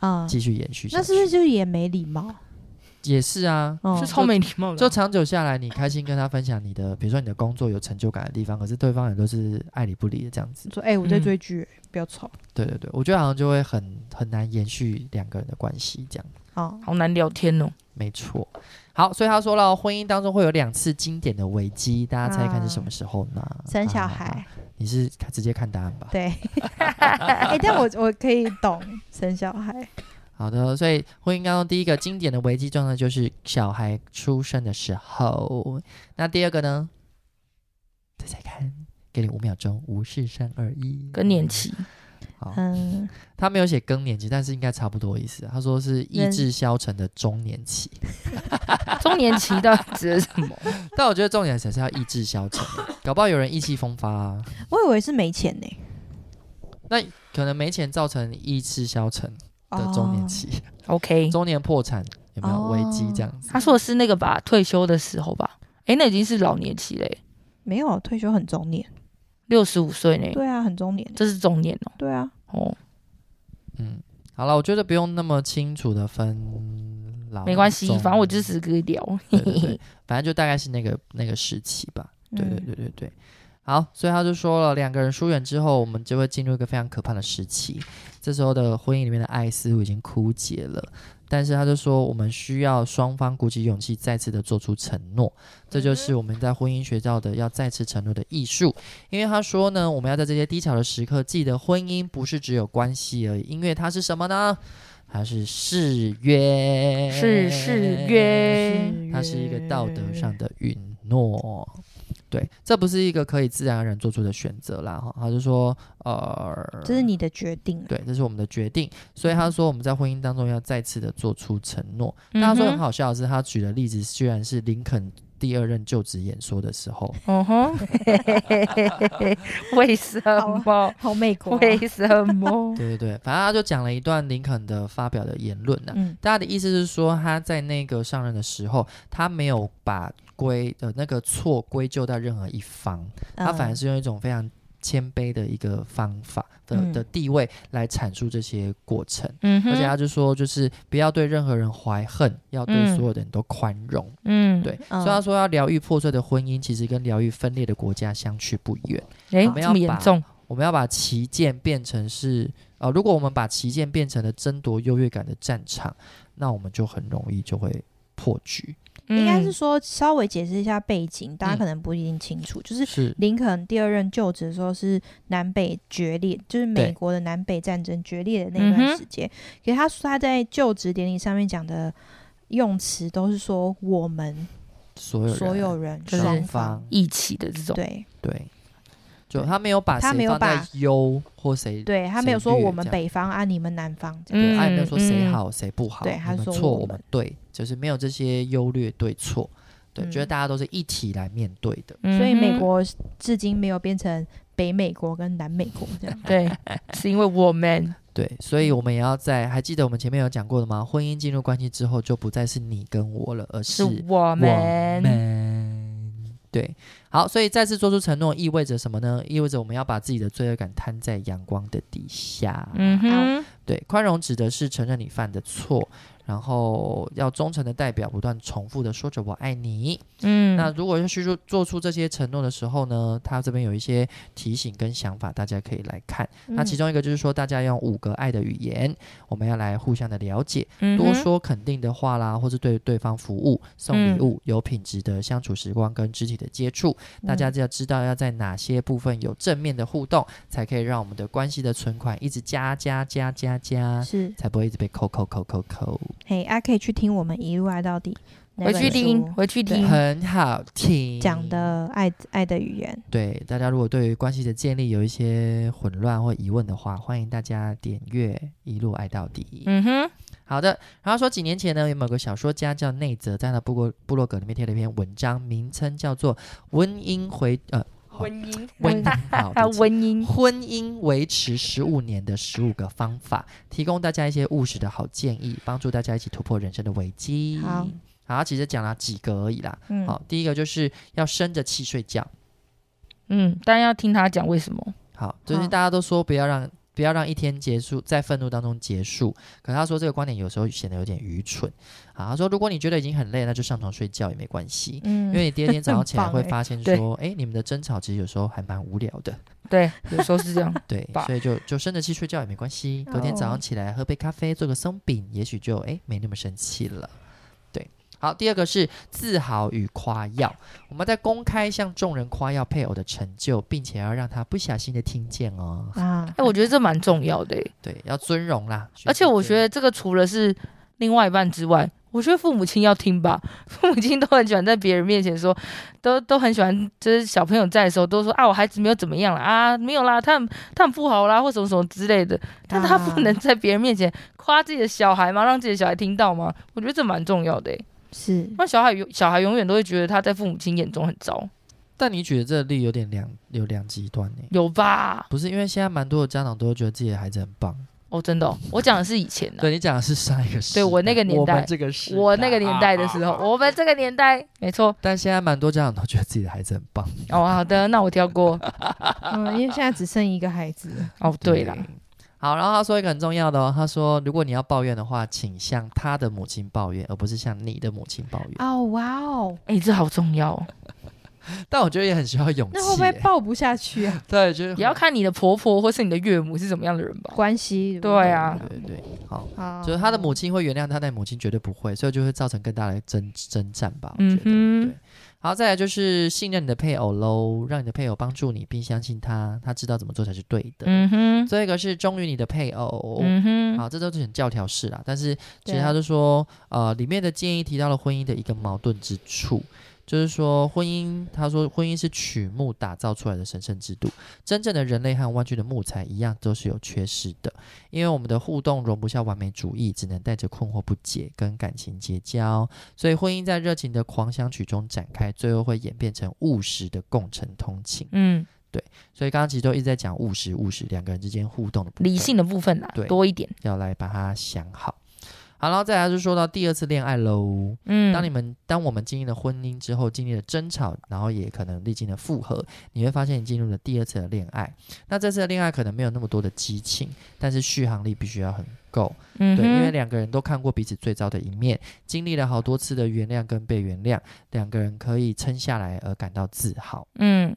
[SPEAKER 1] 啊，
[SPEAKER 3] 继续延续下
[SPEAKER 1] 那
[SPEAKER 3] 去。
[SPEAKER 1] 是不是就是也没礼貌？
[SPEAKER 3] 也是啊？
[SPEAKER 1] 哦
[SPEAKER 2] 是超没礼貌的
[SPEAKER 3] 就
[SPEAKER 2] 啊。
[SPEAKER 3] 长久下来，你开心跟他分享你的，比如说你的工作有成就感的地方，可是对方也都是爱理不理的这样子。
[SPEAKER 1] 说哎，我在追剧，哎不要吵
[SPEAKER 3] 对对对，我觉得好像就会很很难延续两个人的关系这样。
[SPEAKER 1] 啊！
[SPEAKER 2] 好难聊天哦，
[SPEAKER 3] 没错。好，所以他说了，婚姻当中会有两次经典的危机，大家猜看是什么时候呢？
[SPEAKER 2] 嗯
[SPEAKER 1] 生小
[SPEAKER 3] 啊
[SPEAKER 1] 孩，
[SPEAKER 3] 你是看直接看答案吧？
[SPEAKER 1] 对，哎，但我 我可以懂生小孩，
[SPEAKER 3] 好的，所以婚姻当中第一个经典的危机状态就是小孩出生的时候。那第二个呢？猜猜看，给你五秒钟，无事三二一。
[SPEAKER 2] 更年期。
[SPEAKER 3] 好，
[SPEAKER 1] 嗯，
[SPEAKER 3] 他没有写更年期，但是应该差不多意思。啊他说是意
[SPEAKER 1] 人
[SPEAKER 3] 志消沉的中年期，
[SPEAKER 2] 中年期到 底指的是什么？
[SPEAKER 3] 但我觉得重点才是要意志消沉，搞不好有人意气风发啊，
[SPEAKER 1] 我以为是没钱呢。
[SPEAKER 3] 可能没钱造成意志消沉的中年期，
[SPEAKER 2] OK，
[SPEAKER 3] 中年破产有没有
[SPEAKER 1] 哦
[SPEAKER 3] 危机这样子？
[SPEAKER 2] 他说的是那个吧，退休的时候吧。诶，那已经是老年期嘞，
[SPEAKER 1] 没有退休很中年，
[SPEAKER 2] 六十五岁呢，
[SPEAKER 1] 对啊，很中年，
[SPEAKER 2] 这是中年哦。
[SPEAKER 1] 对啊，
[SPEAKER 2] 哦，
[SPEAKER 3] 嗯，好了，我觉得不用那么清楚的分老，
[SPEAKER 2] 没关系，
[SPEAKER 3] 中
[SPEAKER 2] 反正我就只是跟你聊。
[SPEAKER 3] 对对对，反正就大概是那个那个时期吧。对对
[SPEAKER 1] 嗯
[SPEAKER 3] 对对对。好，所以他就说了，两个人疏远之后，我们就会进入一个非常可怕的时期。这时候的婚姻里面的爱似乎已经枯竭了，但是他就说，我们需要双方鼓起勇气，再次的做出承诺。这
[SPEAKER 2] 嗯
[SPEAKER 3] 就是我们在婚姻学到的要再次承诺的艺术。因为他说呢，我们要在这些低潮的时刻，记得婚姻不是只有关系而已，因为它是什么呢？它是誓约，
[SPEAKER 2] 是誓哎约，
[SPEAKER 3] 它是一个道德上的允诺。对，这不是一个可以自然而然做出的选择啦，哈，他就说，呃，
[SPEAKER 1] 这是你的决定啊，
[SPEAKER 3] 对，这是我们的决定，所以他说我们在婚姻当中要再次的做出承诺。
[SPEAKER 2] 嗯
[SPEAKER 3] 但他说很好笑的是，他举的例子居然是林肯第二任就职演说的时候，
[SPEAKER 2] 嗯哼，嗯哼， 为什么？
[SPEAKER 1] 好美国啊，
[SPEAKER 2] 为什么？
[SPEAKER 3] 对对对，反正他就讲了一段林肯的发表的言论呢、啊。
[SPEAKER 1] 嗯，
[SPEAKER 3] 大家的意思是说，他在那个上任的时候，他没有把归呃那个错归咎到任何一方，他反而
[SPEAKER 1] 嗯
[SPEAKER 3] 是用一种非常谦卑的一个方法的、
[SPEAKER 1] 嗯
[SPEAKER 3] 的地位来阐述这些过程。
[SPEAKER 2] 嗯
[SPEAKER 3] 而且
[SPEAKER 2] 哼，
[SPEAKER 3] 他就说，就是不要对任何人怀恨，要对
[SPEAKER 2] 嗯
[SPEAKER 3] 所有的人都宽容。
[SPEAKER 2] 嗯，
[SPEAKER 3] 对，
[SPEAKER 1] 嗯
[SPEAKER 3] 所以他说要疗愈破碎的婚姻，其实跟疗愈分裂的国家相去不远。
[SPEAKER 2] 诶，
[SPEAKER 3] 我
[SPEAKER 2] 这
[SPEAKER 3] 们要
[SPEAKER 2] 么严
[SPEAKER 3] 把
[SPEAKER 2] 重？
[SPEAKER 3] 我们要把旗舰变成是，呃，如果我们把旗舰变成了争夺优越感的战场，那我们就很容易就会破局。
[SPEAKER 1] 应该是
[SPEAKER 2] 嗯
[SPEAKER 1] 说稍微解释一下背景，大家
[SPEAKER 3] 嗯
[SPEAKER 1] 可能不一定清楚，就是
[SPEAKER 3] 是，
[SPEAKER 1] 林肯第二任就职的时候是南北决裂，就是美
[SPEAKER 3] 对
[SPEAKER 1] 国的南北战争决裂的那
[SPEAKER 2] 嗯
[SPEAKER 1] 段
[SPEAKER 2] 哼
[SPEAKER 1] 时间。可是他说他在就职典礼上面讲的用词都是说我们
[SPEAKER 3] 所有人
[SPEAKER 1] 所有人
[SPEAKER 2] 就是
[SPEAKER 1] 双
[SPEAKER 3] 方
[SPEAKER 1] 方，
[SPEAKER 2] 一起的这种，
[SPEAKER 1] 对
[SPEAKER 3] 对，就他没有把
[SPEAKER 1] 他没
[SPEAKER 3] 谁
[SPEAKER 1] 有
[SPEAKER 3] 放在
[SPEAKER 1] 把
[SPEAKER 3] 优或谁，
[SPEAKER 1] 对，他
[SPEAKER 3] 谁
[SPEAKER 1] 没有说
[SPEAKER 3] 略
[SPEAKER 1] 我们
[SPEAKER 3] 这样
[SPEAKER 1] 北方啊，你们南方这样。
[SPEAKER 3] 对，他也没有
[SPEAKER 2] 嗯
[SPEAKER 3] 说谁
[SPEAKER 2] 嗯
[SPEAKER 3] 好谁不好，
[SPEAKER 1] 对
[SPEAKER 3] 你
[SPEAKER 1] 他
[SPEAKER 3] 们
[SPEAKER 1] 说
[SPEAKER 3] 错
[SPEAKER 1] 我
[SPEAKER 3] 我
[SPEAKER 1] 们
[SPEAKER 3] 们对，就是没有这些优劣对错，对，觉得
[SPEAKER 1] 嗯
[SPEAKER 3] 大家都是一起来面对的。
[SPEAKER 2] 嗯哼
[SPEAKER 1] 所以美国至今没有变成北美国跟南美国这 样。
[SPEAKER 2] 对， 是因为我们
[SPEAKER 3] 对，所
[SPEAKER 1] 嗯
[SPEAKER 3] 以我们也要在还记得我们前面有讲过的吗？婚姻进入关系之后，就不再是你跟我了，而
[SPEAKER 2] 是
[SPEAKER 3] 是
[SPEAKER 2] 我
[SPEAKER 3] 我
[SPEAKER 2] 们，
[SPEAKER 3] 们对，好，所以再次做出承诺意味着什么呢？意味着我们要把自己的罪恶感摊在阳光的底下。
[SPEAKER 2] 嗯哼，
[SPEAKER 3] 对，宽容指的是承认你犯的错，然后要忠诚的代表，不断重复的说着“我爱你”
[SPEAKER 2] 嗯，
[SPEAKER 3] 那如果要去做做出这些承诺的时候呢，他这边有一些提醒跟想法，大家可以来看。那
[SPEAKER 1] 嗯
[SPEAKER 2] 嗯
[SPEAKER 3] 其中一个就是说，大家要用五个爱的语言，我们要来互相的了解，
[SPEAKER 2] 嗯
[SPEAKER 3] 多
[SPEAKER 2] 哼，嗯
[SPEAKER 3] 说肯定的话啦，或是对对方服务、送礼物，有品质的相处时光跟肢体的接触。大
[SPEAKER 2] 嗯
[SPEAKER 3] 家就要知道要在哪些部分有正面的互动，才可以让我们的关系的存款一直加加加加
[SPEAKER 1] 嗯
[SPEAKER 3] 加，
[SPEAKER 1] 是
[SPEAKER 3] 才不会一直被扣扣扣扣扣。
[SPEAKER 1] 嘿，啊，可以去听我们一路爱到底那
[SPEAKER 2] 回去
[SPEAKER 1] 本
[SPEAKER 2] 听，
[SPEAKER 1] 书
[SPEAKER 2] 回去
[SPEAKER 1] 对
[SPEAKER 2] 听，
[SPEAKER 3] 很好听，
[SPEAKER 1] 嗯讲的爱爱的语言。
[SPEAKER 3] 对，大家如果对于关系的建立有一些混乱或疑问的话，欢迎大家点阅《一路爱到底》。
[SPEAKER 2] 嗯哼，
[SPEAKER 3] 好的，然后说几年前呢，有某个小说家叫内泽，在他的部落部落格里面贴了一篇文章，名称叫做《婚姻回呃好
[SPEAKER 2] 婚姻，
[SPEAKER 3] 婚姻好
[SPEAKER 2] 啊，
[SPEAKER 3] 对不起
[SPEAKER 2] 婚
[SPEAKER 1] 嗯
[SPEAKER 2] 姻，
[SPEAKER 3] 婚姻维持十五年的十五个方法，提供大家一些务实的好建议，帮助大家一起突破人生的危机。
[SPEAKER 1] 好，
[SPEAKER 3] 好，其实讲了几个而已啦。
[SPEAKER 1] 嗯，
[SPEAKER 3] 好，第一个就是要生着气睡觉。
[SPEAKER 2] 嗯，但要听他讲为什么，
[SPEAKER 3] 好，就是
[SPEAKER 1] 好
[SPEAKER 3] 大家都说不要让不要让一天结束在愤怒当中结束，可是他说这个观点有时候显得有点愚蠢。啊，他说如果你觉得已经很累，那就上床睡觉也没关系。
[SPEAKER 1] 嗯，
[SPEAKER 3] 因为你第二天早上起 来
[SPEAKER 1] 很
[SPEAKER 3] 会
[SPEAKER 1] 棒欸
[SPEAKER 3] 发现
[SPEAKER 2] 对
[SPEAKER 3] 说，哎、你们的争吵其实有时候还蛮无聊的，
[SPEAKER 2] 对，有时候是这样，
[SPEAKER 3] 对
[SPEAKER 2] 吧，嗯
[SPEAKER 3] 所以就就生着气睡觉也没关系，隔天早
[SPEAKER 1] 哦
[SPEAKER 3] 上起来喝杯咖啡，做个松饼，也许就哎、诶没那么生气了。对，好，第二个是自豪与夸耀，我们在公开向众人夸耀配偶的成就，并且要让他不小心的听见哦。
[SPEAKER 1] 啊
[SPEAKER 2] 哎，，我觉得这蛮重要的欸，
[SPEAKER 3] 对，要尊荣啦。学
[SPEAKER 2] 而
[SPEAKER 3] 习
[SPEAKER 2] 且我
[SPEAKER 3] 尊
[SPEAKER 2] 觉得这个除了是另外一半之外，我觉得父母亲要听吧，父母亲都很喜欢在别人面前说，都都很喜欢，就是小朋友在的时候都说啊，我孩子没有怎么样了啊，没有啦，他很他很不好啦，或什么什么之类的，但他
[SPEAKER 1] 啊
[SPEAKER 2] 不能在别人面前夸自己的小孩吗？让自己的小孩听到吗？我觉得这蛮重要的、欸，
[SPEAKER 1] 是
[SPEAKER 2] 不然小孩永小孩永远都会觉得他在父母亲眼中很糟，
[SPEAKER 3] 但你觉得这个例有点两有两极端呢、
[SPEAKER 2] 有吧？
[SPEAKER 3] 不是因为现在蛮多的家长都会觉得自己的孩子很棒，
[SPEAKER 2] 哦，真的哦、我讲的是以前的、
[SPEAKER 3] 对你讲的是上一个时代，
[SPEAKER 2] 对我那个年代
[SPEAKER 3] 我们这个时代，
[SPEAKER 2] 我那个年代
[SPEAKER 3] 啊
[SPEAKER 2] 的时候，我们这个年代，没错。
[SPEAKER 3] 但现在蛮多家长都觉得自己的孩子很棒。
[SPEAKER 2] 哦，好的，那我跳过。
[SPEAKER 1] 嗯，因为现在只剩一个孩子了，
[SPEAKER 2] 哦，对啦，
[SPEAKER 3] 好，然后他说一个很重要的哦，他说如果你要抱怨的话，请向他的母亲抱怨，而不是向你的母亲抱怨。
[SPEAKER 2] 啊
[SPEAKER 1] 哦哇哦，
[SPEAKER 2] 哎、这好重要、哦，
[SPEAKER 3] 但我觉得也很需要勇气耶。
[SPEAKER 1] 那会不会抱不下去 啊？
[SPEAKER 3] 对，就是
[SPEAKER 2] 也要看你的婆婆或是你的岳母是什么样的人吧。
[SPEAKER 1] 关系
[SPEAKER 2] 对啊，
[SPEAKER 3] 对对对，好。
[SPEAKER 1] 啊，
[SPEAKER 3] 就是他的母亲会原谅他，但母亲绝对不会，所以就会造成更大的争征战吧。我觉
[SPEAKER 2] 嗯
[SPEAKER 3] 得，
[SPEAKER 2] 哼
[SPEAKER 3] 对。好，再来就是信任你的配偶喽，让你的配偶帮助你，并相信他，他知道怎么做才是对的。
[SPEAKER 2] 嗯哼，
[SPEAKER 3] 最后一个是忠于你的配偶。
[SPEAKER 2] 嗯哼，
[SPEAKER 3] 好，这都是很教条式啦，但是其
[SPEAKER 1] 对
[SPEAKER 3] 实他就说，呃，里面的建议提到了婚姻的一个矛盾之处，就是说婚姻，他说婚姻是曲目打造出来的神圣制度，真正的人类和弯曲的木材一样都是有缺失的，因为我们的互动容不下完美主义，只能带着困惑不解跟感情结交，所以婚姻在热情的狂想曲中展开，最后会演变成务实的共乘通勤。
[SPEAKER 2] 嗯，
[SPEAKER 3] 所以刚刚其实都一直在讲务实务实两个人之间互动的部
[SPEAKER 2] 理
[SPEAKER 3] 分
[SPEAKER 2] 性的部分啦，
[SPEAKER 3] 对
[SPEAKER 2] 多一点。
[SPEAKER 3] 要来把它想好。好，然后再来就说到第二次恋爱喽。
[SPEAKER 2] 嗯，
[SPEAKER 3] 当你们当我们经历了婚姻之后，经历了争吵，然后也可能历经了复合，你会发现你进入了第二次的恋爱。那这次的恋爱可能没有那么多的激情，但是续航力必须要很够。
[SPEAKER 2] 嗯
[SPEAKER 3] 对，因为
[SPEAKER 2] 哼，
[SPEAKER 3] 两个人都看过彼此最糟的一面，经历了好多次的原谅跟被原谅，两个人可以撑下来而感到自豪。
[SPEAKER 2] 嗯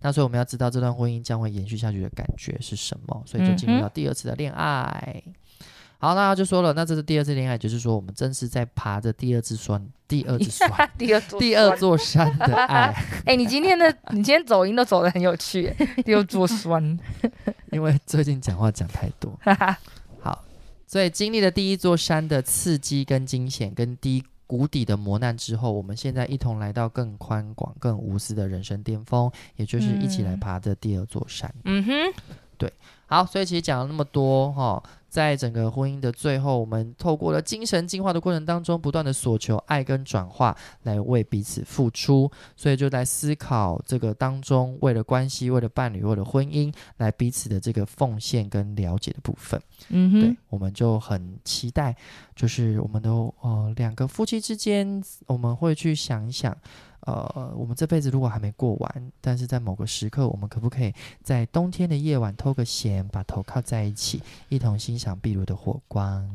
[SPEAKER 3] 那所以我们要知道这段婚姻将会延续下去的感觉是什么，所以就进
[SPEAKER 2] 嗯
[SPEAKER 3] 入
[SPEAKER 2] 哼
[SPEAKER 3] 到第二次的恋爱。好，那他就说了，那这是第二次恋爱，就是说我们正是在爬着第二次酸，第二次酸，
[SPEAKER 2] 第二座
[SPEAKER 3] 第二座山的爱，
[SPEAKER 2] 哎、你今天的你今天走音都走的很有趣耶，又做酸，
[SPEAKER 3] 因为最近讲话讲太多。
[SPEAKER 2] 哈哈，
[SPEAKER 3] 好，所以经历了第一座山的刺激跟惊险，跟低谷底的磨难之后，我们现在一同来到更宽广、更无私的人生巅峰，也就是一起来
[SPEAKER 2] 嗯
[SPEAKER 3] 爬着第二座山。
[SPEAKER 2] 嗯哼，
[SPEAKER 3] 好，所以其实讲了那么多哈、在整个婚姻的最后，我们透过了精神进化的过程当中，不断的索求爱跟转化，来为彼此付出，所以就来思考这个当中，为了关系，为了伴侣，为了婚姻，来彼此的这个奉献跟了解的部分。
[SPEAKER 2] 嗯
[SPEAKER 3] 对
[SPEAKER 2] 哼，，
[SPEAKER 3] 我们就很期待，就是我们都呃两个夫妻之间，我们会去想一想，呃，我们这辈子如果还没过完，但是在某个时刻，我们可不可以在冬天的夜晚偷个闲，把头靠在一起，一同欣赏壁炉的火光，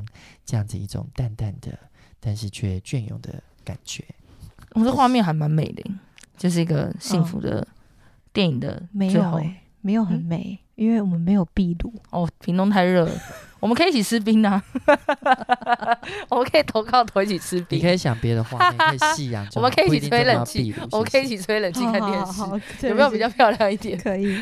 [SPEAKER 3] 这样子一种淡淡的，但是却隽永的感觉。
[SPEAKER 2] 我这画面还蛮美的耶，就是一个幸
[SPEAKER 3] 嗯
[SPEAKER 2] 福的电影的
[SPEAKER 1] 没
[SPEAKER 2] 最
[SPEAKER 1] 有
[SPEAKER 2] 后。
[SPEAKER 1] 欸没有很
[SPEAKER 2] 嗯
[SPEAKER 1] 美，因为我们没有壁炉。
[SPEAKER 2] 哦，屏东太热了，我们可以一起吃冰啊！ 我们可以投靠头一起吃
[SPEAKER 3] 你
[SPEAKER 2] 冰
[SPEAKER 3] 可，以想别的画 面，可以夕阳就
[SPEAKER 2] 我
[SPEAKER 3] 好，
[SPEAKER 2] 们可以一
[SPEAKER 3] 不
[SPEAKER 2] 起
[SPEAKER 3] 定
[SPEAKER 2] 吹
[SPEAKER 3] 真的
[SPEAKER 2] 冷
[SPEAKER 3] 要
[SPEAKER 2] 气
[SPEAKER 3] 壁炉
[SPEAKER 2] 我们
[SPEAKER 3] 谢
[SPEAKER 2] 可以一
[SPEAKER 3] 谢
[SPEAKER 2] 起吹冷气
[SPEAKER 1] 好
[SPEAKER 2] 看
[SPEAKER 1] 好
[SPEAKER 2] 电视
[SPEAKER 1] 好， 好
[SPEAKER 2] 有没有比较漂亮一 点？
[SPEAKER 1] 可以？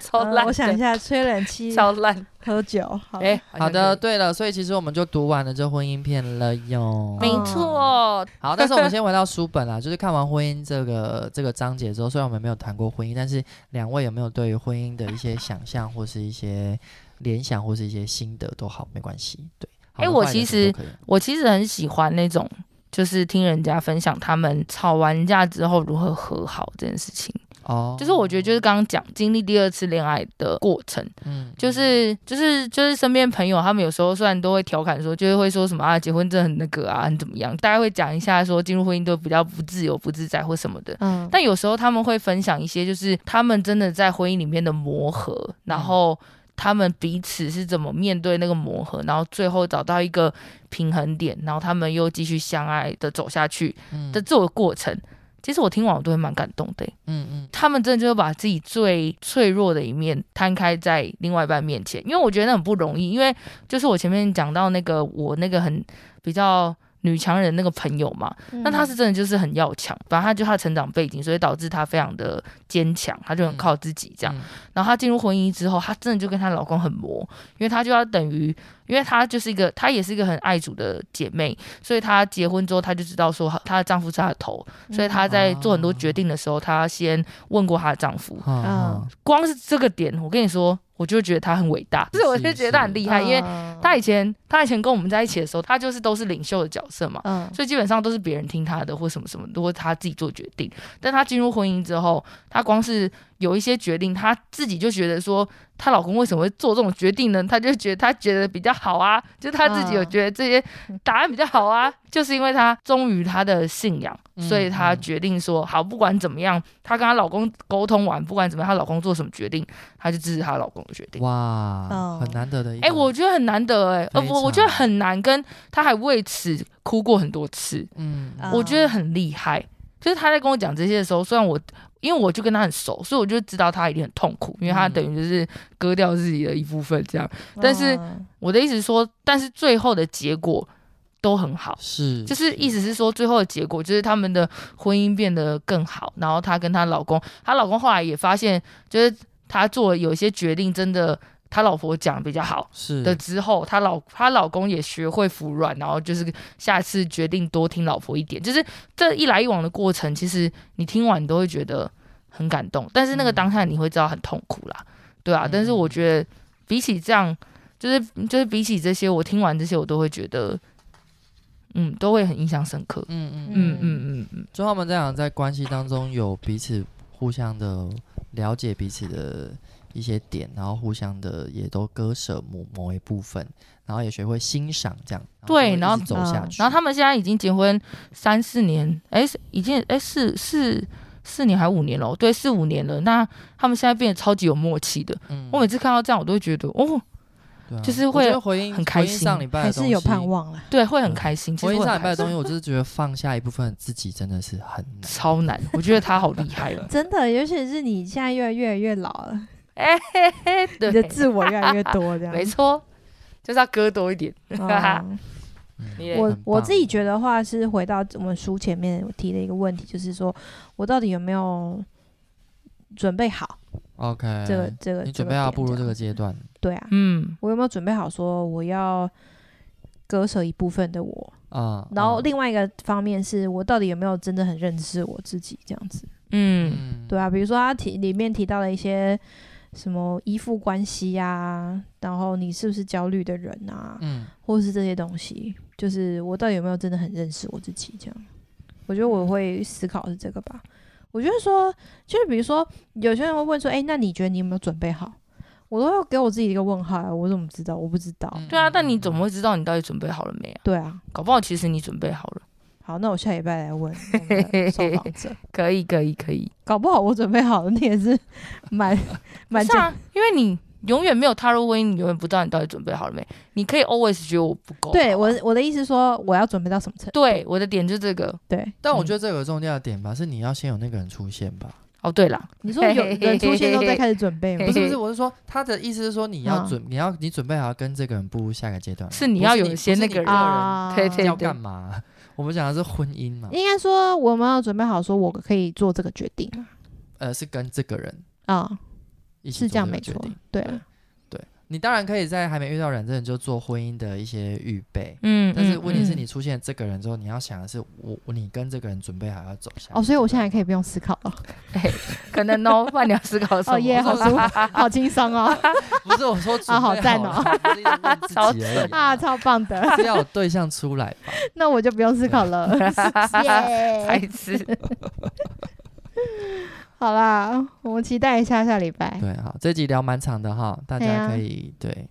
[SPEAKER 2] 超
[SPEAKER 1] 嗯
[SPEAKER 2] 烂的，
[SPEAKER 1] 我想一下，吹冷气，
[SPEAKER 2] 超烂。
[SPEAKER 1] 喝酒，好
[SPEAKER 2] 哎，
[SPEAKER 3] 好的，
[SPEAKER 2] 像可以，
[SPEAKER 3] 对了，所以其实我们就读完了这婚姻片了哟。
[SPEAKER 2] 没错，
[SPEAKER 3] 好，但是我们先回到书本啦，就是 看完婚姻这个这个章节之后，虽然我们没有谈过婚姻，但是两位有没有对于婚姻的一些想象，或是一些联想，或是一些心得都好，没关系。对，好
[SPEAKER 2] 哎
[SPEAKER 3] 的
[SPEAKER 2] 我
[SPEAKER 3] 坏的
[SPEAKER 2] 其
[SPEAKER 3] 什么都
[SPEAKER 2] 实
[SPEAKER 3] 可以
[SPEAKER 2] 我其实很喜欢那种，就是听人家分享他们吵完架之后如何和好这件事情。
[SPEAKER 3] 哦，
[SPEAKER 2] 就是我觉得就是刚刚讲经历第二次恋爱的过程，
[SPEAKER 3] 嗯，
[SPEAKER 2] 就是就是就是身边朋友，他们有时候虽然都会调侃说，就是会说什么啊，结婚证很那个啊，很怎么样，大家会讲一下说进入婚姻都比较不自由、不自在或什么的。
[SPEAKER 1] 嗯，
[SPEAKER 2] 但有时候他们会分享一些，就是他们真的在婚姻里面的磨合，然后他们彼此是怎么面对那个磨合，然后最后找到一个平衡点，然后他们又继续相爱的走下去
[SPEAKER 3] 嗯
[SPEAKER 2] 的这个过程。其实我听完我都会蛮感动的欸、
[SPEAKER 3] 嗯嗯
[SPEAKER 2] 他们真的就会把自己最脆弱的一面摊开在另外一半面前，因为我觉得那很不容易。因为就是我前面讲到那个我那个很比较女强人那个朋友嘛，那她是
[SPEAKER 1] 嗯
[SPEAKER 2] 真的就是很要强，反正她就她的成长背景，所以导致她非常的坚强，她就很靠自己这样。
[SPEAKER 3] 嗯
[SPEAKER 2] 然后她进入婚姻之后，她真的就跟她老公很磨，因为她就要等于，因为她就是一个她也是一个很爱主的姐妹，所以她结婚之后她就知道说她的丈夫是她的头，所以她在做很多决定的时候，她先问过她的丈夫。
[SPEAKER 3] 好好
[SPEAKER 2] 光是这个点，我跟你说，我就觉得她很伟大，就是我就觉得她很厉害，因为。
[SPEAKER 1] 啊
[SPEAKER 2] 他以前他以前跟我们在一起的时候，他就是都是领袖的角色嘛，
[SPEAKER 1] 嗯
[SPEAKER 2] 所以基本上都是别人听他的或什么什么，都是他自己做决定。但他进入婚姻之后，他光是有一些决定，他自己就觉得说，她老公为什么会做这种决定呢？他就觉得他觉得比较好啊，就他自己有
[SPEAKER 1] 嗯
[SPEAKER 2] 觉得这些答案比较好啊，就是因为他忠于他的信仰，
[SPEAKER 3] 嗯
[SPEAKER 2] 所以她
[SPEAKER 3] 嗯
[SPEAKER 2] 决定说，好，不管怎么样，她跟她老公沟通完，不管怎么样，她老公做什么决定，她就支持她老公的决定。
[SPEAKER 3] 哇
[SPEAKER 1] 哦，
[SPEAKER 3] 很难得的一
[SPEAKER 2] 嗯
[SPEAKER 3] 个。
[SPEAKER 2] 哎、我觉得很难得哎、呃，
[SPEAKER 3] 非
[SPEAKER 2] 我我觉得
[SPEAKER 3] 常
[SPEAKER 2] 很难跟，他还为此哭过很多次，
[SPEAKER 3] 嗯，
[SPEAKER 1] 啊
[SPEAKER 2] 我觉得很厉害。就是他在跟我讲这些的时候，虽然我因为我就跟他很熟，所以我就知道他一定很痛苦，因为他
[SPEAKER 3] 嗯
[SPEAKER 2] 等于就是割掉自己的一部分这样。但是
[SPEAKER 1] 嗯
[SPEAKER 2] 我的意思是说，但是最后的结果都很好，
[SPEAKER 3] 是，
[SPEAKER 2] 就是意思是说，最后的结果就是他们的婚姻变得更好，然后她跟她老公，她老公后来也发现，就是她做有一些决定，真的她老婆讲比较好
[SPEAKER 3] 是
[SPEAKER 2] 的之后，她老她老公也学会服软，然后就是下次决定多听老婆一点，就是这一来一往的过程，其实你听完你都会觉得很感动，但是那个
[SPEAKER 3] 嗯
[SPEAKER 2] 当下你会知道很痛苦啦，对啊，但是我觉得比起这样，就是就是比起这些，我听完这些我都会觉得，嗯，都会很印象深刻。
[SPEAKER 3] 嗯嗯嗯，
[SPEAKER 2] 嗯嗯嗯嗯，
[SPEAKER 3] 就他们在讲在关系当中有彼此互相的了解彼此的一些点，然后互相的也都割舍某某一部分，然后也学会欣赏这样，
[SPEAKER 2] 对
[SPEAKER 3] 就会
[SPEAKER 2] 然后
[SPEAKER 3] 一直走下
[SPEAKER 1] 嗯
[SPEAKER 3] 去，
[SPEAKER 2] 然后他们现在已经结婚三四年，哎，是已经哎四四四年还五年了，对，四五年了。那他们现在变得超级有默契的。
[SPEAKER 3] 嗯
[SPEAKER 2] 我每次看到这样，我都会觉得哦，
[SPEAKER 3] 对啊
[SPEAKER 2] 就是
[SPEAKER 3] 我
[SPEAKER 2] 会
[SPEAKER 3] 觉得回应
[SPEAKER 2] 很开
[SPEAKER 3] 回应
[SPEAKER 2] 心
[SPEAKER 3] 上礼拜
[SPEAKER 1] 还
[SPEAKER 3] 的东
[SPEAKER 1] 是
[SPEAKER 3] 西
[SPEAKER 1] 有盼。望啦。。
[SPEAKER 2] 对，会很开心。其
[SPEAKER 3] 回
[SPEAKER 2] 实
[SPEAKER 3] 应
[SPEAKER 2] 会
[SPEAKER 3] 上
[SPEAKER 2] 很
[SPEAKER 3] 礼拜
[SPEAKER 2] 开
[SPEAKER 3] 的
[SPEAKER 2] 心
[SPEAKER 3] 东西，我就是觉得放下一部分的自己真的是很难。
[SPEAKER 2] 超难，我觉得他好厉害 哦
[SPEAKER 1] 真的，尤其是你现在越来越越老了，
[SPEAKER 2] 哎嘿嘿，
[SPEAKER 1] 你的
[SPEAKER 2] 对，
[SPEAKER 1] 自我啊越来越多，这样
[SPEAKER 2] 没错，就是要割多一点。
[SPEAKER 1] 嗯
[SPEAKER 3] 嗯
[SPEAKER 2] 你嘞
[SPEAKER 1] 我
[SPEAKER 3] 很
[SPEAKER 1] 我
[SPEAKER 3] 棒
[SPEAKER 1] 自己觉得话是回到我们书前面我提的一个问题，就是说我到底有没有准备好
[SPEAKER 3] OK，
[SPEAKER 1] 这个这个？
[SPEAKER 3] 哎你
[SPEAKER 1] 这
[SPEAKER 3] 准
[SPEAKER 1] 个
[SPEAKER 3] 备要
[SPEAKER 1] 点
[SPEAKER 3] 步入
[SPEAKER 1] 这
[SPEAKER 3] 这
[SPEAKER 1] 样
[SPEAKER 3] 个阶段，
[SPEAKER 1] 对啊，
[SPEAKER 2] 嗯，
[SPEAKER 1] 我有没有准备好说我要割舍一部分的我？
[SPEAKER 3] 啊，
[SPEAKER 1] 然后
[SPEAKER 3] 嗯
[SPEAKER 1] 另外一个方面是我到底有没有真的很认识我自己这样子？
[SPEAKER 2] 嗯，
[SPEAKER 3] 嗯
[SPEAKER 1] 对啊，比如说他提里面提到了一些什么依附关系呀、然后你是不是焦虑的人啊，
[SPEAKER 3] 嗯，
[SPEAKER 1] 或是这些东西，就是我到底有没有真的很认识我自己？这样，我觉得我会思考是这个吧。我觉得说，就是比如说，有些人会问说，哎、那你觉得你有没有准备好？我都要给我自己一个问号啊！我怎么知道？我不知道。
[SPEAKER 3] 嗯
[SPEAKER 2] 对啊，但你怎么会知道你到底准备好了没啊？
[SPEAKER 1] 对啊，
[SPEAKER 2] 搞不好其实你准备好了。
[SPEAKER 1] 好，那我下礼拜来问我们的受访者，
[SPEAKER 2] 可以，可以，可以。
[SPEAKER 1] 搞不好我准备好了，你也是蛮蛮
[SPEAKER 2] 是啊，因为你永远没有踏入婚姻，你永远不知道你到底准备好了没。你可以 always 觉得我不够好啊。
[SPEAKER 1] 对我我的意思说，我要准备到什么程度？
[SPEAKER 2] 对我的点就是这个。
[SPEAKER 1] 对，
[SPEAKER 3] 但我觉得这有个重要的点吧，是你要先有那个人出现吧？
[SPEAKER 2] 哦，对了，
[SPEAKER 1] 你说有人出现之后再开始准备吗？
[SPEAKER 2] 嘿
[SPEAKER 3] 不
[SPEAKER 2] 嘿
[SPEAKER 3] 是不是，我是说他的意思是说你要
[SPEAKER 1] 嗯
[SPEAKER 3] 准，你要你准备好跟这个人步入下一个阶段了，
[SPEAKER 2] 是你要有
[SPEAKER 3] 不是
[SPEAKER 2] 先
[SPEAKER 3] 不是
[SPEAKER 2] 那个
[SPEAKER 3] 你
[SPEAKER 2] 人
[SPEAKER 3] 个
[SPEAKER 1] 啊
[SPEAKER 2] 对对
[SPEAKER 3] 人要干嘛？ 我们讲的是婚姻嘛，
[SPEAKER 1] 应该说我们要准备好，说我可以做这个决定
[SPEAKER 3] 呃，是跟这个人
[SPEAKER 1] 啊，
[SPEAKER 3] 一起
[SPEAKER 1] 是这样没
[SPEAKER 3] 做
[SPEAKER 1] 错
[SPEAKER 3] 个决定。，
[SPEAKER 1] 对
[SPEAKER 3] 对
[SPEAKER 1] 啊，
[SPEAKER 3] 你当然可以在还没遇到人之前就做婚姻的一些预备，
[SPEAKER 2] 嗯，
[SPEAKER 3] 但是问题是
[SPEAKER 2] 嗯
[SPEAKER 3] 你出现这个人之后，你要想的是我我你跟这个人准备好要走下
[SPEAKER 1] 哦，所以我现在可
[SPEAKER 3] 看。
[SPEAKER 1] 以不用思考了，
[SPEAKER 2] 可能哦，不然你要思考什么？
[SPEAKER 1] 哦耶，好舒服， 好轻松哦，
[SPEAKER 3] 不是我说准备
[SPEAKER 1] 啊好赞
[SPEAKER 3] 了
[SPEAKER 1] 哦，
[SPEAKER 3] 不是一直问自己而 已
[SPEAKER 1] 啊，
[SPEAKER 3] 啊
[SPEAKER 1] 超棒 的，
[SPEAKER 3] 是要有对象出来吧？
[SPEAKER 1] 那我就不用思考了，
[SPEAKER 2] 白
[SPEAKER 1] 耶，
[SPEAKER 2] 痴。
[SPEAKER 1] 好啦，我们期待一下下礼拜，
[SPEAKER 3] 对，好，这集聊蛮长的哈，大
[SPEAKER 1] 对
[SPEAKER 3] 家
[SPEAKER 1] 啊
[SPEAKER 3] 可以对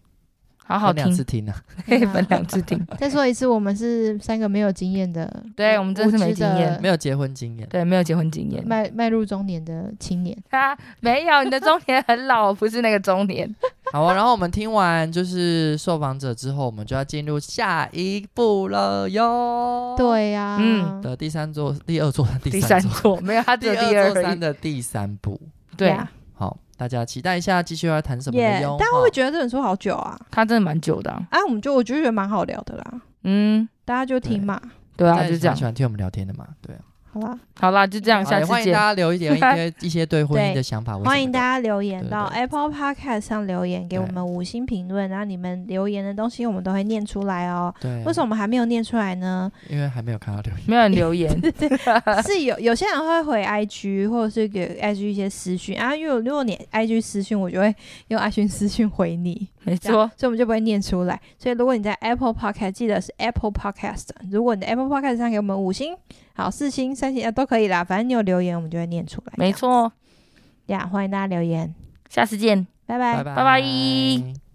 [SPEAKER 2] 好好
[SPEAKER 3] 分两
[SPEAKER 2] 听
[SPEAKER 3] 次，听啊。
[SPEAKER 2] 嘿，分两次听。
[SPEAKER 1] 再说一次，我们是三个没有经验的，
[SPEAKER 2] 对我们真是没
[SPEAKER 1] 无知
[SPEAKER 2] 经
[SPEAKER 1] 的
[SPEAKER 2] 验
[SPEAKER 3] 没有结婚经验，
[SPEAKER 2] 对，没有结婚 经验。
[SPEAKER 1] 迈迈入中年的青年，
[SPEAKER 2] 啊，没有，你的中年很老，不是那个中年。
[SPEAKER 3] 好啊。然后我们听完就是受访者之后，我们就要进入下一步了哟。
[SPEAKER 1] 对呀，
[SPEAKER 2] 嗯
[SPEAKER 3] 的第三座、 第二座、
[SPEAKER 2] 第三
[SPEAKER 3] 三座、
[SPEAKER 2] 座没有，他只
[SPEAKER 3] 第
[SPEAKER 2] 有第
[SPEAKER 3] 二
[SPEAKER 2] 二
[SPEAKER 3] 座
[SPEAKER 2] 而
[SPEAKER 3] 山
[SPEAKER 2] 已。
[SPEAKER 3] 的第三步。
[SPEAKER 2] 对，
[SPEAKER 1] 呀
[SPEAKER 3] 好，大家期待一下，继续要谈什么的
[SPEAKER 1] 耶
[SPEAKER 3] 哟。
[SPEAKER 1] 大家会不会
[SPEAKER 3] 哈
[SPEAKER 1] 觉得这本书好久啊？
[SPEAKER 2] 他真的蛮久的啊。
[SPEAKER 1] 啊，我们就我就觉得蛮好聊的啦，
[SPEAKER 2] 嗯，
[SPEAKER 1] 大家就听嘛，
[SPEAKER 2] 对
[SPEAKER 3] 大
[SPEAKER 2] 啊，
[SPEAKER 3] 家
[SPEAKER 2] 就这
[SPEAKER 3] 蛮喜
[SPEAKER 2] 样。
[SPEAKER 3] 欢听我们聊天的嘛？对啊，
[SPEAKER 1] 好啦，
[SPEAKER 2] 好啦，就这样，
[SPEAKER 3] 好也
[SPEAKER 2] 下
[SPEAKER 3] 欢
[SPEAKER 2] 次
[SPEAKER 3] 迎大
[SPEAKER 2] 见。
[SPEAKER 3] 家 留一点一些一些对婚姻的想法。为什么
[SPEAKER 1] 欢迎大
[SPEAKER 3] 的
[SPEAKER 1] 家留言到
[SPEAKER 3] 对对
[SPEAKER 1] Apple Podcast 上留言，给我们五星评论，然后你们留言的东西我们都会念出来哦。
[SPEAKER 3] 对，
[SPEAKER 1] 为什么我们还没有念出来 呢？
[SPEAKER 3] 因为还没有看到留言。
[SPEAKER 2] 没有人留言，
[SPEAKER 1] 是有有些人会回 IG，或者是给 IG 一些私讯啊。因为如果你 IG 私讯，我就会用 IG 私讯回你。
[SPEAKER 2] 没
[SPEAKER 1] 这样
[SPEAKER 2] 错，
[SPEAKER 1] 所以我们就不会念出来。所以如果你在 Apple Podcast，记得是 Apple Podcast。如果你的 Apple Podcast 上给我们五星，好四星、三星啊都可以啦，反正你有留言我们就会念出来。
[SPEAKER 2] 没错，
[SPEAKER 1] 呀，欢迎大家留言，
[SPEAKER 2] 下次见。
[SPEAKER 1] 拜拜
[SPEAKER 3] 拜
[SPEAKER 2] 拜拜